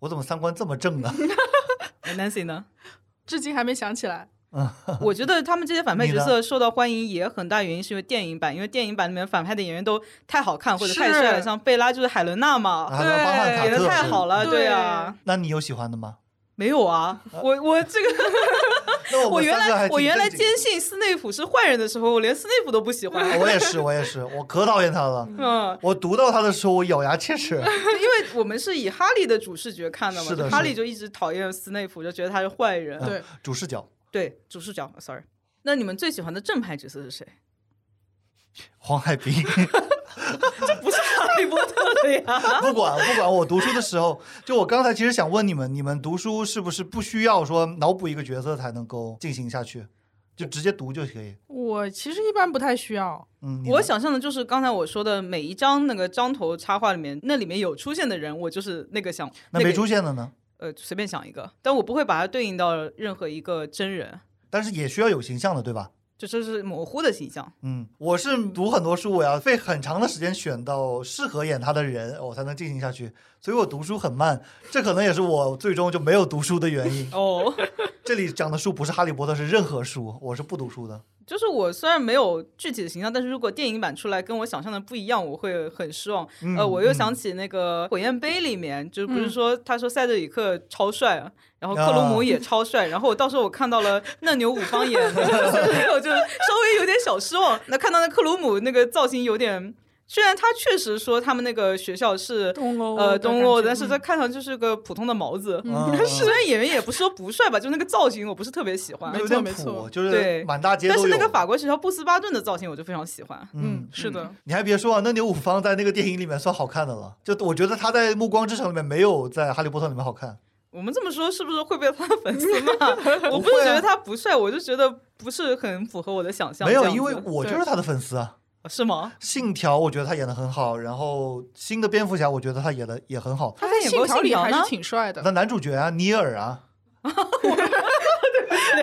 [SPEAKER 2] 我怎么三观这么正呢？ <laughs>
[SPEAKER 1] 哎？Nancy 呢？
[SPEAKER 3] 至今还没想起来。
[SPEAKER 1] 我觉得他们这些反派
[SPEAKER 2] 你
[SPEAKER 1] 角
[SPEAKER 2] 呢
[SPEAKER 1] 色受到欢迎也很大原因是因为电影版，因为电影版里面反派的演员都太好看或者太
[SPEAKER 3] 是
[SPEAKER 1] 帅了，像贝拉就是海伦娜嘛，
[SPEAKER 2] 啊，那巴汉
[SPEAKER 3] 对
[SPEAKER 2] 卡
[SPEAKER 1] 演的
[SPEAKER 2] 特
[SPEAKER 1] 太
[SPEAKER 2] 是
[SPEAKER 1] 好了，
[SPEAKER 3] 对
[SPEAKER 1] 对啊，
[SPEAKER 2] 那你有喜欢的
[SPEAKER 1] <laughs>
[SPEAKER 2] 吗？
[SPEAKER 1] 没有啊，我我这个。
[SPEAKER 2] 那
[SPEAKER 1] 我
[SPEAKER 2] 们
[SPEAKER 1] 原
[SPEAKER 2] 三个还
[SPEAKER 1] 来我
[SPEAKER 2] 挺
[SPEAKER 1] 原来
[SPEAKER 2] 正经
[SPEAKER 1] 坚信斯内普是坏人的时候，我连斯内普都不喜欢。
[SPEAKER 2] 的我也是，我也是，我可讨厌他了。
[SPEAKER 1] 嗯，
[SPEAKER 2] 我读到他的时候，我咬牙切齿。
[SPEAKER 1] 就
[SPEAKER 2] <laughs>
[SPEAKER 1] 因为我们是以哈利的主视觉看的嘛，
[SPEAKER 2] 是的
[SPEAKER 1] 就是哈利就一直讨厌斯内普，就觉得他是坏人。
[SPEAKER 2] 嗯
[SPEAKER 3] 对，
[SPEAKER 2] 主视角，
[SPEAKER 1] 对，主视角，sorry。那你们最喜欢的正派角色是谁？
[SPEAKER 2] 黄海冰，
[SPEAKER 1] 不是哈利波特的呀。
[SPEAKER 2] <laughs> 不管不管，我读书的时候，就我刚才其实想问你们，你们读书是不是不需要说脑补一个角色才能够进行下去，就直接读就可以？
[SPEAKER 3] 我其实一般不太需要。
[SPEAKER 2] 嗯，你
[SPEAKER 1] <laughs> 我
[SPEAKER 2] 呢
[SPEAKER 1] 想象的就是刚才我说的每一张那个章头插画里面，那里面有出现的人，我就是那个想
[SPEAKER 2] 那
[SPEAKER 1] 个
[SPEAKER 2] 没出现的呢？
[SPEAKER 1] 呃随便想一个，但我不会把它对应到任何一个真人，
[SPEAKER 2] 但是也需要有形象的，对吧？
[SPEAKER 1] 就这是模糊的形象。
[SPEAKER 2] 嗯，我是读很多书，我要费很长的时间选到适合演他的人，我才能进
[SPEAKER 1] <laughs>。
[SPEAKER 2] 行下去。所以我读书很慢，这可能也是我最终就没有读书的原因
[SPEAKER 1] 哦，
[SPEAKER 2] 这里讲的书不是《哈利波特》，是任何书，我是不读书的。
[SPEAKER 1] 就是我虽然没有具体的形象，但是如果电影版出来跟我想象的不一样，我会很失望。
[SPEAKER 2] 嗯
[SPEAKER 1] 呃，我又
[SPEAKER 2] 嗯
[SPEAKER 1] 想起那个《火焰杯》里面，就不是
[SPEAKER 3] 嗯
[SPEAKER 1] 说他说塞德里克超帅啊，然后克罗姆
[SPEAKER 2] 啊
[SPEAKER 1] 也超帅，然后我到时候我看到了嫩牛五方 <laughs> 演，塞德里克我就稍微有点小失望。那看到那克罗姆那个造型有点，虽然他确实说他们那个学校是。
[SPEAKER 3] 东欧
[SPEAKER 1] 呃，
[SPEAKER 3] 的
[SPEAKER 1] 东
[SPEAKER 3] 感
[SPEAKER 1] 欧，
[SPEAKER 3] 觉
[SPEAKER 1] 但是
[SPEAKER 3] 嗯
[SPEAKER 1] 他看上去是个普通的毛子。
[SPEAKER 2] 嗯
[SPEAKER 1] 虽然演员也不是说不帅吧，就那个造型我不是特别喜欢。
[SPEAKER 2] 有
[SPEAKER 3] 没错
[SPEAKER 2] 点
[SPEAKER 3] 没
[SPEAKER 2] 土，
[SPEAKER 3] 错
[SPEAKER 2] 就是
[SPEAKER 1] 对
[SPEAKER 2] 满大街都
[SPEAKER 1] 但
[SPEAKER 2] 有。
[SPEAKER 1] 是那个法国学校布斯巴顿的造型我就非常喜欢。
[SPEAKER 2] 嗯
[SPEAKER 3] 嗯，，是的，
[SPEAKER 2] 你还别说啊，那牛五方在那个电影里面算好看的了，就我觉得他在《暮光之城》里面没有在《哈利波特》里面好看。
[SPEAKER 1] 我们这么说是不是会被他的粉丝骂？
[SPEAKER 2] <laughs>
[SPEAKER 1] 我不
[SPEAKER 2] 不会
[SPEAKER 1] 是觉
[SPEAKER 2] 啊
[SPEAKER 1] 得他不帅，我就觉得不是很符合我的想象。
[SPEAKER 2] 没
[SPEAKER 1] 这
[SPEAKER 2] 有，
[SPEAKER 1] 样子哦
[SPEAKER 2] 因为我就是他的粉丝啊。
[SPEAKER 1] 是吗？
[SPEAKER 2] 信条我觉得他演的很好，然后新的蝙蝠侠我觉得他演的也很好。
[SPEAKER 1] 他
[SPEAKER 3] 他
[SPEAKER 1] 在
[SPEAKER 3] 在
[SPEAKER 1] 演
[SPEAKER 3] 信
[SPEAKER 1] 过
[SPEAKER 3] 条
[SPEAKER 1] 信
[SPEAKER 3] 里
[SPEAKER 1] 条
[SPEAKER 3] 还
[SPEAKER 1] 呢
[SPEAKER 3] 是挺帅的。
[SPEAKER 2] 那男主角啊，尼尔
[SPEAKER 1] <laughs>
[SPEAKER 2] 啊，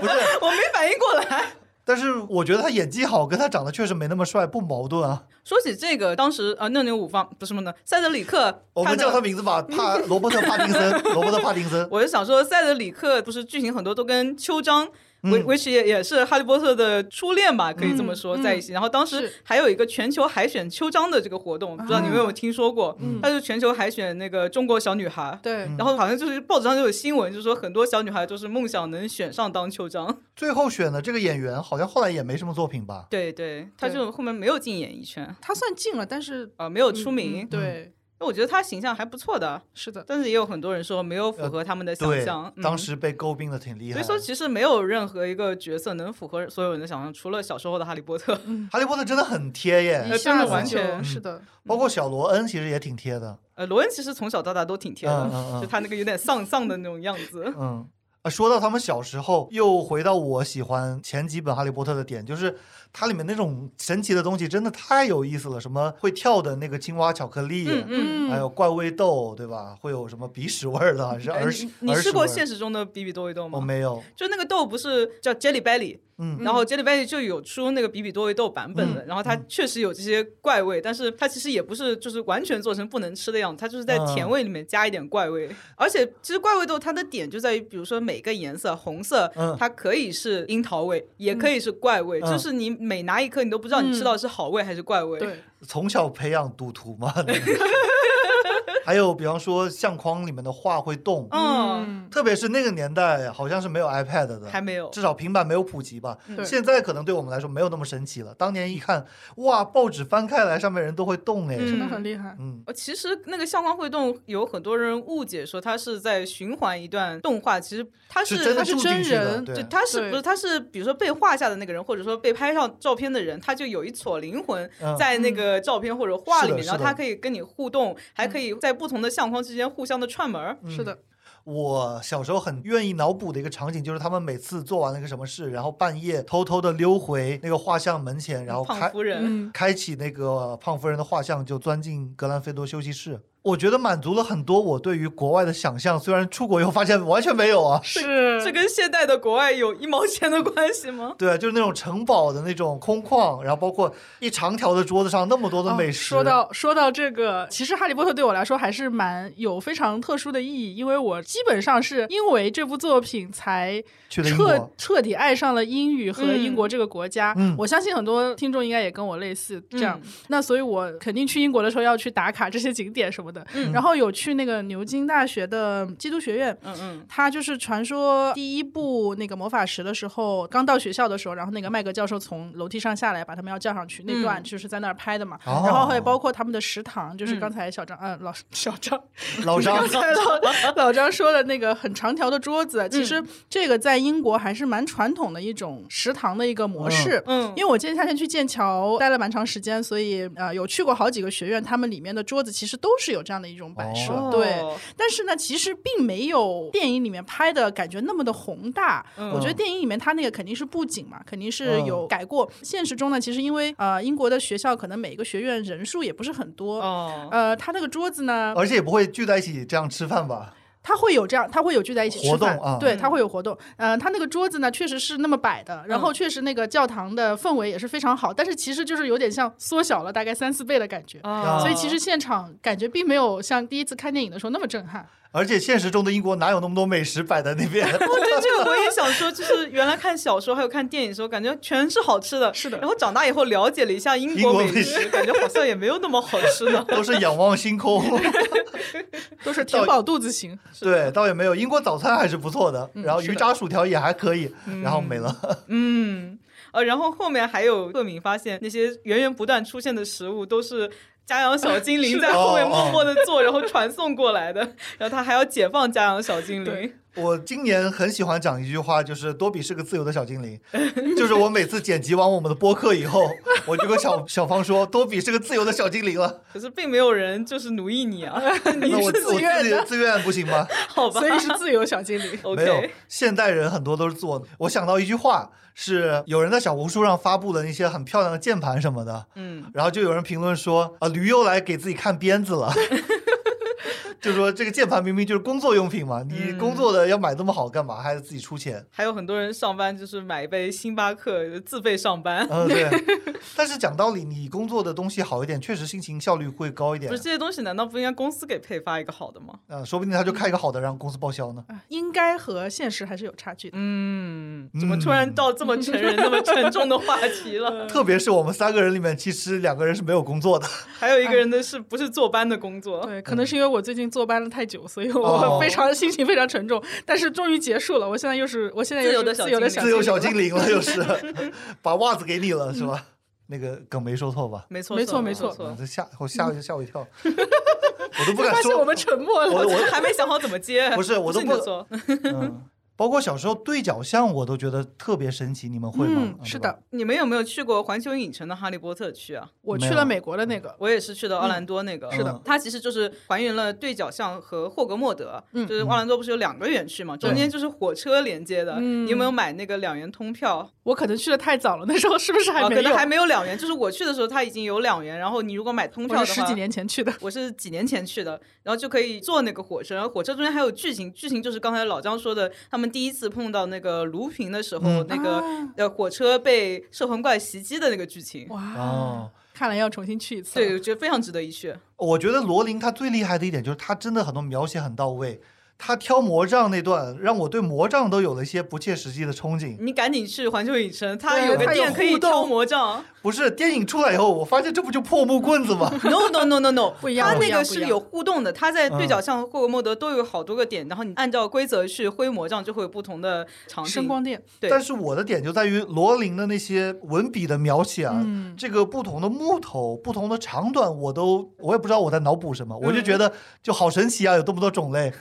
[SPEAKER 2] 不是，
[SPEAKER 1] 我没反应过来。
[SPEAKER 2] 但是我觉得他演技好，跟他长得确实没那么帅不矛盾啊。
[SPEAKER 1] 说起这个，当时呃，嫩牛五方不是什么呢？塞德里克，
[SPEAKER 2] 哦我们
[SPEAKER 1] 的
[SPEAKER 2] 叫他名字吧，帕 <laughs>
[SPEAKER 1] 嗯
[SPEAKER 2] 罗伯特·帕丁森，罗伯特·帕丁森。
[SPEAKER 1] 我就想说，塞德里克不是剧情很多都跟秋张。维
[SPEAKER 2] 嗯
[SPEAKER 1] 维奇也也是哈利波特的初恋吧，可以这么说，
[SPEAKER 3] 嗯
[SPEAKER 1] 在一起。然后当时
[SPEAKER 3] 是
[SPEAKER 1] 还有一个全球海选秋张的这个活动，不知道你们有没有听说过？
[SPEAKER 3] 嗯
[SPEAKER 1] 它是全球海选那个中国小女孩，
[SPEAKER 3] 对，
[SPEAKER 2] 嗯
[SPEAKER 1] 然后好像就是报纸上就有新闻，就是说很多小女孩就是梦想能选上当酋
[SPEAKER 2] <laughs>
[SPEAKER 1] 长。
[SPEAKER 2] 最后选的这个演员好像后来也没什么作品吧？
[SPEAKER 1] 对对，她
[SPEAKER 3] 对
[SPEAKER 1] 就后面没有进演艺圈啊、
[SPEAKER 3] 他算进了，但是
[SPEAKER 1] 没有
[SPEAKER 3] 嗯
[SPEAKER 1] 出
[SPEAKER 3] 嗯
[SPEAKER 1] 名。
[SPEAKER 3] 对，
[SPEAKER 1] 那我觉得她形象还不错的，
[SPEAKER 3] 是的，
[SPEAKER 1] 但是也有很多人说没有符合他们的想
[SPEAKER 2] 对
[SPEAKER 1] 象。，嗯
[SPEAKER 2] 当。时被诟病的挺厉
[SPEAKER 1] 所以
[SPEAKER 2] 害的。
[SPEAKER 1] 说，其实没有任何一个角色能符合所有人的想象，除了小时候的哈利波特。
[SPEAKER 2] 哈利波特真的很贴
[SPEAKER 1] 呃
[SPEAKER 2] 耶，
[SPEAKER 1] 真的
[SPEAKER 3] 一下子
[SPEAKER 1] 完
[SPEAKER 3] 就
[SPEAKER 1] 全
[SPEAKER 3] 是的，
[SPEAKER 2] 包括小罗恩其实也挺贴的。
[SPEAKER 1] <laughs> 呃，罗恩其实从小到大都挺贴的，
[SPEAKER 2] 嗯嗯嗯
[SPEAKER 1] 就他那个有点丧丧的那种样子。
[SPEAKER 2] 嗯，啊，说到他们小时候，又回到我喜欢前几本《哈利波特》的点，就是它里面那种神奇的东西真的太有意思了，什么会跳的那个青蛙巧克力。
[SPEAKER 1] 嗯嗯。
[SPEAKER 2] 还有怪味豆，对吧？会有什么鼻屎味儿的，还是
[SPEAKER 1] 哎
[SPEAKER 2] 耳屎
[SPEAKER 1] 你你
[SPEAKER 2] 耳
[SPEAKER 1] 试
[SPEAKER 2] 屎
[SPEAKER 1] 过
[SPEAKER 2] 味儿
[SPEAKER 1] 现实中的比比多维豆
[SPEAKER 2] 我
[SPEAKER 1] 吗？
[SPEAKER 2] 哦没有，
[SPEAKER 1] 就那个豆不是叫 Jelly Belly，
[SPEAKER 2] 嗯，
[SPEAKER 1] 然后 Jelly Belly 就有出那个比比多维豆版本的，然后它确实有这些怪味，但是它其实也不是就是完全做成不能吃的样子，它就是在
[SPEAKER 2] 嗯
[SPEAKER 1] 甜味里面加一点怪味。而且其实怪味豆它的点就在于，比如说每个颜色，红色
[SPEAKER 2] 嗯
[SPEAKER 1] 它可以是樱桃味，也可以是怪味，
[SPEAKER 2] 嗯
[SPEAKER 1] 就是你每拿一颗，你都不知道你吃到的是好味还是怪味。
[SPEAKER 3] 对，
[SPEAKER 2] 从小培养赌徒嘛。
[SPEAKER 1] <laughs>
[SPEAKER 2] 还有，比方说相框里面的画会动，
[SPEAKER 1] 嗯，
[SPEAKER 2] 特别是那个年代，好像是没有 iPad 的，
[SPEAKER 1] 还没有。
[SPEAKER 2] 至少平板没有普及吧。
[SPEAKER 3] 对
[SPEAKER 2] 现在可能对我们来说没有那么神奇了。当年一看，哇，报纸翻开来，上面人都会动哎。
[SPEAKER 1] 嗯
[SPEAKER 3] 真的很厉害。
[SPEAKER 2] 嗯
[SPEAKER 1] 呃，其实那个相框会动，有很多人误解说它是在循环一段动画，其实它
[SPEAKER 2] 是真的
[SPEAKER 3] 它是
[SPEAKER 2] 住
[SPEAKER 3] 真
[SPEAKER 2] 进去的，
[SPEAKER 3] 人
[SPEAKER 1] 就
[SPEAKER 2] 对，
[SPEAKER 1] 他是不是
[SPEAKER 3] 对
[SPEAKER 1] 他是比如说被画下的那个人，或者说被拍上照片的人，他就有一撮灵魂
[SPEAKER 2] 嗯
[SPEAKER 1] 在那个照片或者画
[SPEAKER 2] 是
[SPEAKER 1] 里
[SPEAKER 2] 的
[SPEAKER 1] 面，然
[SPEAKER 2] 是
[SPEAKER 1] 后
[SPEAKER 2] 的
[SPEAKER 1] 他可以跟你互动，还
[SPEAKER 3] 嗯
[SPEAKER 1] 可以在不同的相框之间互相的串门儿。
[SPEAKER 2] 嗯
[SPEAKER 3] 是的，
[SPEAKER 2] 我小时候很愿意脑补的一个场景，就是他们每次做完那个什么事，然后半夜偷偷的溜回那个画像门前，然后
[SPEAKER 1] 胖
[SPEAKER 2] 开
[SPEAKER 1] 夫人，
[SPEAKER 3] 嗯，
[SPEAKER 2] 开启那个胖夫人的画像，就钻进格兰菲多休息室。我觉得满足了很多我对于国外的想象，虽然出国以后发现完全没有啊。
[SPEAKER 3] 是
[SPEAKER 1] 这跟现代的国外有一毛钱的关系吗？
[SPEAKER 2] 对，就是那种城堡的那种空旷，然后包括一长条的桌子上那么多的
[SPEAKER 3] 哦
[SPEAKER 2] 美食。
[SPEAKER 3] 说到说到这个，其实《哈利波特》对我来说还是蛮有非常特殊的意义，因为我基本上是因为这部作品才
[SPEAKER 2] 去了英
[SPEAKER 3] 彻
[SPEAKER 2] 国，哦
[SPEAKER 3] 彻底爱上了英语和
[SPEAKER 1] 嗯
[SPEAKER 3] 英国这个国家。
[SPEAKER 2] 嗯
[SPEAKER 3] 我相信很多听众应该也跟我类似这样。
[SPEAKER 1] 嗯
[SPEAKER 3] 那所以，我肯定去英国的时候要去打卡这些景点什么的。
[SPEAKER 1] 嗯
[SPEAKER 3] 然后有去那个牛津大学的基督学院。
[SPEAKER 1] 嗯嗯，
[SPEAKER 3] 他就是传说第一部那个魔法石的时候，刚到学校的时候，然后那个麦格教授从楼梯上下来，把他们要叫上去，那段就是在那儿拍的嘛。
[SPEAKER 2] 哦
[SPEAKER 3] 然后还有包括他们的食堂，就是
[SPEAKER 1] 嗯
[SPEAKER 3] 刚才小张，嗯，老师小张，
[SPEAKER 2] 老张
[SPEAKER 3] 刚才
[SPEAKER 2] <laughs>
[SPEAKER 3] 老老张说的那个很长条的桌子，
[SPEAKER 1] 嗯
[SPEAKER 3] 其实这个在英国还是蛮传统的一种食堂的一个模式。
[SPEAKER 1] 嗯嗯
[SPEAKER 3] 因为我今夏天去剑桥待了蛮长时间，所以呃有去过好几个学院，他们里面的桌子其实都是有这样的一种摆设。
[SPEAKER 2] 哦
[SPEAKER 3] 对，但是呢，其实并没有电影里面拍的感觉那么的宏大。
[SPEAKER 1] 嗯
[SPEAKER 3] <laughs> 我觉得电影里面它那个肯定是布景嘛，肯定是
[SPEAKER 2] 嗯
[SPEAKER 3] 有改过。现实中呢，其实因为呃英国的学校可能每个学院人数也不是很多，
[SPEAKER 1] 哦，
[SPEAKER 3] 呃，它那个桌子呢，
[SPEAKER 2] 嗯而且也不会聚在一起这样吃饭吧？
[SPEAKER 3] 它会有这样，它会有聚在一起吃
[SPEAKER 2] 活动
[SPEAKER 3] 饭
[SPEAKER 2] 啊
[SPEAKER 3] 对，它会有活动。呃，它那个桌子呢，确实是那么摆的，然后确实那个教堂的氛围也是非常好，但是其实就是有点像缩小了大概三四倍的感觉。
[SPEAKER 2] 啊
[SPEAKER 1] 哦
[SPEAKER 2] <laughs>
[SPEAKER 3] 所以其实现场感觉并没有像第一次看电影的时候那么震撼。
[SPEAKER 2] 而且现实中的英国哪有那么多美食摆在那边？
[SPEAKER 1] 哦，对这个我也想说，就是原来看小说还有看电影的时候，感觉全是好吃的。
[SPEAKER 3] 是的
[SPEAKER 1] 然后长大以后了解了一下英国
[SPEAKER 2] 英国
[SPEAKER 1] 美
[SPEAKER 2] 美。
[SPEAKER 1] 食，感觉好像也没有那么好吃呢
[SPEAKER 2] <laughs> 都是仰望星
[SPEAKER 3] <laughs>
[SPEAKER 2] 空。
[SPEAKER 3] 都是填饱肚
[SPEAKER 2] <laughs>
[SPEAKER 3] 子型。
[SPEAKER 2] 对，倒也没有。英国早餐还是不错的，
[SPEAKER 3] 嗯
[SPEAKER 2] 然后鱼炸薯条也还可以，然后没了。
[SPEAKER 1] 嗯， <laughs> 呃，然后后面还有赫敏发现那些源源不断出现的食物都是。家养小精灵在后面默默的做，然后传送过来的，然后他还要解放家养小精灵
[SPEAKER 3] 对。
[SPEAKER 2] 我今年很喜欢讲一句话，就是多比是个自由的小精灵。就是我每次剪辑完我们的播客以后，我就跟小小芳说，多比是个自由的小精灵了。
[SPEAKER 1] 可是并没有人就是奴役你啊，你
[SPEAKER 2] 那我
[SPEAKER 1] 是
[SPEAKER 2] 自我
[SPEAKER 1] 自愿
[SPEAKER 2] 自己自愿不行吗？
[SPEAKER 1] 好吧。
[SPEAKER 3] 所以是自由小精灵
[SPEAKER 1] ？OK，
[SPEAKER 3] <laughs>
[SPEAKER 2] 没有，现代人很多都是自我。我想到一句话，是有人在小红书上发布的那些很漂亮的键盘什么的，
[SPEAKER 1] 嗯，
[SPEAKER 2] 然后就有人评论说啊，驴又来给自己看鞭子了。 <laughs> 就说这个键盘明明就是工作用品嘛，你工作的要买这么好干嘛？还得自己出钱？
[SPEAKER 1] 还有很多人上班就是买一杯星巴克自费上班，
[SPEAKER 2] 嗯，
[SPEAKER 1] <laughs>
[SPEAKER 2] 对。但是讲道理，你工作的东西好一点，确实心情效率会高一点
[SPEAKER 1] 不是。这些东西难道不应该公司给配发一个好的吗？
[SPEAKER 2] 嗯，说不定他就开一个好的，让公司报销呢。
[SPEAKER 3] 啊应该和现实还是有差距的。
[SPEAKER 1] 嗯，怎么突然到这么成人、那么沉重的话题
[SPEAKER 3] <laughs>
[SPEAKER 1] 了？
[SPEAKER 2] 嗯特别是我们三个人里面，其实两个人是没有工作的。
[SPEAKER 1] 还有一个人的是不是坐班的工作？
[SPEAKER 3] 对，可能是因为我最近坐班了太久，所以
[SPEAKER 2] 哦
[SPEAKER 3] 我非常、心情非常沉重。但是终于结束了，我现在又是我现在又
[SPEAKER 1] 自由的
[SPEAKER 3] 是
[SPEAKER 1] 小
[SPEAKER 3] 自由的
[SPEAKER 1] 精灵
[SPEAKER 2] 自由小
[SPEAKER 3] 精
[SPEAKER 2] 精灵了，又是把袜子给你了，是吧？那个梗没说错吧？
[SPEAKER 1] 没错，
[SPEAKER 3] 没错
[SPEAKER 1] 没
[SPEAKER 3] 没错
[SPEAKER 2] 嗯这吓我吓吓我一
[SPEAKER 3] <laughs>
[SPEAKER 2] 跳，我都不敢
[SPEAKER 3] 灵。发现
[SPEAKER 2] 说。
[SPEAKER 3] 我们沉默了，
[SPEAKER 2] 我
[SPEAKER 1] 我 <laughs> 还没想好怎么接。
[SPEAKER 2] <laughs> 不是我都
[SPEAKER 1] 不
[SPEAKER 2] 不
[SPEAKER 1] 你的错
[SPEAKER 2] 嗯，包括小时候对角巷，我都觉得特别神奇。你们会吗？啊
[SPEAKER 3] 嗯，是的，
[SPEAKER 1] <laughs> 你们有没有去过环球影城的哈利波特区啊？
[SPEAKER 3] 我
[SPEAKER 2] 没
[SPEAKER 3] 去
[SPEAKER 2] 有嗯
[SPEAKER 3] 了美国的那个，
[SPEAKER 1] 我也是去的奥兰多那个，
[SPEAKER 2] 是的嗯
[SPEAKER 1] 它其实就是还原了对角巷和霍格莫德，
[SPEAKER 3] 嗯
[SPEAKER 1] 就是奥兰多不是有两个园区嘛，中间就是火车连接的。
[SPEAKER 3] 嗯
[SPEAKER 1] 你有没有买那个两元通票？
[SPEAKER 3] 我可能去的太早了，那时候是不是还
[SPEAKER 1] 啊，
[SPEAKER 3] 没
[SPEAKER 1] 可
[SPEAKER 3] 有？
[SPEAKER 1] 能还没有两元，就是我去的时候它已经有两元，然后你如果买通票
[SPEAKER 3] 我
[SPEAKER 1] 的
[SPEAKER 3] 是
[SPEAKER 1] 话，
[SPEAKER 3] 十几年前去的。
[SPEAKER 1] 我是几年前去的，然后就可以坐那个火车，然后火车中间还有剧情，剧情就是刚才老张说的，他们第一次碰到那个卢平的时候，
[SPEAKER 2] 嗯
[SPEAKER 1] 那个、
[SPEAKER 3] 啊
[SPEAKER 1] 呃火车被摄魂怪袭击的那个剧情，
[SPEAKER 3] 哇，
[SPEAKER 2] 哦，
[SPEAKER 3] 看来要重新去一次。
[SPEAKER 1] 对，，我觉得非常值得一去。
[SPEAKER 2] 我觉得罗琳她最厉害的一点就是她真的很多描写很到位。她挑魔杖那段，让我对魔杖都有了一些不切实际的憧憬。
[SPEAKER 1] 你赶紧去环球影城，它
[SPEAKER 3] 对
[SPEAKER 1] 有个
[SPEAKER 3] 它有
[SPEAKER 1] 店可以
[SPEAKER 3] 互动
[SPEAKER 1] 挑魔
[SPEAKER 3] <laughs>
[SPEAKER 1] 杖。
[SPEAKER 2] 不是电影出来以后，我发现这不就破木棍子吗？
[SPEAKER 1] No no no no no，
[SPEAKER 3] 不一样嗯
[SPEAKER 1] 它
[SPEAKER 3] 不
[SPEAKER 1] 那
[SPEAKER 3] 一
[SPEAKER 1] 个
[SPEAKER 3] 样不一
[SPEAKER 1] 是
[SPEAKER 3] 样
[SPEAKER 1] 有互动的，它在对角巷和霍格莫德都有好多个点，然后你按照规则去挥魔杖，就会有不同的场景哦
[SPEAKER 3] 声。光电，
[SPEAKER 1] 对
[SPEAKER 2] 但是我的点就在于罗琳的那些文笔的描写啊，
[SPEAKER 3] 嗯
[SPEAKER 2] 这个不同的木头、不同的长短，我都我也不知道我在脑补什么，
[SPEAKER 3] 嗯
[SPEAKER 2] 我就觉得就好神奇啊，有这么多种
[SPEAKER 3] <laughs>
[SPEAKER 2] 类。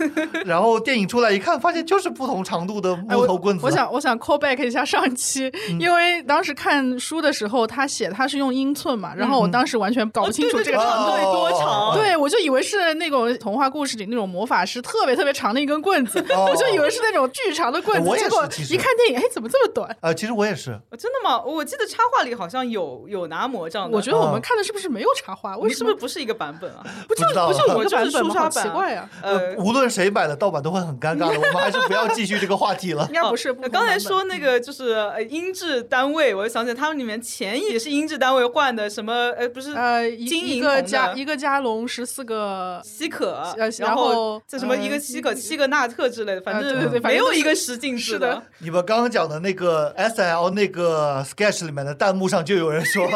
[SPEAKER 2] 然后电影出来一看，发现就是不同长度的嗯
[SPEAKER 3] 哎
[SPEAKER 2] 木
[SPEAKER 3] 我
[SPEAKER 2] 头棍子。
[SPEAKER 3] 我想我想 call back 一下上一期，因为当时看书的时候，他写他是用英寸嘛，然后我当时完全搞不清楚这个
[SPEAKER 1] 哦
[SPEAKER 3] 长
[SPEAKER 1] 长
[SPEAKER 3] 度
[SPEAKER 1] 度。
[SPEAKER 2] 哦
[SPEAKER 1] 有多
[SPEAKER 2] 嗯哦
[SPEAKER 1] 长？
[SPEAKER 3] 对，我就以为是那种童话故事里那种魔法师特别特别长的一根棍子，
[SPEAKER 2] 哦
[SPEAKER 3] 我就以为是那种巨长的棍
[SPEAKER 2] 我
[SPEAKER 3] 子，
[SPEAKER 2] 也是
[SPEAKER 3] 结果
[SPEAKER 2] 其实
[SPEAKER 3] 一看电影，哎，怎么这么短？
[SPEAKER 2] 呃，其实我也是，
[SPEAKER 1] 哦真的吗？我记得插画里好像有有拿魔杖的。
[SPEAKER 3] 我觉得我们看的是不是没有插画？
[SPEAKER 1] 嗯
[SPEAKER 3] 为
[SPEAKER 1] 你
[SPEAKER 3] 什
[SPEAKER 1] 是
[SPEAKER 3] 么
[SPEAKER 1] 不是不是一个版本啊？
[SPEAKER 3] 不
[SPEAKER 2] 嗯不知道
[SPEAKER 3] 就不就
[SPEAKER 1] 我
[SPEAKER 3] 一个
[SPEAKER 1] 就是
[SPEAKER 3] 版本
[SPEAKER 1] 书
[SPEAKER 3] 吗？
[SPEAKER 1] 刷
[SPEAKER 3] 好
[SPEAKER 1] 版
[SPEAKER 3] 奇怪啊呀！
[SPEAKER 1] 呃，
[SPEAKER 2] 无论谁买的盗版都会很尴尬
[SPEAKER 3] <laughs>
[SPEAKER 2] 的。我们还是不要继续这个话题了
[SPEAKER 3] 应。该不是
[SPEAKER 1] 哦，
[SPEAKER 3] 不同
[SPEAKER 1] 刚才
[SPEAKER 3] 版本嗯
[SPEAKER 1] 说那个就是呃音质单位，我就想起来他们里面钱也是音质单位换的，什么呃不是
[SPEAKER 3] 呃，一
[SPEAKER 1] 金银
[SPEAKER 3] 一个
[SPEAKER 1] 铜的
[SPEAKER 3] 加一个加龙十四个
[SPEAKER 1] 西可
[SPEAKER 3] 呃，
[SPEAKER 1] 然
[SPEAKER 3] 然
[SPEAKER 1] 后
[SPEAKER 3] 后
[SPEAKER 1] 这什么
[SPEAKER 3] 呃
[SPEAKER 1] 一个西可七个纳特之类的，反正
[SPEAKER 3] 对对对反
[SPEAKER 1] 没有
[SPEAKER 3] 正都是
[SPEAKER 1] 一个十进制
[SPEAKER 3] 是的。 <laughs>
[SPEAKER 2] 你们刚刚讲的那个 S L 那个 sketch 里面的弹幕上就有人
[SPEAKER 3] <laughs>
[SPEAKER 2] 说，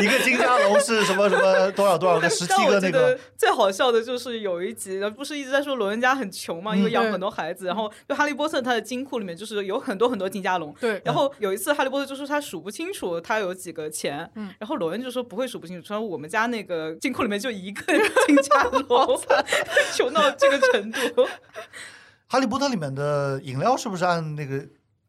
[SPEAKER 2] 一个金加龙是什么什么多少多少个十七
[SPEAKER 1] 但我
[SPEAKER 2] 个那
[SPEAKER 1] 觉
[SPEAKER 2] 个
[SPEAKER 1] 得。最好笑的就是有一集，呃不是一直在说罗恩家很穷嘛，
[SPEAKER 2] 嗯
[SPEAKER 1] 因为养
[SPEAKER 3] 对
[SPEAKER 1] 很多孩子，然后就哈利波特他的金库里面就是有很多很多金加龙。
[SPEAKER 3] 对，
[SPEAKER 1] 然后
[SPEAKER 2] 嗯
[SPEAKER 1] 有一次，哈利波特就说他数不清楚他有几个钱，
[SPEAKER 3] 嗯
[SPEAKER 1] 然后罗恩就说不会数不清楚，说我们家那个金库里面就一个 <laughs> 金加
[SPEAKER 2] <laughs>
[SPEAKER 1] 龙，穷到这个程度，
[SPEAKER 2] 哈利波特里面的饮料是不是按那个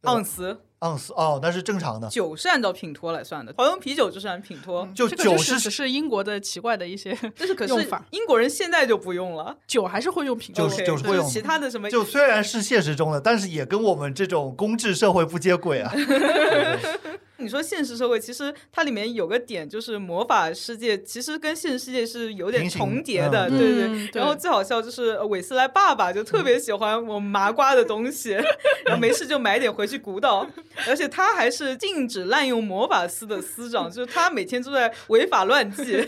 [SPEAKER 1] 盎司
[SPEAKER 2] 盎司？哦，那是正常的。
[SPEAKER 1] 酒是按照品托来算的，黄油啤酒就是按品托，
[SPEAKER 2] 就
[SPEAKER 3] 这个
[SPEAKER 2] 酒
[SPEAKER 3] 是
[SPEAKER 2] 是
[SPEAKER 3] 只是英国的奇怪的一些
[SPEAKER 1] 但是可是
[SPEAKER 3] 用法
[SPEAKER 1] 英国人现在就不用了，
[SPEAKER 3] 酒，还是会用品
[SPEAKER 2] 就
[SPEAKER 3] 酒。
[SPEAKER 2] 是
[SPEAKER 1] OK，
[SPEAKER 2] 就是会用
[SPEAKER 1] 其他的什么
[SPEAKER 2] 就虽
[SPEAKER 3] <laughs>
[SPEAKER 2] 然是现实中的，但是也跟我们这种公治社会不接轨啊。
[SPEAKER 1] 你说现实社会，其实它里面有个点就是魔法世界其实跟现实世界是有点
[SPEAKER 2] 平行
[SPEAKER 1] 重叠的，
[SPEAKER 3] 嗯
[SPEAKER 1] 对对。
[SPEAKER 3] 嗯对
[SPEAKER 1] 然后最好笑就是呃韦斯莱爸爸就特
[SPEAKER 2] 嗯
[SPEAKER 1] 别喜欢我麻瓜的东西， <laughs> 然后没事就买点回去鼓捣，而且他还是禁止滥用魔法司的司长，就是他每天都在违法乱
[SPEAKER 2] <laughs>
[SPEAKER 1] 纪。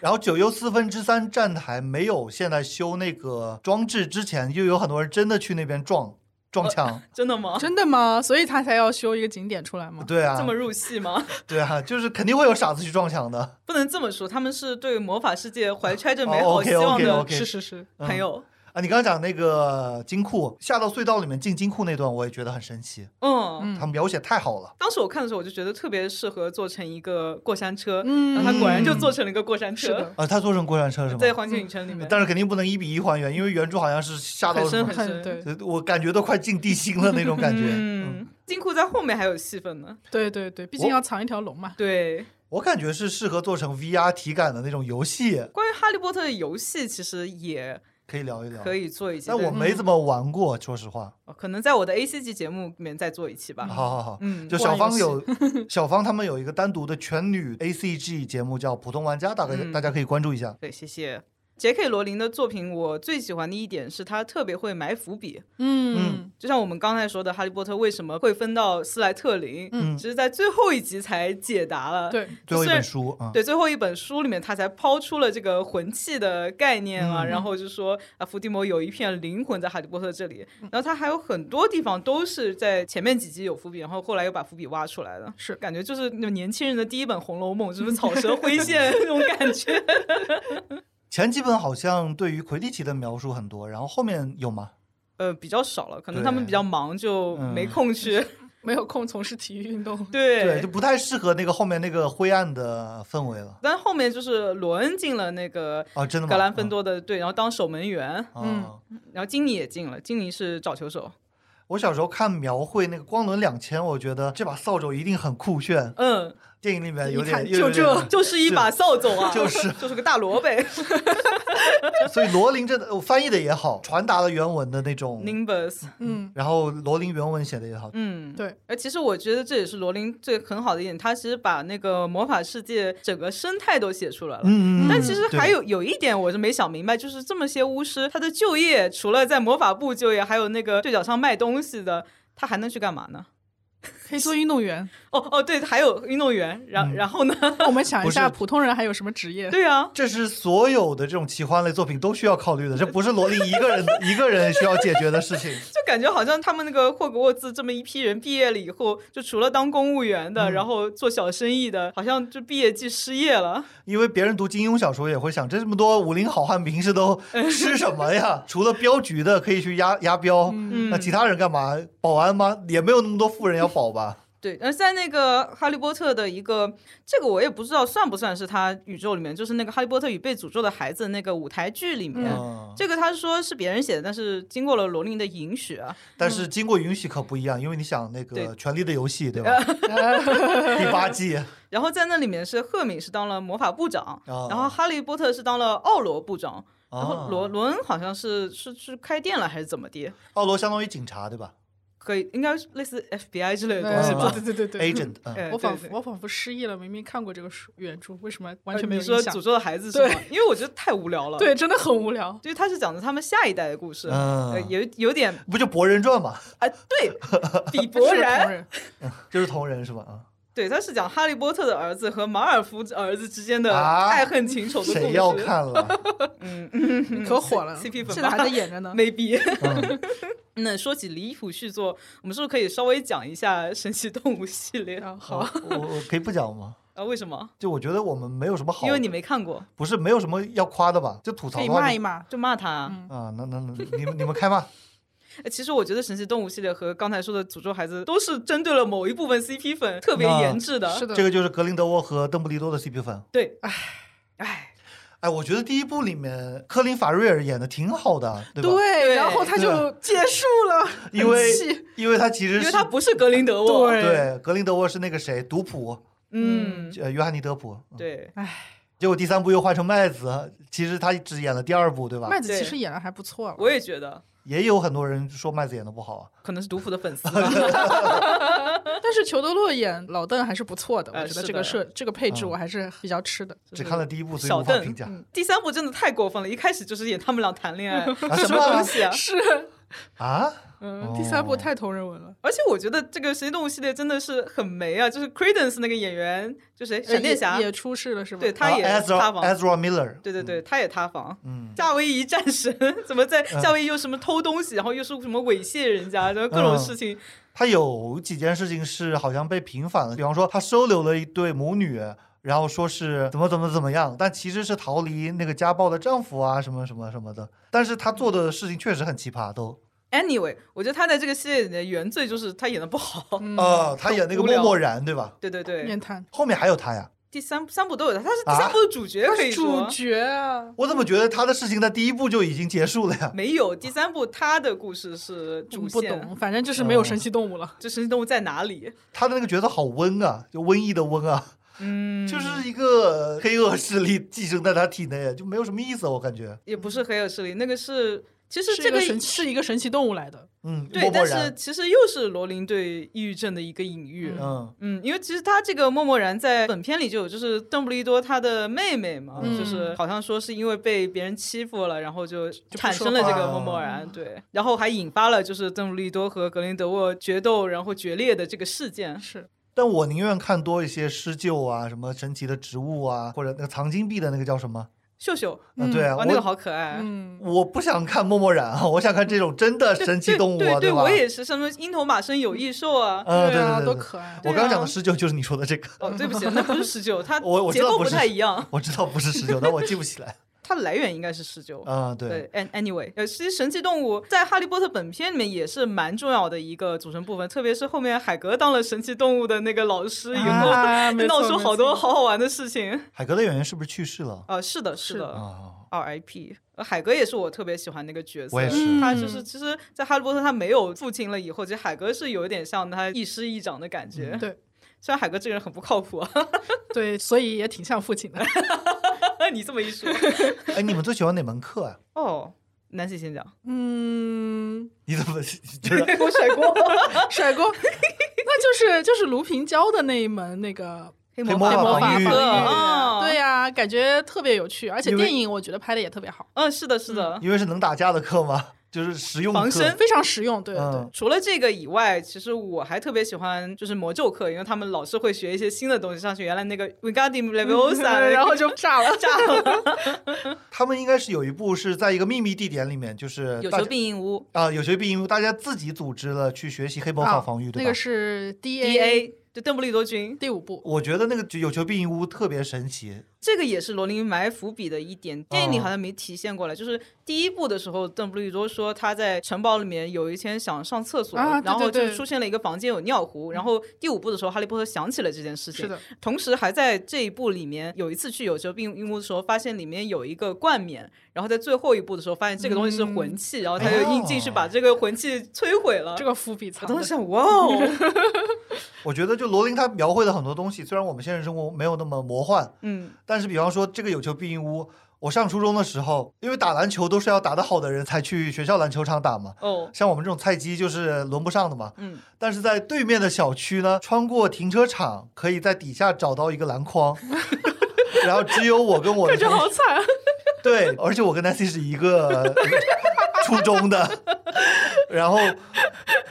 [SPEAKER 2] 然后九又四分之三站台没有现在修那个装置之前，又有很多人真的去那边撞撞墙。
[SPEAKER 1] 真的吗？
[SPEAKER 3] 真的吗？所以他才要修一个景点出来吗？
[SPEAKER 2] 对啊
[SPEAKER 1] 这，么入戏吗？ <laughs>
[SPEAKER 2] 对啊，就是肯定会有傻子去撞墙
[SPEAKER 3] <laughs>
[SPEAKER 2] 的。
[SPEAKER 1] 不能这么说，他们是对魔法世界怀揣着美
[SPEAKER 2] 哦
[SPEAKER 1] 好希望
[SPEAKER 2] ，OK，OK，OK
[SPEAKER 1] 的
[SPEAKER 2] OK
[SPEAKER 3] 是是是，
[SPEAKER 2] 嗯
[SPEAKER 1] 朋友。
[SPEAKER 2] 啊，你刚刚讲那个金库下到隧道里面进金库那段，我也觉得很神奇，
[SPEAKER 1] 嗯，
[SPEAKER 3] 嗯
[SPEAKER 2] 他描写太好了。
[SPEAKER 1] 当时我看的时候，我就觉得特别适合做成一个过山车，
[SPEAKER 3] 嗯
[SPEAKER 1] 然后它果然就做成了一个过山
[SPEAKER 3] 是
[SPEAKER 1] 车
[SPEAKER 3] 的，
[SPEAKER 2] 啊，他做成过山车是吗？
[SPEAKER 1] 在环球影城里面，
[SPEAKER 2] 但是肯定不能一比一还原，因为原著好像是下到
[SPEAKER 1] 很
[SPEAKER 2] 什
[SPEAKER 1] 深
[SPEAKER 2] 么，
[SPEAKER 1] 很深。
[SPEAKER 3] 很对
[SPEAKER 2] 呃我感觉都快进地心了那种感觉。嗯，
[SPEAKER 1] 嗯，金库在后面还有戏份呢。
[SPEAKER 3] 对对对，毕竟
[SPEAKER 2] 我
[SPEAKER 3] 要藏一条龙嘛。
[SPEAKER 1] 对，
[SPEAKER 2] 我感觉是适合做成 VR 体感的那种游戏，
[SPEAKER 1] 关于哈利波特的游戏，其实也
[SPEAKER 2] 可以聊一聊。
[SPEAKER 1] 可以做一期，
[SPEAKER 2] 哦
[SPEAKER 1] 嗯
[SPEAKER 2] 但我没怎么玩过，说实话。
[SPEAKER 1] 哦可能在我的 A C 级节目里面再做一期吧。
[SPEAKER 2] 好好好，
[SPEAKER 1] 嗯
[SPEAKER 2] 就小芳有
[SPEAKER 1] <laughs>
[SPEAKER 2] 小芳他们有一个单独的全女 ACG 节目叫《普通玩家》，大概
[SPEAKER 1] 嗯
[SPEAKER 2] 大家可以关注一下。
[SPEAKER 1] 对，谢谢。J.K. 罗琳的作品，我最喜欢的一点是她特别会埋伏笔。
[SPEAKER 3] 嗯
[SPEAKER 1] 就像我们刚才说的，《哈利波特》为什么会分到斯莱特林？
[SPEAKER 2] 嗯
[SPEAKER 1] 只是在最后一集才解答了。
[SPEAKER 3] 对，
[SPEAKER 2] 最后一
[SPEAKER 1] 虽然
[SPEAKER 2] 本书啊，
[SPEAKER 1] 对，最后一本书里面，他才抛出了这个魂器的概念啊，然后就说啊，伏地魔有一片灵魂在哈利波特这里，然后他还有很多地方都是在前面几集有伏笔，然后后来又把伏笔挖出来的，
[SPEAKER 3] 是
[SPEAKER 1] 感觉就是那种年轻人的第一本《红楼梦》，就是草蛇灰线那种感觉。
[SPEAKER 2] 前几本好像对于魁地奇的描述很多，然后后面有吗？
[SPEAKER 1] 呃，比较少了，可能他们
[SPEAKER 2] 对
[SPEAKER 1] 比较忙，就
[SPEAKER 2] 嗯
[SPEAKER 1] 没空去。
[SPEAKER 3] 没有空从事体育
[SPEAKER 1] <laughs>
[SPEAKER 3] 运动。
[SPEAKER 1] 对，
[SPEAKER 2] 就不太适合那个后面那个灰暗的氛围了。
[SPEAKER 1] 但后面就是罗恩进了那个
[SPEAKER 2] 啊，真的吗？
[SPEAKER 1] 格兰芬多的队，然后当守门员，
[SPEAKER 2] 嗯。啊
[SPEAKER 1] 然后金妮也进了，金妮是找球手。
[SPEAKER 2] 我小时候看描绘那个光轮两千，我觉得这把扫帚一定很酷炫。
[SPEAKER 1] 嗯，
[SPEAKER 2] 电影里面有
[SPEAKER 3] 一看
[SPEAKER 1] <laughs>
[SPEAKER 2] 点，
[SPEAKER 3] 就
[SPEAKER 2] 有点
[SPEAKER 3] 这
[SPEAKER 1] 就是一把扫帚啊，
[SPEAKER 2] <laughs> 就是
[SPEAKER 1] <laughs> 就是个大萝卜。
[SPEAKER 2] <laughs> 所以罗琳真的我呃翻译的也好，传达了原文的那种，
[SPEAKER 1] Nimbus，
[SPEAKER 3] 嗯，
[SPEAKER 2] 然后罗琳原文写的也好，
[SPEAKER 1] 嗯，
[SPEAKER 3] 对。
[SPEAKER 1] 而其实我觉得这也是罗琳最很好的一点，她其实把那个魔法世界整个生态都写出来了。
[SPEAKER 2] 嗯嗯。
[SPEAKER 1] 但其实
[SPEAKER 2] 对
[SPEAKER 1] 还有有一点我是没想明白，就是这么些巫师，他的就业除了在魔法部就业，还有那个对角上卖东西的，他还能去干嘛呢？
[SPEAKER 3] 可以做运动员。
[SPEAKER 1] 哦哦，对，还有运动员，然、
[SPEAKER 2] 嗯
[SPEAKER 1] 然后呢？ <laughs>
[SPEAKER 3] 我们想一下，
[SPEAKER 2] 不
[SPEAKER 3] 普通人还有什么职业？
[SPEAKER 1] 对啊，
[SPEAKER 2] 这是所有的这种奇幻类作品都需要考虑的，这不是罗琳一个人一个人需要解决的事情。
[SPEAKER 1] 就感觉好像他们那个霍格沃兹这么一批人毕业了以后，就除了当公务员的，然后做小生意的，好像就毕业即失业了。
[SPEAKER 2] 因为别人读金庸小说也会想，这么多武林好汉平时都吃什么呀？除了镖局的可以去押押镖，
[SPEAKER 1] 嗯
[SPEAKER 2] 那其他人干嘛？保安吗？也没有那么多富人要保吧？
[SPEAKER 1] 对，而在那个《哈利波特》的一个，这个我也不知道算不算是他宇宙里面，就是那个《哈利波特与被诅咒的孩子》那个舞台剧里面，
[SPEAKER 2] 嗯，
[SPEAKER 1] 这个他说是别人写的，但是经过了罗琳的允许啊，
[SPEAKER 2] 但是经过允许可不一样，因为你想那个
[SPEAKER 1] 对
[SPEAKER 2] 《权力的游戏》对吧？
[SPEAKER 1] <laughs>
[SPEAKER 2] 第八季，啊
[SPEAKER 1] 然后在那里面是赫敏是当了魔法部长，
[SPEAKER 2] 哦
[SPEAKER 1] 然后哈利波特是当了奥罗部长，然后
[SPEAKER 2] 哦
[SPEAKER 1] 罗罗恩好像是是去开店了还是怎么地，
[SPEAKER 2] 奥罗相当于警察对吧
[SPEAKER 1] 可以应该是类似 FBI 之类的东西
[SPEAKER 2] 是
[SPEAKER 1] 吧
[SPEAKER 3] 对。对对对对。
[SPEAKER 2] ？Agent，嗯，
[SPEAKER 1] 哎
[SPEAKER 3] 我仿
[SPEAKER 1] 对
[SPEAKER 3] 佛
[SPEAKER 1] 对
[SPEAKER 3] 我仿佛失忆了，明明看过这个书原著，为什么完
[SPEAKER 1] 呃
[SPEAKER 3] 全没有
[SPEAKER 1] 你说
[SPEAKER 3] 印象
[SPEAKER 1] 诅？咒的孩子是吗？因为我觉得太无聊了。，
[SPEAKER 3] 对，真的很无聊。
[SPEAKER 1] 因为他是讲的他们下一代的故事，
[SPEAKER 2] 嗯
[SPEAKER 1] 呃有有点
[SPEAKER 2] 不就《博人传》嘛，
[SPEAKER 1] 啊，对，比伯
[SPEAKER 3] 是同
[SPEAKER 1] 然，
[SPEAKER 3] 人
[SPEAKER 2] <laughs> 就是同人是吧？啊，
[SPEAKER 1] 对，他是讲哈利波特的儿子和马尔福儿子之间的
[SPEAKER 2] 啊
[SPEAKER 1] 爱恨情仇的故事。
[SPEAKER 2] 谁要
[SPEAKER 1] <laughs>
[SPEAKER 2] 看了？
[SPEAKER 3] 可火了
[SPEAKER 1] CP 粉吧
[SPEAKER 3] 现在还在演着呢。
[SPEAKER 1] ？Maybe。
[SPEAKER 2] 嗯
[SPEAKER 1] <laughs> 那说起离谱续作，我们是不是可以稍微讲一下《神奇动物》系列？
[SPEAKER 3] 啊，好
[SPEAKER 2] 好，，我我可以不讲吗？
[SPEAKER 1] 啊，为什么？
[SPEAKER 2] 就我觉得我们没有什么好，
[SPEAKER 1] 因为你没看过，
[SPEAKER 2] 不是没有什么要夸的吧？就吐槽
[SPEAKER 3] 可以
[SPEAKER 2] 的
[SPEAKER 3] 骂
[SPEAKER 2] 话
[SPEAKER 3] 一
[SPEAKER 2] 就
[SPEAKER 3] 骂。
[SPEAKER 1] 就骂他啊。
[SPEAKER 2] 啊，那那那你们你们
[SPEAKER 1] <laughs>
[SPEAKER 2] 开骂，
[SPEAKER 1] 哎其实我觉得《神奇动物》系列和刚才说的《诅咒孩子》都是针对了某一部分 CP 粉特别
[SPEAKER 2] 啊
[SPEAKER 1] 研制的。
[SPEAKER 3] 是的，
[SPEAKER 2] 这个就是格林德沃和邓布利多的 CP 粉。
[SPEAKER 1] 对，唉，唉，
[SPEAKER 2] 哎，我觉得第一部里面科林法瑞尔演的挺好的，对吧？
[SPEAKER 1] 对
[SPEAKER 3] 对，然后他就结束了，
[SPEAKER 2] <laughs> 因为
[SPEAKER 3] 很气
[SPEAKER 2] 因为他其实
[SPEAKER 1] 因为
[SPEAKER 2] 是
[SPEAKER 1] 他不是格林德沃。
[SPEAKER 3] 对
[SPEAKER 2] 对格林德沃是那个谁，毒普，
[SPEAKER 1] 嗯，
[SPEAKER 2] 呃，约翰尼德普。嗯
[SPEAKER 1] 对，
[SPEAKER 2] 结果第三部又换成麦子，其实他只演了第二部，对吧？
[SPEAKER 3] 麦子
[SPEAKER 1] 对
[SPEAKER 3] 其实演的还不错了。
[SPEAKER 1] 我也觉得
[SPEAKER 2] 也有很多人说麦子演的不好啊。
[SPEAKER 1] 可能是毒妇的粉丝吧。
[SPEAKER 3] 但是裘德洛演老邓还是不错的，
[SPEAKER 1] 呃
[SPEAKER 3] 我觉得
[SPEAKER 1] 是
[SPEAKER 3] 这个
[SPEAKER 1] 的
[SPEAKER 3] 设这个配置
[SPEAKER 2] 嗯
[SPEAKER 3] 我还是比较吃的。
[SPEAKER 2] 只看了第一部，所以
[SPEAKER 1] 嗯小
[SPEAKER 2] 无法
[SPEAKER 1] 邓
[SPEAKER 2] 评价。
[SPEAKER 3] 嗯
[SPEAKER 1] <laughs> 第三部真的太过分了，一开始就是演他们俩谈恋爱，
[SPEAKER 2] 啊
[SPEAKER 1] 什么东西啊？
[SPEAKER 3] 是，
[SPEAKER 2] 啊？
[SPEAKER 3] 嗯，第三部
[SPEAKER 2] 哦
[SPEAKER 3] 太同人文了。
[SPEAKER 1] 而且我觉得这个《神奇动物》系列真的是很没啊，就是 Credence 那个演员，就谁，闪电侠
[SPEAKER 3] 呃也，也出事了是吧？
[SPEAKER 1] 对他也
[SPEAKER 2] 啊
[SPEAKER 1] 塌
[SPEAKER 2] Ezra
[SPEAKER 1] 房，
[SPEAKER 2] Ezra Miller，
[SPEAKER 1] 对对对，他也塌房。
[SPEAKER 2] 嗯，
[SPEAKER 1] 夏威夷战神 <laughs> 怎么在夏威夷又什么偷东西，然后又是什么猥亵人家，然后各种
[SPEAKER 2] 嗯
[SPEAKER 1] 事情，
[SPEAKER 2] 他有几件事情是好像被平反了，比方说他收留了一对母女。然后说是怎么怎么怎么样，但其实是逃离那个家暴的丈夫啊，什么什么什么的。但是他做的事情确实很奇葩，都
[SPEAKER 1] Anyway，我觉得他在这个系列里的原罪就是他演的不好。
[SPEAKER 3] 嗯，
[SPEAKER 2] 呃，他演那个
[SPEAKER 1] 无
[SPEAKER 2] 默
[SPEAKER 1] 聊
[SPEAKER 2] 默然，对吧？
[SPEAKER 1] 对对对，
[SPEAKER 3] 面谈
[SPEAKER 2] 后面还有他呀，
[SPEAKER 1] 第三三部都有他，他是第
[SPEAKER 2] 啊
[SPEAKER 1] 三部的主角，可以
[SPEAKER 3] 主
[SPEAKER 1] 说
[SPEAKER 3] 角啊，
[SPEAKER 2] 我怎么觉得他的事情在第一部就已经结束了呀？
[SPEAKER 1] 没有第三部他的故事是
[SPEAKER 3] 我
[SPEAKER 1] 主
[SPEAKER 3] 们不
[SPEAKER 1] 线，
[SPEAKER 3] 懂，反正
[SPEAKER 2] 哦
[SPEAKER 3] 就是没有神奇动物了。
[SPEAKER 1] 就神奇动物在哪里？
[SPEAKER 2] 他的那个角色好温啊，就瘟疫的瘟啊，
[SPEAKER 1] 嗯，
[SPEAKER 2] <laughs> 就是一个黑恶势力寄生在他体内，就没有什么意思、啊，我感觉。
[SPEAKER 1] 也不是黑恶势力，那个是其实
[SPEAKER 3] 是
[SPEAKER 1] 这
[SPEAKER 3] 一个神是一个神奇动物来的，
[SPEAKER 2] 嗯，
[SPEAKER 1] 对
[SPEAKER 2] 默，默
[SPEAKER 1] 但是
[SPEAKER 2] 然，
[SPEAKER 1] 其实又是罗琳对抑郁症的一个隐喻。
[SPEAKER 3] 嗯
[SPEAKER 2] 嗯
[SPEAKER 1] 嗯，因为其实他这个默默然在本片里就有，就是邓布利多他的妹妹嘛，
[SPEAKER 3] 嗯
[SPEAKER 1] 就是好像说是因为被别人欺负了，然后就
[SPEAKER 3] 不
[SPEAKER 1] 产
[SPEAKER 3] 说
[SPEAKER 1] 生了这
[SPEAKER 2] 话
[SPEAKER 1] 个
[SPEAKER 2] 了
[SPEAKER 1] 默默然，对，然后还引发了就是邓布利多和格林德沃决斗然后决裂的这个事件。
[SPEAKER 3] 是
[SPEAKER 2] 但我宁愿看多一些施救啊，什么神奇的植物啊，或者那个藏金币的那个叫什么？
[SPEAKER 1] 秀秀，
[SPEAKER 2] 嗯，对啊，
[SPEAKER 1] 哇，
[SPEAKER 2] 我、
[SPEAKER 1] 那个好可爱。
[SPEAKER 3] 嗯，
[SPEAKER 2] 我不想看默默然啊，我想看这种真的
[SPEAKER 1] 对
[SPEAKER 2] 神奇动物、
[SPEAKER 1] 对
[SPEAKER 2] 啊，
[SPEAKER 1] 对
[SPEAKER 2] 吧
[SPEAKER 1] 我？也是，什么樱头马身有异兽啊。
[SPEAKER 2] 嗯，对
[SPEAKER 3] 啊，
[SPEAKER 2] 对
[SPEAKER 3] 多
[SPEAKER 2] 对。
[SPEAKER 3] 可爱。
[SPEAKER 2] 我刚刚讲的施救就是你说的这个，
[SPEAKER 1] 哦，对不起，那不是十
[SPEAKER 2] <laughs>
[SPEAKER 1] 九，它
[SPEAKER 2] 我我知
[SPEAKER 1] 结
[SPEAKER 2] 道
[SPEAKER 1] 构
[SPEAKER 2] 不
[SPEAKER 1] 不
[SPEAKER 2] 是
[SPEAKER 1] 太一样，
[SPEAKER 2] 我知道不是施救，但我记不起来。
[SPEAKER 1] 它的来源应该是十九。
[SPEAKER 2] 嗯，对，
[SPEAKER 1] 对，an anyway，呃，其实神奇动物在《哈利波特》本片里面也是蛮重要的一个组成部分，特别是后面海格当了神奇动物的那个老师以后，
[SPEAKER 3] 啊没错
[SPEAKER 1] 闹出好
[SPEAKER 3] 没
[SPEAKER 1] 多
[SPEAKER 3] 错
[SPEAKER 1] 好好玩的事情。
[SPEAKER 2] 海格的演员是不是去世了？
[SPEAKER 1] 啊，是的，
[SPEAKER 3] 是
[SPEAKER 1] 是
[SPEAKER 2] 啊、
[SPEAKER 1] 的，R.I.P。呃海格也是我特别喜欢那个角色，
[SPEAKER 2] 我也是
[SPEAKER 1] 他就是
[SPEAKER 3] 嗯
[SPEAKER 1] 其实，在《哈利波特》他没有父亲了以后，其实海格是有一点像他亦师亦长的感觉。
[SPEAKER 3] 对
[SPEAKER 1] <laughs> 虽然海格这个人很不靠谱， <laughs>
[SPEAKER 3] 对，所以也挺像父亲的。
[SPEAKER 1] 你这么一说，
[SPEAKER 2] 哎，你们最喜欢哪门课啊？ <laughs>
[SPEAKER 1] 哦，南希先讲，
[SPEAKER 3] <laughs> 嗯，
[SPEAKER 2] 你怎么觉
[SPEAKER 1] <laughs>
[SPEAKER 2] 得？
[SPEAKER 1] 我甩锅，
[SPEAKER 3] 甩锅， <laughs> 那就是就是卢平教的那一门那个
[SPEAKER 1] 黑
[SPEAKER 2] 魔
[SPEAKER 1] 法
[SPEAKER 2] 法
[SPEAKER 1] 魔
[SPEAKER 2] 防御
[SPEAKER 1] 课，
[SPEAKER 3] 啊
[SPEAKER 1] 哦
[SPEAKER 3] 对呀、感觉特别有趣，而且
[SPEAKER 2] 因为
[SPEAKER 3] 电影我觉得拍的也特别好，
[SPEAKER 1] 嗯，是的，是的。
[SPEAKER 2] 因为是能打架的课吗？就是实用
[SPEAKER 1] 防身
[SPEAKER 2] 课。
[SPEAKER 3] 非常实用。对对对，
[SPEAKER 2] 嗯
[SPEAKER 1] 除了这个以外，其实我还特别喜欢就是魔咒课，因为他们老是会学一些新的东西上去。原来那个 Wingardium
[SPEAKER 3] <laughs>
[SPEAKER 1] Leviosa，
[SPEAKER 3] 然后就炸了。
[SPEAKER 1] <laughs> 炸了，
[SPEAKER 3] <laughs>
[SPEAKER 2] 他们应该是有一部是在一个秘密地点里面，就是
[SPEAKER 1] 有
[SPEAKER 2] 大
[SPEAKER 1] 求
[SPEAKER 2] 家
[SPEAKER 1] 必应屋
[SPEAKER 2] 啊、有求必应，大家自己组织了去学习黑魔
[SPEAKER 3] 啊
[SPEAKER 2] 法防御，对
[SPEAKER 3] 那
[SPEAKER 2] 吧？
[SPEAKER 3] 个是 D
[SPEAKER 1] D A 就邓布利多君，
[SPEAKER 3] 第五部，
[SPEAKER 2] 我觉得那个有求必应屋特别神奇，
[SPEAKER 1] 这个也是罗琳埋伏笔的一点，电影
[SPEAKER 3] 哦
[SPEAKER 1] 里好像没体现过来。就是第一部的时候，邓布利多说他在城堡里面有一天想上厕所，
[SPEAKER 3] 啊对
[SPEAKER 1] 然后
[SPEAKER 3] 对
[SPEAKER 1] 就
[SPEAKER 3] 对
[SPEAKER 1] 出现了一个房间有尿壶。然后第五部的时候，哈利波特想起了这件事情，
[SPEAKER 3] 是的，
[SPEAKER 1] 同时还在这一部里面有一次去有求必应屋的时候，发现里面有一个冠冕，然后在最后一步的时候发现这个东西是魂器，然后他就
[SPEAKER 2] 哦
[SPEAKER 1] 硬进去把这个魂器摧毁了。 <laughs>
[SPEAKER 3] 这个伏笔
[SPEAKER 1] 我
[SPEAKER 3] 藏
[SPEAKER 1] 当
[SPEAKER 3] 的
[SPEAKER 1] 时想，哇哦，
[SPEAKER 2] 我觉得就罗琳她描绘的很多东西，虽然我们现实生活没有那么魔幻，
[SPEAKER 1] <laughs> 嗯，
[SPEAKER 2] 但是比方说这个有求必应屋，我上初中的时候，因为打篮球都是要打得好的人才去学校篮球场打嘛，
[SPEAKER 1] 哦，
[SPEAKER 2] 像我们这种菜鸡就是轮不上的嘛。
[SPEAKER 1] 嗯，
[SPEAKER 2] 但是在对面的小区呢，穿过停车场，可以在底下找到一个篮筐， <laughs> 然后只有我跟我的
[SPEAKER 3] 感觉
[SPEAKER 2] 同
[SPEAKER 3] 好
[SPEAKER 2] 学
[SPEAKER 3] 惨。
[SPEAKER 2] 对，而且我跟 Nancy 是一个初中的， <laughs> 然后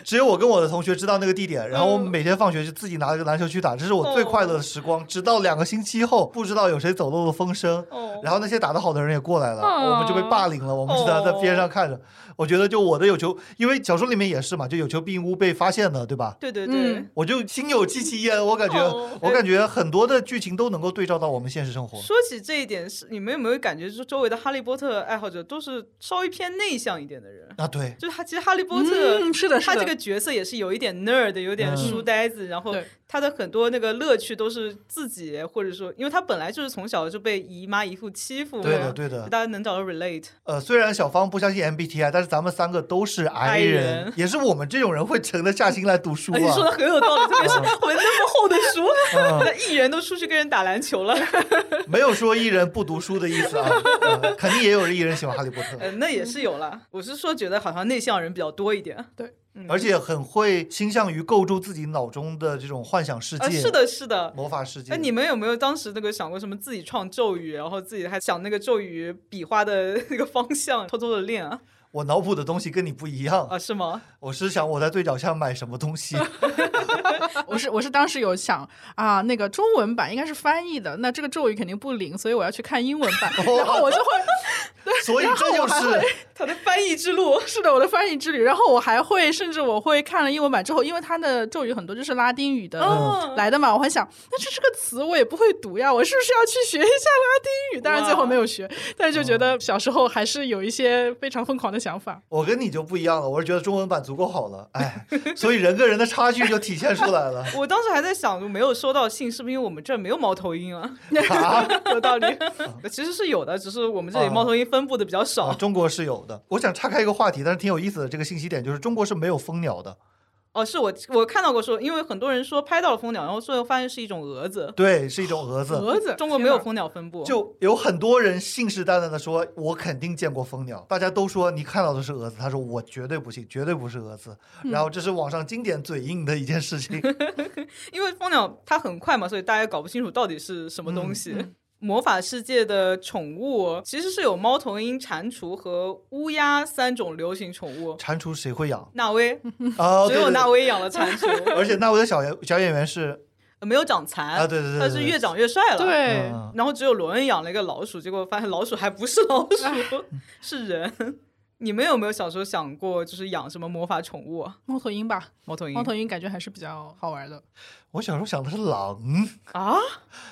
[SPEAKER 2] 只有我跟我的同学知道那个地点，然后我们每天放学就自己拿着篮球去打，这是我
[SPEAKER 3] 嗯
[SPEAKER 2] 最快乐的时光。直到两个星期后，不知道有谁走漏了风声。
[SPEAKER 1] 哦，
[SPEAKER 2] 然后那些打得好的人也过来了，
[SPEAKER 3] 哦
[SPEAKER 2] 我们就被霸凌了。我们只能在边上看着。我觉得就我的有求，因为小说里面也是嘛，就有求必应屋被发现了，对吧？
[SPEAKER 1] 对对对。
[SPEAKER 3] 嗯
[SPEAKER 2] 我就心有戚戚焉。我感觉，
[SPEAKER 1] 哦
[SPEAKER 2] 我感觉很多的剧情都能够对照到我们现实生活。
[SPEAKER 1] 说起这一点，是你们有没有感觉，就周围的哈利波特爱好者都是稍微偏内向一点的人？
[SPEAKER 2] 啊，对，
[SPEAKER 1] 就是他，其实哈利波特、
[SPEAKER 3] 嗯是的是
[SPEAKER 1] 他
[SPEAKER 3] 的
[SPEAKER 1] 这个角色也是有一点 nerd，有点
[SPEAKER 2] 嗯
[SPEAKER 1] 书呆子，然后
[SPEAKER 3] 对
[SPEAKER 1] 他的很多那个乐趣都是自己，或者说，因为他本来就是从小就被姨妈姨父欺负嘛，
[SPEAKER 2] 对的，对的。
[SPEAKER 1] 大家能找到 relate。
[SPEAKER 2] 呃，虽然小芳不相信 MBTI，但是咱们三个都是 I
[SPEAKER 1] I
[SPEAKER 2] 人，
[SPEAKER 1] 人
[SPEAKER 2] 也是我们这种人会沉得下心来读
[SPEAKER 1] <laughs>
[SPEAKER 2] 书
[SPEAKER 1] 哎，你说的
[SPEAKER 2] 啊。
[SPEAKER 1] 很有道理，特别是我们那么厚的书，
[SPEAKER 2] 嗯，
[SPEAKER 1] <laughs> 那艺人都出去跟人打篮球了，
[SPEAKER 2] 没有说艺人不读书的意
[SPEAKER 1] <laughs>
[SPEAKER 2] 思啊，呃肯定也有艺人喜欢哈利波特。
[SPEAKER 1] 呃，那也是有了。我是说，觉得好像内向人比较多一点。
[SPEAKER 3] 对，
[SPEAKER 2] 而且很会倾向于构筑自己脑中的这种幻想世
[SPEAKER 1] 啊，
[SPEAKER 2] 界，
[SPEAKER 1] 是的，是的。
[SPEAKER 2] 魔法世界。
[SPEAKER 1] 哎，你们有没有当时那个想过什么自己创咒语，然后自己还想那个咒语笔画的 <laughs> 那个方向，偷偷的练啊？
[SPEAKER 2] 我脑补的东西跟你不一样，
[SPEAKER 1] 啊，是吗？
[SPEAKER 2] 我是想我在对角巷买什么
[SPEAKER 1] <laughs>
[SPEAKER 2] 东西，
[SPEAKER 3] 我是我是当时有想啊，那个中文版应该是翻译的，那这个咒语肯定不灵，所以我要去看英文
[SPEAKER 1] <laughs>
[SPEAKER 3] 版，然后我就会
[SPEAKER 2] 所以这就是
[SPEAKER 1] 他的翻译之路，
[SPEAKER 3] 是的，我的翻译之旅。然后我还会，甚至我会看了英文版之后，因为它的咒语很多就是拉丁语的、
[SPEAKER 1] 哦
[SPEAKER 3] 来的嘛，我还想，但是这个词我也不会读呀，我是不是要去学一下拉丁语？当然最后没有学，但是就觉
[SPEAKER 1] 哦
[SPEAKER 3] 得小时候还是有一些非常疯狂的想法。
[SPEAKER 2] 我跟你就不一样了，我是觉得中文版足够好了，哎，所以人跟人的差距就体现出来
[SPEAKER 1] <laughs>
[SPEAKER 2] 了
[SPEAKER 1] 我当时还在想，没有收到信，是不是因为我们这儿没有猫头鹰啊？ <laughs>
[SPEAKER 2] 啊。
[SPEAKER 1] 有道
[SPEAKER 2] <laughs>
[SPEAKER 1] 理，其实是有的，只是我们这里
[SPEAKER 2] 啊
[SPEAKER 1] 猫头鹰分布的比较
[SPEAKER 2] 啊
[SPEAKER 1] 少。
[SPEAKER 2] 中国是有的。我想岔开一个话题，但是挺有意思的这个信息点就是中国是没有蜂鸟的。
[SPEAKER 1] 哦，是我我看到过说，因为很多人说拍到了蜂鸟，然后最后发现是一种蛾子。
[SPEAKER 2] 对，是一种蛾子。
[SPEAKER 3] 蛾子，
[SPEAKER 1] 中国没有蜂鸟分布，
[SPEAKER 2] 哦就有很多人信誓旦旦的说，我肯定见过蜂鸟。大家都说你看到的是蛾子，他说我绝对不信，绝对不是蛾子。
[SPEAKER 1] 嗯
[SPEAKER 2] 然后这是网上经典嘴硬的一件
[SPEAKER 1] <laughs>
[SPEAKER 2] 事情。
[SPEAKER 1] 因为蜂鸟它很快嘛，所以大家也搞不清楚到底是什么
[SPEAKER 2] 嗯
[SPEAKER 1] 东西。魔法世界的宠物其实是有猫头鹰、蟾蜍和乌鸦三种流行宠物。
[SPEAKER 2] 蟾蜍谁会养？
[SPEAKER 1] 纳威、
[SPEAKER 2] 啊，
[SPEAKER 1] 只有纳
[SPEAKER 2] 那，
[SPEAKER 1] 威养了蟾蜍，
[SPEAKER 2] <laughs> 而且那位的小演小演员是
[SPEAKER 1] 呃没有长残
[SPEAKER 2] 啊，对对对，
[SPEAKER 1] 但是越长越帅了。
[SPEAKER 3] 对，
[SPEAKER 2] 嗯
[SPEAKER 1] 然后只有罗恩养了一个老鼠，结果发现老鼠还不是老
[SPEAKER 3] 哎
[SPEAKER 1] 鼠， <laughs> 是人。你们有没有小时候想过，就是养什么魔法宠物啊？
[SPEAKER 3] 猫头鹰吧，
[SPEAKER 1] 猫头鹰？
[SPEAKER 3] 猫头鹰感觉还是比较好玩的。
[SPEAKER 2] 我小时候想的是狼，
[SPEAKER 1] 啊，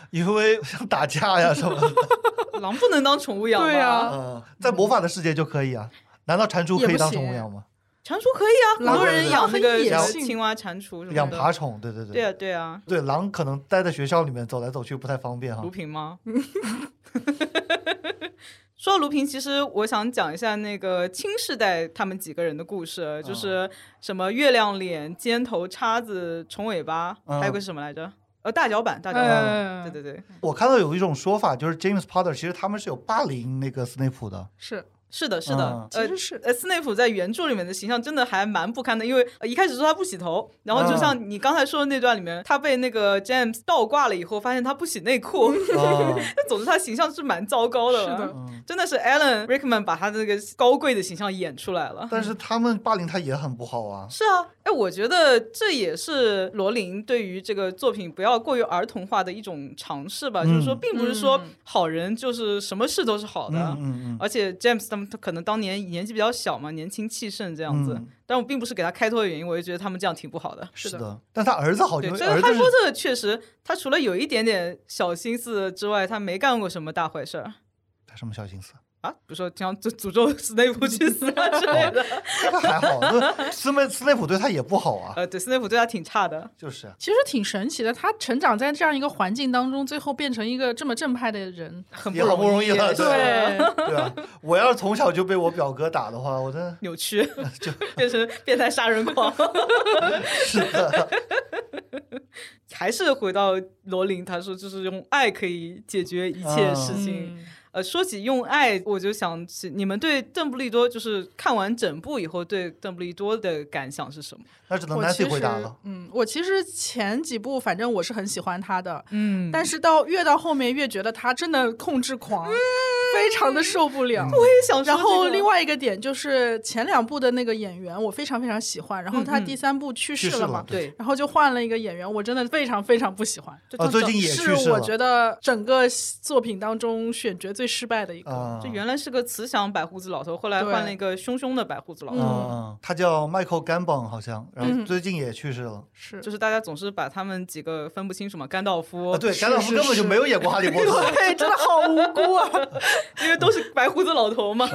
[SPEAKER 2] 因为想打架呀什
[SPEAKER 1] <laughs>
[SPEAKER 2] 么的。
[SPEAKER 1] 狼不能当宠物养吧？
[SPEAKER 3] 对啊
[SPEAKER 2] 嗯，在魔法的世界就可以啊？难道蟾蜍可以当宠物养吗？
[SPEAKER 1] 蟾蜍可以啊，
[SPEAKER 3] 狼
[SPEAKER 1] 很多人养那个
[SPEAKER 3] 很野
[SPEAKER 1] 什么
[SPEAKER 3] 性
[SPEAKER 1] 青蛙、蟾蜍什么
[SPEAKER 2] 养
[SPEAKER 1] 的。
[SPEAKER 2] 爬虫，对对
[SPEAKER 1] 对啊，对啊，
[SPEAKER 2] 对，狼可能待在学校里面走来走去不太方便哈
[SPEAKER 1] 卢。平
[SPEAKER 3] <laughs>
[SPEAKER 1] 吗？说到卢平，其实我想讲一下那个清世代他们几个人的故事，
[SPEAKER 2] 啊
[SPEAKER 1] 就是什么月亮脸、尖头、叉子、虫尾巴，
[SPEAKER 2] 嗯
[SPEAKER 1] 还有个是什么来着？呃，大脚板，大脚板。
[SPEAKER 3] 嗯，
[SPEAKER 1] 对对对，
[SPEAKER 2] 我看到有一种说法，就是 James Potter 其实他们是有霸凌那个斯内普
[SPEAKER 1] <laughs>
[SPEAKER 2] 的，
[SPEAKER 3] 是，
[SPEAKER 1] 是的，是的
[SPEAKER 2] 嗯，
[SPEAKER 3] 其实
[SPEAKER 1] 呃。
[SPEAKER 3] 是。
[SPEAKER 1] 呃，斯内普在原著里面的形象真的还蛮不堪的，因为、呃一开始说他不洗头，然
[SPEAKER 2] 嗯
[SPEAKER 1] 后就像你刚才说的那段里面，他被那个 James 倒挂了以后，发现他不洗内裤，
[SPEAKER 2] 啊
[SPEAKER 1] <laughs> 总之他形象是蛮糟糕的
[SPEAKER 3] 嗯是
[SPEAKER 1] 了。
[SPEAKER 3] 的
[SPEAKER 2] 嗯
[SPEAKER 1] 真的是 Alan Rickman 把他的那个高贵的形象演出来了。
[SPEAKER 2] 但是他们霸凌他也很不好啊。
[SPEAKER 1] 是啊，哎，我觉得这也是罗琳对于这个作品不要过于儿童化的一种尝试吧，就是说，
[SPEAKER 2] 嗯
[SPEAKER 1] 并不是说
[SPEAKER 3] 嗯
[SPEAKER 1] 好人就是什么事都是好的。哦
[SPEAKER 2] 嗯嗯嗯，
[SPEAKER 1] 而且 James 他们他可能当年年纪比较小嘛，年轻气盛这样子。
[SPEAKER 2] 嗯
[SPEAKER 1] 但我并不是给他开脱的原因，我就觉得他们这样挺不好的。
[SPEAKER 2] 是
[SPEAKER 3] 是的
[SPEAKER 2] 的。但他儿子好，
[SPEAKER 1] 对，
[SPEAKER 2] 因为
[SPEAKER 1] 这个
[SPEAKER 2] 儿
[SPEAKER 1] 哈
[SPEAKER 2] 子
[SPEAKER 1] 利波
[SPEAKER 2] 是
[SPEAKER 1] 特确实，他除了有一点点小心思之外，他没干过什么大坏事儿
[SPEAKER 2] 他哎什么小心思，
[SPEAKER 1] 啊，比如说经常诅诅咒斯内普去死啊之
[SPEAKER 2] 哦
[SPEAKER 1] 类的。
[SPEAKER 2] 这个 <laughs> 还好。那斯内斯内普对他也不好啊，
[SPEAKER 1] 呃，对，斯内普对他挺差的。
[SPEAKER 2] 就是啊。
[SPEAKER 3] 其实挺神奇的，他成长在这样一个环境当中，最后变成一个这么正派的人，
[SPEAKER 1] 很
[SPEAKER 2] 也好不容易了
[SPEAKER 1] 对，
[SPEAKER 3] <laughs> 对，
[SPEAKER 2] 对啊，我要是从小就被我表哥打的话，我真
[SPEAKER 1] 扭曲
[SPEAKER 2] 呃
[SPEAKER 1] 变成变态杀人狂。 <laughs>
[SPEAKER 2] 是的。
[SPEAKER 1] 还是回到罗琳，他说就是用爱可以解决一切事
[SPEAKER 2] 嗯
[SPEAKER 1] 情。呃，说起用爱，我就想起你们对邓布利多，就是看完整部以后对邓布利多的感想是什么？
[SPEAKER 2] 那只能
[SPEAKER 3] 我其
[SPEAKER 2] Nancy
[SPEAKER 3] 实
[SPEAKER 2] 回答了。
[SPEAKER 3] 嗯，我其实前几部反正我是很喜欢他的，
[SPEAKER 1] 嗯
[SPEAKER 3] 但是到越到后面越觉得他真的控制狂，
[SPEAKER 2] 嗯
[SPEAKER 3] 非常的受不了。
[SPEAKER 1] 我也想说这
[SPEAKER 3] 然
[SPEAKER 1] 个、
[SPEAKER 3] 后另外一个点就是前两部的那个演员我非常非常喜欢，然后他
[SPEAKER 1] 嗯嗯
[SPEAKER 3] 第三部去
[SPEAKER 2] 去
[SPEAKER 3] 世
[SPEAKER 2] 世
[SPEAKER 3] 了
[SPEAKER 2] 了
[SPEAKER 3] 嘛，
[SPEAKER 1] 对，
[SPEAKER 3] 然后就换了一个演员，我真的非常非常不喜欢，
[SPEAKER 1] 就
[SPEAKER 2] 啊，最近也去
[SPEAKER 3] 是
[SPEAKER 2] 世
[SPEAKER 3] 我
[SPEAKER 2] 了。
[SPEAKER 3] 觉得整个作品当中选角最失败的一个。
[SPEAKER 2] 啊，
[SPEAKER 1] 就原来是个慈祥白胡子老头，后来
[SPEAKER 3] 对
[SPEAKER 1] 换了一个凶凶的白胡子老头。
[SPEAKER 2] 嗯，他叫 Michael Gambon 好像，然后
[SPEAKER 3] 嗯
[SPEAKER 2] 最近也去世了。
[SPEAKER 3] 是，
[SPEAKER 1] 就是大家总是把他们几个分不清楚嘛，甘道夫，
[SPEAKER 2] 啊，对，
[SPEAKER 3] 是
[SPEAKER 2] 甘道夫
[SPEAKER 3] 是
[SPEAKER 2] 根本就是没有演过《哈利波特》。
[SPEAKER 3] 对，真的好无辜啊！
[SPEAKER 1] 因为都是白胡子老头嘛，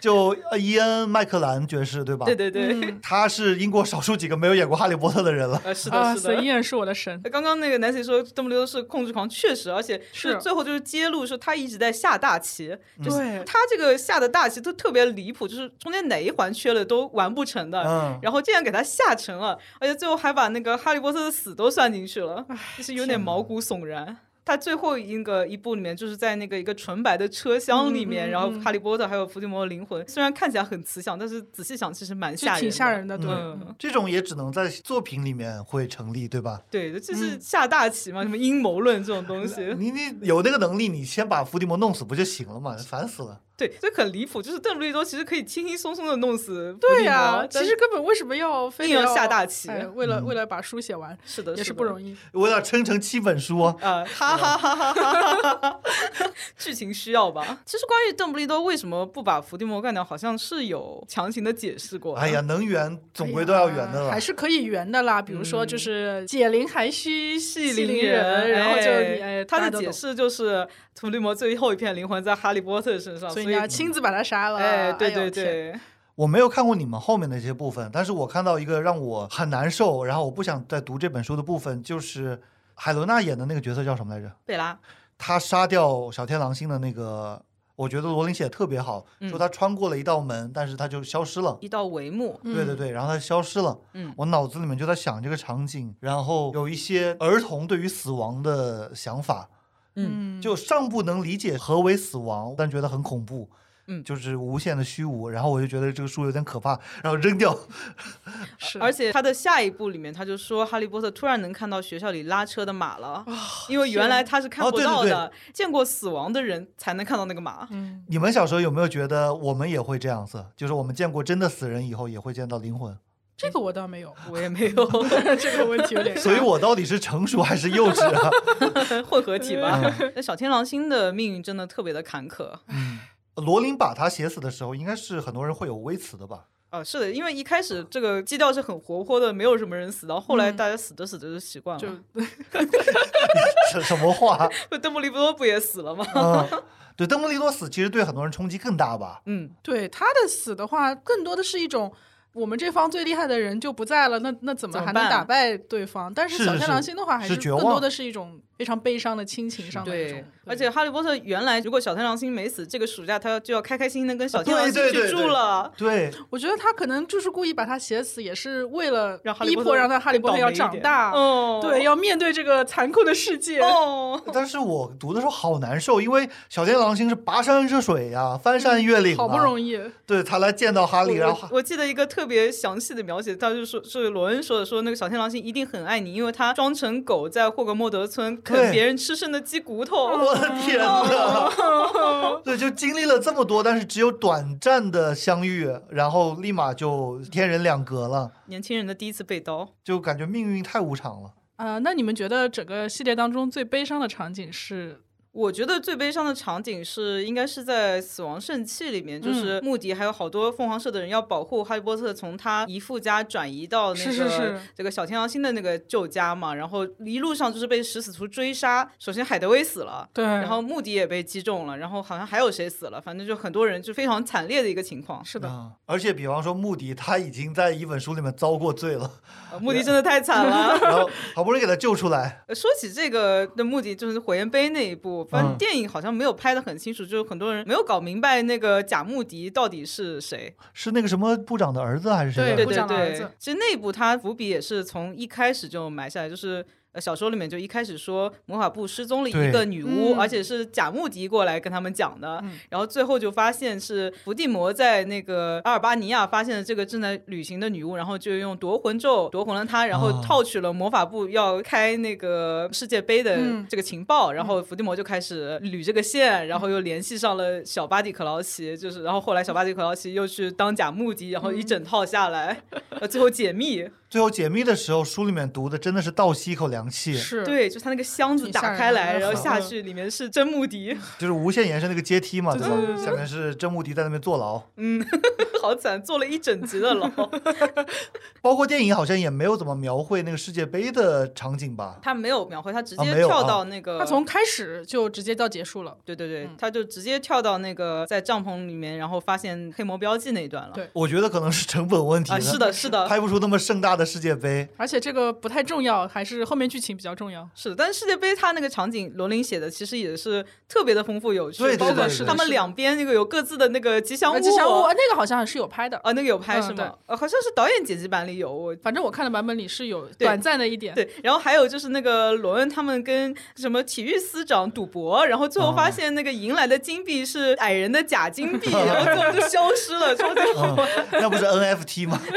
[SPEAKER 2] 就呃伊恩·麦克兰爵士，对吧？
[SPEAKER 1] 对对 <laughs> 对，
[SPEAKER 3] 嗯
[SPEAKER 2] 他是英国少数几个没有演过《哈利波特》的人了。
[SPEAKER 1] 呃，是
[SPEAKER 3] 啊，
[SPEAKER 1] 的，是
[SPEAKER 3] 所
[SPEAKER 1] 的呃
[SPEAKER 3] 以。依然是我
[SPEAKER 1] <laughs>
[SPEAKER 3] 的神。
[SPEAKER 1] 刚刚那个 Nancy 说邓布利多是控制狂，确实，而且是
[SPEAKER 3] 是
[SPEAKER 1] 最后就是揭露说他一直在下大棋，就是
[SPEAKER 3] 对
[SPEAKER 1] 他这个下的大棋都特别离谱，就是中间哪一环缺了都完不成的。
[SPEAKER 2] 嗯，
[SPEAKER 1] 然后竟然给他下成了，而且最后还把那个哈利波特的死都算进去了，就是有点毛骨悚然。他最后一个一部里面，就是在那个一个纯白的车厢里面，
[SPEAKER 3] 嗯嗯嗯
[SPEAKER 1] 然后
[SPEAKER 3] 嗯
[SPEAKER 1] 哈利波特还有伏地魔的灵魂，虽然看起来很慈祥，但是仔细想其实蛮
[SPEAKER 3] 就
[SPEAKER 1] 吓人，
[SPEAKER 3] 挺吓人的，对。
[SPEAKER 1] 嗯，
[SPEAKER 2] 这种也只能在作品里面会成立，对吧？
[SPEAKER 1] 对，这就是
[SPEAKER 3] 嗯
[SPEAKER 1] 下大棋嘛，什么阴谋论这种东西。
[SPEAKER 2] 你你有那个能力，你先把伏地魔弄死不就行了嘛？烦死了！
[SPEAKER 1] 对，这很离谱，就是邓布利多其实可以轻轻松松的弄死伏
[SPEAKER 3] 对
[SPEAKER 1] 地
[SPEAKER 3] 呀、
[SPEAKER 1] 魔
[SPEAKER 3] 其
[SPEAKER 1] 但
[SPEAKER 3] 实根本为什么要非
[SPEAKER 1] 硬
[SPEAKER 3] 得
[SPEAKER 1] 要下大棋
[SPEAKER 3] 哎为了
[SPEAKER 2] 嗯
[SPEAKER 3] 为了把书写完，
[SPEAKER 1] 是的，
[SPEAKER 3] 也是
[SPEAKER 1] 的
[SPEAKER 3] 不容易。
[SPEAKER 2] 我要撑成七本书哦。 <laughs>
[SPEAKER 1] 呃，哈哈哈哈哈哈！ <laughs> 剧情需要吧？其实关于邓布利多为什么不把伏地魔干掉，好像是有强行的解释过。
[SPEAKER 2] 哎呀，，能圆总归都要圆的
[SPEAKER 3] 哎呀
[SPEAKER 2] 了。
[SPEAKER 3] 还是可以圆的啦。比如说，就是解铃还须系
[SPEAKER 1] 嗯系
[SPEAKER 3] 铃
[SPEAKER 1] 铃人，
[SPEAKER 3] 然后就
[SPEAKER 1] 哎
[SPEAKER 3] 你哎，大
[SPEAKER 1] 他的
[SPEAKER 3] 家都
[SPEAKER 1] 解
[SPEAKER 3] 懂，
[SPEAKER 1] 释就是伏地魔最后一片灵魂在哈利波特身上，所
[SPEAKER 3] 所以你要亲自把他杀了。
[SPEAKER 1] 哎，对
[SPEAKER 3] 呦
[SPEAKER 1] 对，
[SPEAKER 3] 天
[SPEAKER 1] 对，
[SPEAKER 2] 我没有看过你们后面的这些部分，但是我看到一个让我很难受，然后我不想再读这本书的部分，就是海伦娜演的那个角色叫什么来着？
[SPEAKER 1] 贝拉，
[SPEAKER 2] 她杀掉小天狼星的那个，我觉得罗琳写的特别好，
[SPEAKER 1] 嗯
[SPEAKER 2] 说她穿过了一道门，但是她就消失了。
[SPEAKER 1] 一道帷幕，
[SPEAKER 3] 嗯
[SPEAKER 2] 对对，对，然后她消失了。
[SPEAKER 1] 嗯
[SPEAKER 2] 我脑子里面就在想这个场景，然后有一些儿童对于死亡的想法，
[SPEAKER 3] 嗯，
[SPEAKER 2] 就尚不能理解何为死亡，但觉得很恐怖。
[SPEAKER 1] 嗯
[SPEAKER 2] 就是无限的虚无，然后我就觉得这个书有点可怕，然后扔掉。 <laughs>
[SPEAKER 3] 是，
[SPEAKER 1] 而且他的下一部里面，他就说哈利波特突然能看到学校里拉车的马了，
[SPEAKER 3] 哦
[SPEAKER 1] 因为原来他是看
[SPEAKER 2] 哦
[SPEAKER 1] 不
[SPEAKER 2] 对对
[SPEAKER 1] 到
[SPEAKER 2] 对
[SPEAKER 1] 的，见过死亡的人才能看到那个马。
[SPEAKER 3] 嗯，
[SPEAKER 2] 你们小时候有没有觉得我们也会这样子？就是我们见过真的死人以后，也会见到灵魂。
[SPEAKER 3] 这个我 <laughs> 倒没有，
[SPEAKER 1] 我也没有 <laughs>
[SPEAKER 3] 这个问题有点大，
[SPEAKER 2] 所以我到底是成熟还是幼稚啊？
[SPEAKER 1] <laughs> 混合体吧。<laughs>
[SPEAKER 2] 嗯
[SPEAKER 1] 那小天狼星的命运真的特别的坎坷。
[SPEAKER 2] 罗琳把他写死的时候，应该是很多人会有微词的吧？ <laughs>
[SPEAKER 1] 啊，是的，因为一开始这个基调是很活泼的，没有什么人死，到后
[SPEAKER 2] 嗯
[SPEAKER 1] 来大家死着死着就习惯了。
[SPEAKER 3] 就
[SPEAKER 2] 什什么话？
[SPEAKER 1] 就 <laughs> 邓布利多不也死了吗？
[SPEAKER 2] 嗯， <laughs> 对，邓布利多死其实对很多人冲击更大吧？
[SPEAKER 1] 嗯，
[SPEAKER 3] 对他的死的话，更多的是一种。我们这方最厉害的人就不在了，那那怎么
[SPEAKER 1] 怎么
[SPEAKER 3] 还能
[SPEAKER 1] 办
[SPEAKER 3] 打败对方？但是
[SPEAKER 2] 是
[SPEAKER 3] 小
[SPEAKER 2] 是
[SPEAKER 3] 天狼星的话，还
[SPEAKER 2] 是绝
[SPEAKER 3] 更
[SPEAKER 2] 望
[SPEAKER 3] 多的是一种非常悲伤的亲情上的一种
[SPEAKER 1] 对。。而且哈利波特原来如果小天狼星没死，这个暑假他就要开开心心的跟小天狼星
[SPEAKER 2] 啊对对
[SPEAKER 1] 去
[SPEAKER 2] 对
[SPEAKER 1] 住
[SPEAKER 2] 对
[SPEAKER 1] 了。
[SPEAKER 3] <laughs>
[SPEAKER 2] 对，
[SPEAKER 3] 我觉得他可能就是故意把他写死，也是为了
[SPEAKER 1] 让哈利
[SPEAKER 3] 逼
[SPEAKER 1] 波
[SPEAKER 3] 迫
[SPEAKER 1] 特
[SPEAKER 3] 让他哈利波特
[SPEAKER 1] 更倒
[SPEAKER 3] 要
[SPEAKER 1] 霉一
[SPEAKER 3] 长
[SPEAKER 1] 点
[SPEAKER 3] 大，嗯
[SPEAKER 2] 啊
[SPEAKER 1] 哦，
[SPEAKER 3] 对，要面对这个残酷的世界。
[SPEAKER 1] 哦，
[SPEAKER 2] 但是我读的时候好难受，因为小天狼星是跋山涉水呀、翻山越岭、啊
[SPEAKER 3] 嗯好不容
[SPEAKER 2] 易
[SPEAKER 3] 易，
[SPEAKER 2] 对才来见到哈利，然
[SPEAKER 1] 我
[SPEAKER 2] 后
[SPEAKER 1] 我我记得一个特别详细的描写，他就说是罗恩说的，说那个小天狼星一定很爱你，因为他装成狗在霍格莫德村啃
[SPEAKER 2] 对哦
[SPEAKER 1] 别人吃剩的鸡骨头。
[SPEAKER 2] 我的天哪！
[SPEAKER 3] <laughs>
[SPEAKER 2] 对，就经历了这么多，但是只有短暂的相遇，然后立马就天人两隔了，
[SPEAKER 1] 年轻人的第一次被刀，
[SPEAKER 2] 就感觉命运太无常了。
[SPEAKER 3] 呃，那你们觉得整个系列当中最悲伤的场景是？
[SPEAKER 1] 我觉得最悲伤的场景是应该是在《死亡圣器》里
[SPEAKER 3] 嗯
[SPEAKER 1] 面，就是穆迪还有好多凤凰社的人要保护哈利波特从他姨父家转移到那个
[SPEAKER 3] 是是是
[SPEAKER 1] 这个小天狼星的那个旧家嘛，然后一路上就是被食死徒追杀，首先海德薇死了。
[SPEAKER 3] 对，
[SPEAKER 1] 然后穆迪也被击中了，然后好像还有谁死了，反正就很多人就非常惨烈的一个情况。
[SPEAKER 3] 是的，
[SPEAKER 2] 啊！而且比方说穆迪，他已经在一本书里面遭过罪了，
[SPEAKER 1] 呃穆迪真的太惨了。
[SPEAKER 2] 然后好不容易给他救出来，
[SPEAKER 1] 呃说起这个的穆迪，就是火焰杯那一部，反正
[SPEAKER 2] 嗯
[SPEAKER 1] 电影好像没有拍的很清楚，就是很多人没有搞明白那个贾穆迪到底是谁。
[SPEAKER 2] 是那个什么部长的儿子还是谁
[SPEAKER 3] 对
[SPEAKER 1] 对
[SPEAKER 2] 的？
[SPEAKER 3] 部
[SPEAKER 1] 对
[SPEAKER 3] 长的儿
[SPEAKER 1] 对
[SPEAKER 3] 子，
[SPEAKER 1] 其实那一部他伏笔也是从一开始就埋下来，就是。呃，小说里面就一开始说魔法部失踪了一
[SPEAKER 2] 对
[SPEAKER 1] 个女巫，
[SPEAKER 3] 嗯
[SPEAKER 1] 而且是贾穆迪过来跟他们讲的，
[SPEAKER 3] 嗯
[SPEAKER 1] 然后最后就发现是伏地魔在那个阿尔巴尼亚发现了这个正在旅行的女巫，然后就用夺魂咒夺魂了她，然后
[SPEAKER 2] 哦
[SPEAKER 1] 套取了魔法部要开那个世界杯的
[SPEAKER 3] 嗯
[SPEAKER 1] 这个情报，然后伏地魔就开始捋这个线，然后又联系上了小巴蒂克劳奇，就是然后后来小巴蒂克劳奇又去当假穆迪，然后一
[SPEAKER 3] 嗯
[SPEAKER 1] 整套下来，呃，最后解密，
[SPEAKER 2] 最后解密的时候，书里面读的真的是倒吸一口凉气，
[SPEAKER 3] 是，
[SPEAKER 1] 对，就他那个箱子
[SPEAKER 3] 挺吓
[SPEAKER 1] 打
[SPEAKER 3] 人
[SPEAKER 1] 开
[SPEAKER 3] 的
[SPEAKER 1] 来，然后
[SPEAKER 3] 好
[SPEAKER 1] 下
[SPEAKER 3] 嗯
[SPEAKER 1] 去里面是真穆迪，
[SPEAKER 2] 就是无限延伸那个阶梯嘛，对
[SPEAKER 3] 对对对
[SPEAKER 2] 吧？
[SPEAKER 3] 对
[SPEAKER 2] 下面是真穆迪在那边坐牢，
[SPEAKER 1] <laughs> 好惨，坐了一整集的牢。
[SPEAKER 2] 包括电影好像也没有怎么描绘那个世界杯的场景吧？
[SPEAKER 1] 他没有描绘，他直
[SPEAKER 2] 啊
[SPEAKER 1] 接
[SPEAKER 2] 没有
[SPEAKER 1] 跳
[SPEAKER 2] 啊
[SPEAKER 1] 到那个，
[SPEAKER 3] 他从嗯开始就直接到结束了。
[SPEAKER 1] 对对对，他就直接跳到那个在帐篷里面，然后发现黑魔标记那一段了。
[SPEAKER 3] 对
[SPEAKER 2] 我觉得可能是成本问题
[SPEAKER 1] 啊，是的，是的，
[SPEAKER 2] 拍不出那么盛大的世界杯。 <laughs>
[SPEAKER 3] 而且这个不太重要，还是后面剧情比较重要。
[SPEAKER 1] 是，但是世界杯它那个场景，罗琳写的其实也是特别的丰富有趣，
[SPEAKER 2] 对对
[SPEAKER 1] 包括
[SPEAKER 2] 对对
[SPEAKER 1] 他们
[SPEAKER 3] 是
[SPEAKER 1] 两边那个有各自的那个吉祥啊
[SPEAKER 3] 呃吉祥物，呃那个好像是是有拍的。
[SPEAKER 1] 啊，那个有拍
[SPEAKER 3] 嗯
[SPEAKER 1] 是
[SPEAKER 3] 对
[SPEAKER 1] 吗？呃，好像是导演剪辑版里有我。
[SPEAKER 3] 反正我看的版本里是有短暂的一点，
[SPEAKER 1] 对，然后还有就是那个罗恩他们跟什么体育司长赌博，然后最后
[SPEAKER 2] 啊
[SPEAKER 1] 发现那个赢来的金币是矮人的假金
[SPEAKER 2] <laughs>
[SPEAKER 1] 币，然后最后就消失了，超级好玩。
[SPEAKER 2] 那不是 NFT 吗？ <laughs>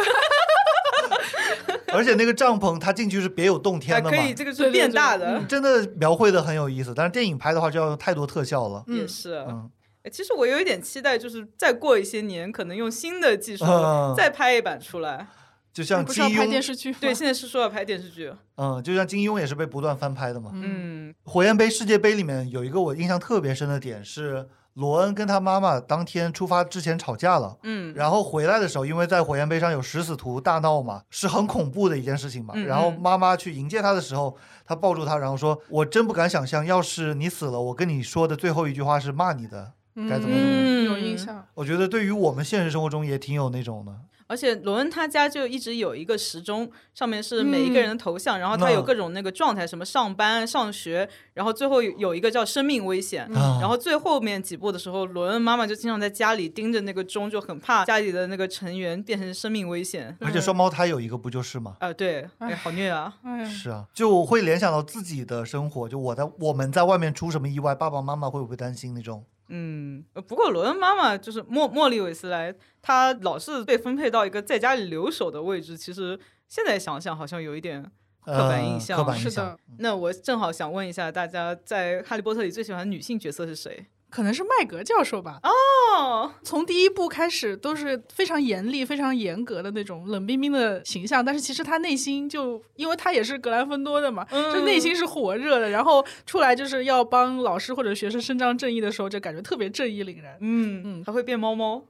[SPEAKER 2] 而且那个帐篷，它进去是别有洞
[SPEAKER 1] 哎
[SPEAKER 2] 天的
[SPEAKER 1] 可
[SPEAKER 2] 嘛。
[SPEAKER 1] 以，这个
[SPEAKER 3] 对
[SPEAKER 1] 是
[SPEAKER 3] 对嗯
[SPEAKER 1] 变
[SPEAKER 3] 对
[SPEAKER 1] 大的，
[SPEAKER 2] 真的描绘的很有意思，但是电影拍的话就要用太多特效了。
[SPEAKER 1] 也
[SPEAKER 3] 嗯，
[SPEAKER 1] 是。
[SPEAKER 2] 嗯，
[SPEAKER 1] 哎其实我有一点期待，就是再过一些年，可能用新的技术
[SPEAKER 2] 嗯
[SPEAKER 1] 再拍一版出来。
[SPEAKER 2] 就像
[SPEAKER 3] 不是
[SPEAKER 2] 金
[SPEAKER 3] 要拍电
[SPEAKER 2] 庸，
[SPEAKER 3] 视剧吗？
[SPEAKER 1] 对，现在是说要拍电视剧，
[SPEAKER 2] 嗯，就像金庸也是被不断翻拍的嘛。
[SPEAKER 3] 嗯，
[SPEAKER 1] 嗯，
[SPEAKER 2] 火焰杯世界杯里面有一个我印象特别深的点是，罗恩跟他妈妈当天出发之前吵架了。
[SPEAKER 1] 嗯，
[SPEAKER 2] 然后回来的时候，因为在火焰杯上有食死徒大闹嘛，是很恐怖的一件事情嘛。
[SPEAKER 1] 嗯
[SPEAKER 2] 然后
[SPEAKER 1] 嗯
[SPEAKER 2] 妈妈去迎接他的时候，他抱住他，然后说：“我真不敢想象，要是你死了，我跟你说的最后一句话是骂你的。嗯该怎么
[SPEAKER 1] 弄
[SPEAKER 3] 有印象？”
[SPEAKER 2] 我觉得对于我们现实生活中也挺有那种的。
[SPEAKER 1] 而且罗恩他家就一直有一个时钟，上面是每一个人的头像，然后他有
[SPEAKER 2] 嗯
[SPEAKER 1] 各种那个状态，什么上班、上学，然后最后有有一个叫生命危险。嗯
[SPEAKER 2] 啊
[SPEAKER 1] 然后最后面几部的时候，罗恩妈妈就经常在家里盯着那个钟，就很怕家里的那个成员变成生命危险。
[SPEAKER 2] 而且双胞胎有一个不就是吗？
[SPEAKER 1] 啊、对，哎，好虐啊！
[SPEAKER 3] 哎呀，
[SPEAKER 2] 是啊，就会联想到自己的生活，就我在我们在外面出什么意外，爸爸妈妈会不会担心那种？
[SPEAKER 1] 嗯，呃不过罗恩妈妈就是莫莫莉韦斯莱，她老是被分配到一个在家里留守的位置，其实现在想想好像有一点刻板印
[SPEAKER 2] 呃
[SPEAKER 1] 象
[SPEAKER 2] 刻板印
[SPEAKER 3] 是
[SPEAKER 2] 象
[SPEAKER 3] 的。，
[SPEAKER 1] 那我正好想问一下大家，在《哈利波特》里最喜欢的女性角色是谁？
[SPEAKER 3] 可能是麦格教授吧。
[SPEAKER 1] 哦，
[SPEAKER 3] 从第一部开始都是非常严厉、非常严格的那种冷冰冰的形象，但是其实他内心就，因为他也是格兰芬多的嘛，
[SPEAKER 1] 嗯
[SPEAKER 3] 就内心是火热的。然后出来就是要帮老师或者学生伸张正义的时候，就感觉特别正义凛然。
[SPEAKER 1] 嗯嗯，还会变猫猫，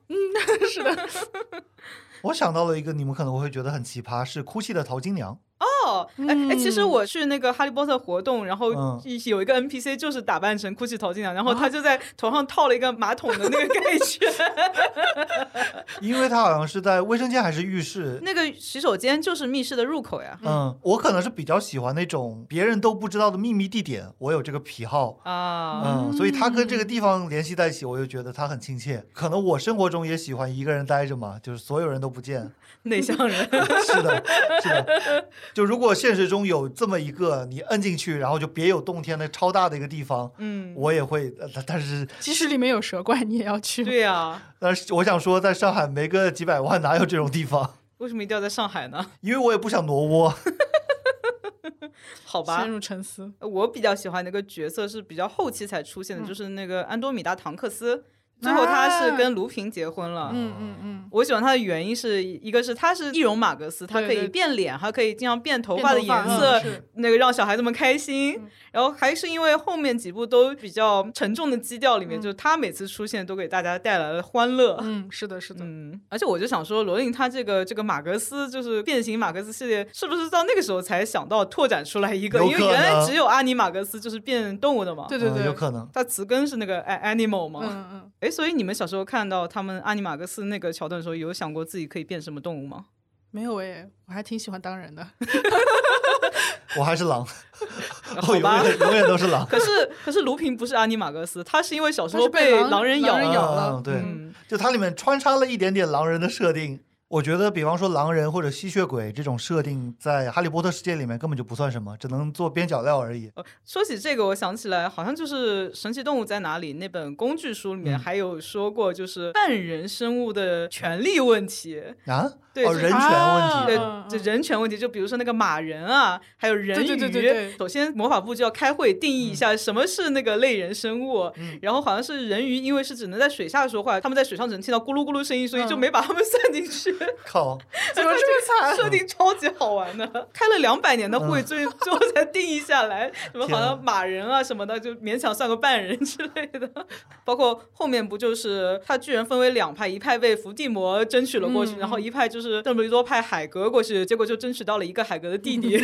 [SPEAKER 3] 是的，
[SPEAKER 2] 我想到了一个，你们可能会觉得很奇葩，是哭泣的淘金娘。
[SPEAKER 1] 哦，哎哎，其实
[SPEAKER 3] 嗯
[SPEAKER 1] 我去那个哈利波特活动，然后
[SPEAKER 2] 嗯
[SPEAKER 1] 一有一个 NPC 就是打扮成哭泣淘金娘，然后他就在头上套了一个马桶的 <laughs> 那个盖圈，
[SPEAKER 2] 因为他好像是在卫生间还是浴室。
[SPEAKER 1] 那个洗手间就是密室的入口呀。
[SPEAKER 2] 嗯，我可能是比较喜欢那种别人都不知道的秘密地点，我有这个癖好。
[SPEAKER 1] 啊，
[SPEAKER 2] 嗯，所以他跟这个地方联系在一起，我就觉得他很亲切。可能我生活中也喜欢一个人待着嘛，就是所有人都
[SPEAKER 1] <laughs>
[SPEAKER 2] 不见。
[SPEAKER 1] 内向人，
[SPEAKER 2] 是的，是的。就如果现实中有这么一个你摁进去，然后就别有洞天的超大的一个地方，
[SPEAKER 1] 嗯，
[SPEAKER 2] 我也会。呃但但是
[SPEAKER 3] 即使里面有蛇怪，你也要去。
[SPEAKER 1] 对呀，
[SPEAKER 2] 但是我想说，在上海没个几百万哪有这种地方？
[SPEAKER 1] 为什么一定要在上海
[SPEAKER 3] <laughs>
[SPEAKER 1] 呢？
[SPEAKER 2] 因为我也不想挪窝。
[SPEAKER 1] 好吧
[SPEAKER 3] 陷，入沉思。嗯
[SPEAKER 1] 我比较喜欢的一个角色是比较后期才出现的，就是那个安多米达·唐克斯，最后他是跟卢平结婚了。
[SPEAKER 3] 啊嗯嗯嗯，
[SPEAKER 1] 我喜欢他的原因是一个是他是易容马格斯，他可
[SPEAKER 3] 对
[SPEAKER 1] 以
[SPEAKER 3] 对
[SPEAKER 1] 变脸，还可以经常变头发的
[SPEAKER 3] 变头发
[SPEAKER 1] 颜色
[SPEAKER 3] 嗯是，嗯
[SPEAKER 1] 那个让小孩子们开心。然后还是因为后面几部都比较沉重的基调里面，就是他每次出现都给大家带来了欢乐。
[SPEAKER 3] 嗯，是的，是的。
[SPEAKER 1] 嗯，而且我就想说，罗琳他这个这个马格斯就是变形马格斯系列，是不是到那个时候才想到拓展出来一个？
[SPEAKER 2] 有
[SPEAKER 1] 因为
[SPEAKER 2] 可
[SPEAKER 1] 原来
[SPEAKER 2] 能
[SPEAKER 1] 只有阿尼马格斯就是变动物的嘛。
[SPEAKER 3] 对对
[SPEAKER 2] 嗯
[SPEAKER 3] 对，
[SPEAKER 2] 有可能。
[SPEAKER 1] 它词根是那个 a- animal 嘛。
[SPEAKER 3] 嗯嗯，
[SPEAKER 1] 哎，所以你们小时候看到他们阿尼马格斯那个桥段的时候，有想过自己可以变什么动物吗？
[SPEAKER 3] 没有诶，我还挺喜欢当人的。
[SPEAKER 2] 我还是狼，
[SPEAKER 1] 好
[SPEAKER 2] 我永
[SPEAKER 1] 吧
[SPEAKER 2] 远永远都是狼。
[SPEAKER 1] 可是可是卢平不是阿尼马格斯，他是因为小时
[SPEAKER 3] 他
[SPEAKER 1] 候
[SPEAKER 3] 是被狼
[SPEAKER 1] 狼人咬
[SPEAKER 3] 狼人咬了
[SPEAKER 2] 嗯、对、
[SPEAKER 1] 嗯
[SPEAKER 2] 就它里面穿插了一点点狼人的设定。我觉得，比方说狼人或者吸血鬼这种设定，在《哈利波特》世界里面根本就不算什么，只能做边角料而已。
[SPEAKER 1] 呃说起这个，我想起来，好像就是《神奇动物在哪里》那本工具书里面
[SPEAKER 2] 嗯
[SPEAKER 1] 还有说过，就是半人生物的权利问题。
[SPEAKER 2] 啊，
[SPEAKER 1] 对
[SPEAKER 2] 哦，
[SPEAKER 1] 是
[SPEAKER 2] 人权问题，
[SPEAKER 1] 啊对
[SPEAKER 3] 嗯，
[SPEAKER 1] 就
[SPEAKER 3] 嗯
[SPEAKER 1] 人权问题，就比如说那个马人啊，还有人鱼。
[SPEAKER 3] 对对对对对嗯
[SPEAKER 1] 首先，魔法部就要开会定义一下什么是那个类人生物。然后好像是人鱼，因为是只能在水下说话，他们在水上只能听到咕噜咕噜声音，所以就
[SPEAKER 3] 嗯
[SPEAKER 1] 没把他们 <laughs> 算进去。
[SPEAKER 2] 靠，
[SPEAKER 1] <laughs>
[SPEAKER 3] 怎么这么惨？
[SPEAKER 1] 设定超级好玩的，啊 <laughs> 开了两百年的会，最 <laughs> 最后才定义下来，什么好
[SPEAKER 2] 嗯天
[SPEAKER 1] 像
[SPEAKER 2] 哪
[SPEAKER 1] 马人啊什么的，就勉强算个半人 <laughs> 之类的。包括后面不就是他巨人分为两派，一派被伏地魔争取了过去，
[SPEAKER 3] 嗯
[SPEAKER 1] 然后一派就是邓布利多派海格过去，结果就争取到了一个海格的弟
[SPEAKER 2] <laughs>
[SPEAKER 1] 弟。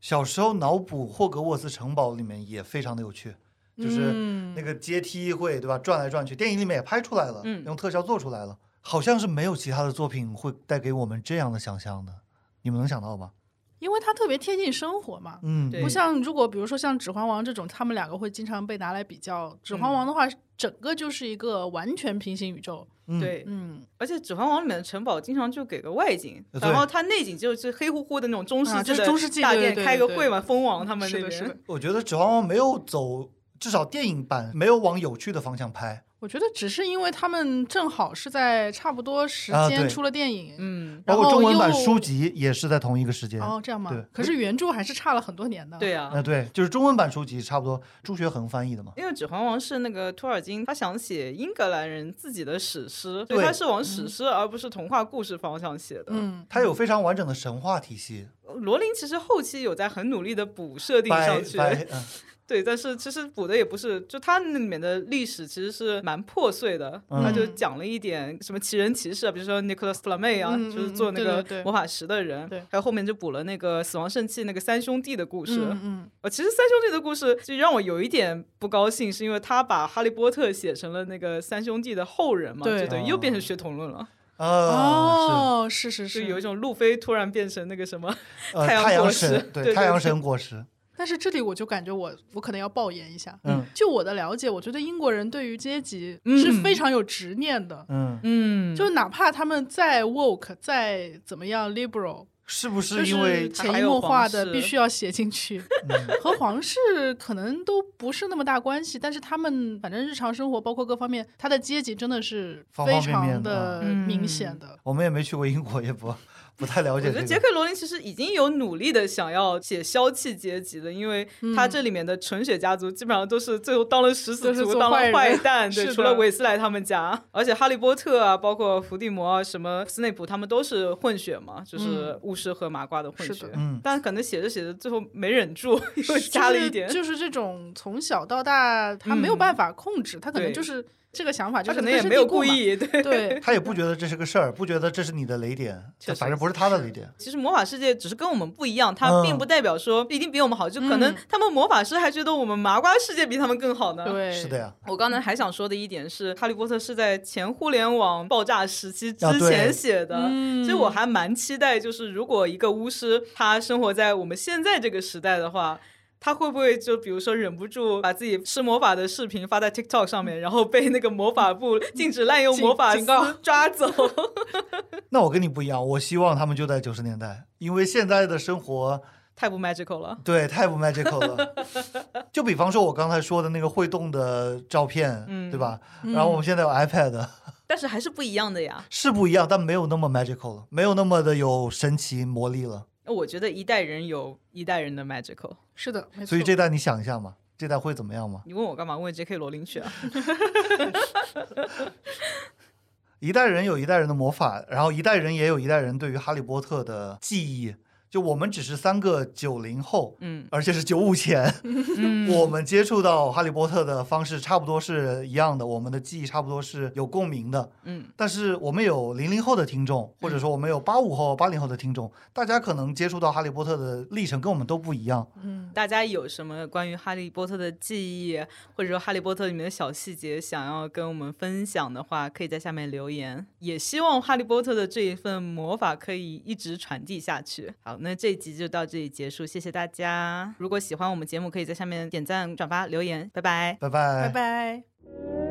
[SPEAKER 2] 小时候脑补霍格沃茨城堡里面也非常的有趣，就是
[SPEAKER 3] 嗯
[SPEAKER 2] 那个阶梯会对吧，转来转去，电影里面也拍出来了，
[SPEAKER 1] 嗯
[SPEAKER 2] 用特效做出来了，好像是没有其他的作品会带给我们这样的想象的，你们能想到吗？
[SPEAKER 3] 因为它特别贴近生活嘛。
[SPEAKER 2] 嗯，
[SPEAKER 1] 对
[SPEAKER 3] 不像如果比如说像《指环王》这种，他们两个会经常被拿来比较。《指
[SPEAKER 1] 嗯
[SPEAKER 3] 环王》的话，整个就是一个完全平行宇宙。
[SPEAKER 2] 嗯，
[SPEAKER 1] 对，
[SPEAKER 3] 嗯，
[SPEAKER 1] 而且《指环王》里面的城堡经常就给个外景，
[SPEAKER 2] 呃对
[SPEAKER 1] 然后它内景就是黑乎乎的那种中世
[SPEAKER 3] 啊
[SPEAKER 1] 纪
[SPEAKER 3] 就是
[SPEAKER 1] 的
[SPEAKER 3] 中世纪
[SPEAKER 1] 大
[SPEAKER 3] 对
[SPEAKER 1] 殿，
[SPEAKER 3] 对对
[SPEAKER 1] 开个
[SPEAKER 3] 对
[SPEAKER 1] 会嘛，蜂王他们
[SPEAKER 3] 是
[SPEAKER 1] 那
[SPEAKER 3] 的，是的
[SPEAKER 1] 边。。
[SPEAKER 2] 我觉得《指环王》没有走，至少电影版没有往有趣的方向拍。
[SPEAKER 3] 我觉得只是因为他们正好是在差不多时
[SPEAKER 2] 啊
[SPEAKER 3] 间
[SPEAKER 2] 对
[SPEAKER 3] 出了电影，
[SPEAKER 1] 嗯，
[SPEAKER 2] 包括
[SPEAKER 3] 然后
[SPEAKER 2] 中文版
[SPEAKER 3] 又
[SPEAKER 2] 书籍也是在同一个时间。
[SPEAKER 3] 哦，这样吗
[SPEAKER 2] 对？
[SPEAKER 3] 可是原著还是差了很多年的。
[SPEAKER 1] 对啊，
[SPEAKER 2] 呃，对，就是中文版书籍差不多，朱学恒翻译的嘛。
[SPEAKER 1] 因为《指环王》是那个托尔金，他想写英格兰人自己的史诗，所以
[SPEAKER 2] 对
[SPEAKER 1] 他是往史诗而不是童话故事方向写的。呃
[SPEAKER 3] 嗯，
[SPEAKER 2] 它有非常完整的神话体系，
[SPEAKER 1] 罗琳其实后期有在很努力的补设定
[SPEAKER 2] 白
[SPEAKER 1] 上去，
[SPEAKER 2] 白，嗯，
[SPEAKER 1] 对，但是其实补的也不是，就他那里面的历史其实是蛮破碎的，
[SPEAKER 2] 嗯
[SPEAKER 1] 他就讲了一点什么奇人奇事啊，比如说 Nicholas Flamel 啊，
[SPEAKER 3] 嗯
[SPEAKER 1] 就是做那
[SPEAKER 3] 嗯
[SPEAKER 1] 个
[SPEAKER 3] 嗯对对对
[SPEAKER 1] 魔法石的人，
[SPEAKER 3] 对
[SPEAKER 1] 还有后面就补了那个死亡圣器那个三兄弟的故事。
[SPEAKER 3] 嗯嗯，
[SPEAKER 1] 呃，其实三兄弟的故事就让我有一点不高兴，是因为他把哈利波特写成了那个三兄弟的后人嘛，
[SPEAKER 3] 对
[SPEAKER 1] 就等于
[SPEAKER 2] 哦
[SPEAKER 1] 又变成学童论了，
[SPEAKER 3] <laughs>
[SPEAKER 2] 呃，
[SPEAKER 3] 嗯哦，是是，
[SPEAKER 1] 就是有一种路飞突然变成那个什么，
[SPEAKER 2] 是呃，
[SPEAKER 1] 太阳
[SPEAKER 2] 太阳
[SPEAKER 1] 果实
[SPEAKER 2] 神，
[SPEAKER 1] 对
[SPEAKER 2] 太
[SPEAKER 1] 对
[SPEAKER 2] 阳
[SPEAKER 1] 对
[SPEAKER 2] 神果实，
[SPEAKER 3] 但是这里我就感觉我我可能要爆言一下。
[SPEAKER 2] 嗯
[SPEAKER 3] 就我的了解，我觉得英国人对于阶级
[SPEAKER 1] 嗯
[SPEAKER 3] 是非常有执念的，
[SPEAKER 2] 嗯，
[SPEAKER 1] <laughs> 嗯
[SPEAKER 3] 就哪怕他们再 woke 再怎么样 liberal，
[SPEAKER 2] 是不是
[SPEAKER 3] 就
[SPEAKER 2] 因为
[SPEAKER 3] 是
[SPEAKER 1] 他
[SPEAKER 3] 潜
[SPEAKER 1] 还
[SPEAKER 3] 移
[SPEAKER 1] 有
[SPEAKER 3] 默
[SPEAKER 1] 皇
[SPEAKER 3] 化的
[SPEAKER 1] 室
[SPEAKER 3] 必须要写进去，
[SPEAKER 2] 嗯
[SPEAKER 3] 和皇室可能都不是那么大关系，但是他们反正日常生活包括各方面，他的阶级真的是
[SPEAKER 2] 方
[SPEAKER 3] 非
[SPEAKER 2] 方面面
[SPEAKER 3] 常
[SPEAKER 2] 的
[SPEAKER 3] 的
[SPEAKER 1] 嗯
[SPEAKER 3] 明显的。
[SPEAKER 2] 我们也没去过英国，也不不太了
[SPEAKER 1] 我
[SPEAKER 2] 解
[SPEAKER 1] 觉得杰
[SPEAKER 2] 这
[SPEAKER 1] 克
[SPEAKER 2] 个。
[SPEAKER 1] ·罗琳其实已经有努力的想要写消气阶级了，因为他这里面的纯血家族基本上都是最后当了食死
[SPEAKER 3] 嗯都是
[SPEAKER 1] 族、
[SPEAKER 3] 做
[SPEAKER 1] 当了
[SPEAKER 3] 坏人 <laughs>
[SPEAKER 1] 坏蛋，
[SPEAKER 3] 是
[SPEAKER 1] 对，
[SPEAKER 3] 的
[SPEAKER 1] 除了韦斯莱他们家，而且哈利波特啊，包括伏地魔啊，什么斯内普他们都是混血嘛，就是巫师和麻瓜的混
[SPEAKER 3] 嗯是
[SPEAKER 1] 血
[SPEAKER 3] 的。
[SPEAKER 2] 嗯
[SPEAKER 1] 但可能写着写着最后没忍住， <laughs>
[SPEAKER 3] 就
[SPEAKER 1] 又
[SPEAKER 3] 是
[SPEAKER 1] 加了一点。
[SPEAKER 3] 就是这种从小到大他没有
[SPEAKER 1] 嗯
[SPEAKER 3] 办法控制，他可能
[SPEAKER 1] 对
[SPEAKER 3] 就是这个想法，就
[SPEAKER 1] 他
[SPEAKER 3] 是
[SPEAKER 1] 可能
[SPEAKER 3] 根
[SPEAKER 1] 也
[SPEAKER 3] 深
[SPEAKER 1] 没有
[SPEAKER 3] 蒂固
[SPEAKER 1] 故
[SPEAKER 3] 嘛。
[SPEAKER 1] 意，对。 <laughs>
[SPEAKER 3] 对，
[SPEAKER 2] 他也不觉得这是个事儿，不觉得这是你的雷点，
[SPEAKER 1] 确实
[SPEAKER 2] 反正不是他的雷点。
[SPEAKER 1] 其实魔法世界只是跟我们不一样，它
[SPEAKER 2] 嗯
[SPEAKER 1] 并不代表说一定比我们好，就可能
[SPEAKER 3] 嗯
[SPEAKER 1] 他们魔法师还觉得我们麻瓜世界比他们更好呢。
[SPEAKER 3] 对，
[SPEAKER 2] 是的呀，
[SPEAKER 1] 我刚才还想说的一点是，《哈利波特》是在前互联网爆炸时期之
[SPEAKER 2] 啊对
[SPEAKER 1] 前写的，
[SPEAKER 3] 嗯
[SPEAKER 1] 所以我还蛮期待，就是如果一个巫师他生活在我们现在这个时代的话。他会不会就比如说忍不住把自己施魔法的视频发在 TikTok 上面，然后被那个魔法部禁止滥用
[SPEAKER 3] 警
[SPEAKER 1] 魔法
[SPEAKER 3] 警告
[SPEAKER 1] 司抓走？ <laughs>
[SPEAKER 2] <laughs> 那我跟你不一样，我希望他们就在九十年代，因为现在的生活
[SPEAKER 1] 太不 magical 了。
[SPEAKER 2] 对太不 magical 了。就比方说我刚才说的那个会动的照片，
[SPEAKER 1] 嗯
[SPEAKER 2] 对吧？然后我们现在有 iPad，
[SPEAKER 1] 但是还是不一样的呀。
[SPEAKER 2] 是不一样，但没有那么 magical 了，没有那么的有神奇魔力了。
[SPEAKER 1] 我觉得一代人有一代人的 magical。
[SPEAKER 3] 是的，没错。
[SPEAKER 2] 所以这代你想一下嘛，这代会怎么样嘛？
[SPEAKER 1] 你问我干嘛？问 J.K. 罗琳去啊？
[SPEAKER 2] 一代人有一代人的魔法，然后一代人也有一代人对于哈利波特的记忆。就我们只是三个九零后，
[SPEAKER 1] 嗯，
[SPEAKER 2] 而且是九五前， <laughs> 我们接触到哈利波特的方式差不多是一样的，我们的记忆差不多是有共鸣的。
[SPEAKER 1] 嗯，
[SPEAKER 2] 但是我们有零零后的听众，或者说我们有八五后、八零后的听众，大家可能接触到哈利波特的历程跟我们都不一样。
[SPEAKER 3] 嗯，
[SPEAKER 1] 大家有什么关于《哈利波特》的记忆，或者说《哈利波特》里面的小细节，想要跟我们分享的话，可以在下面留言。也希望《哈利波特》的这一份魔法可以一直传递下去。好，那这一集就到这里结束，谢谢大家。如果喜欢我们节目，可以在下面点赞、转发、留言，拜拜。
[SPEAKER 2] 拜拜，
[SPEAKER 3] 拜拜。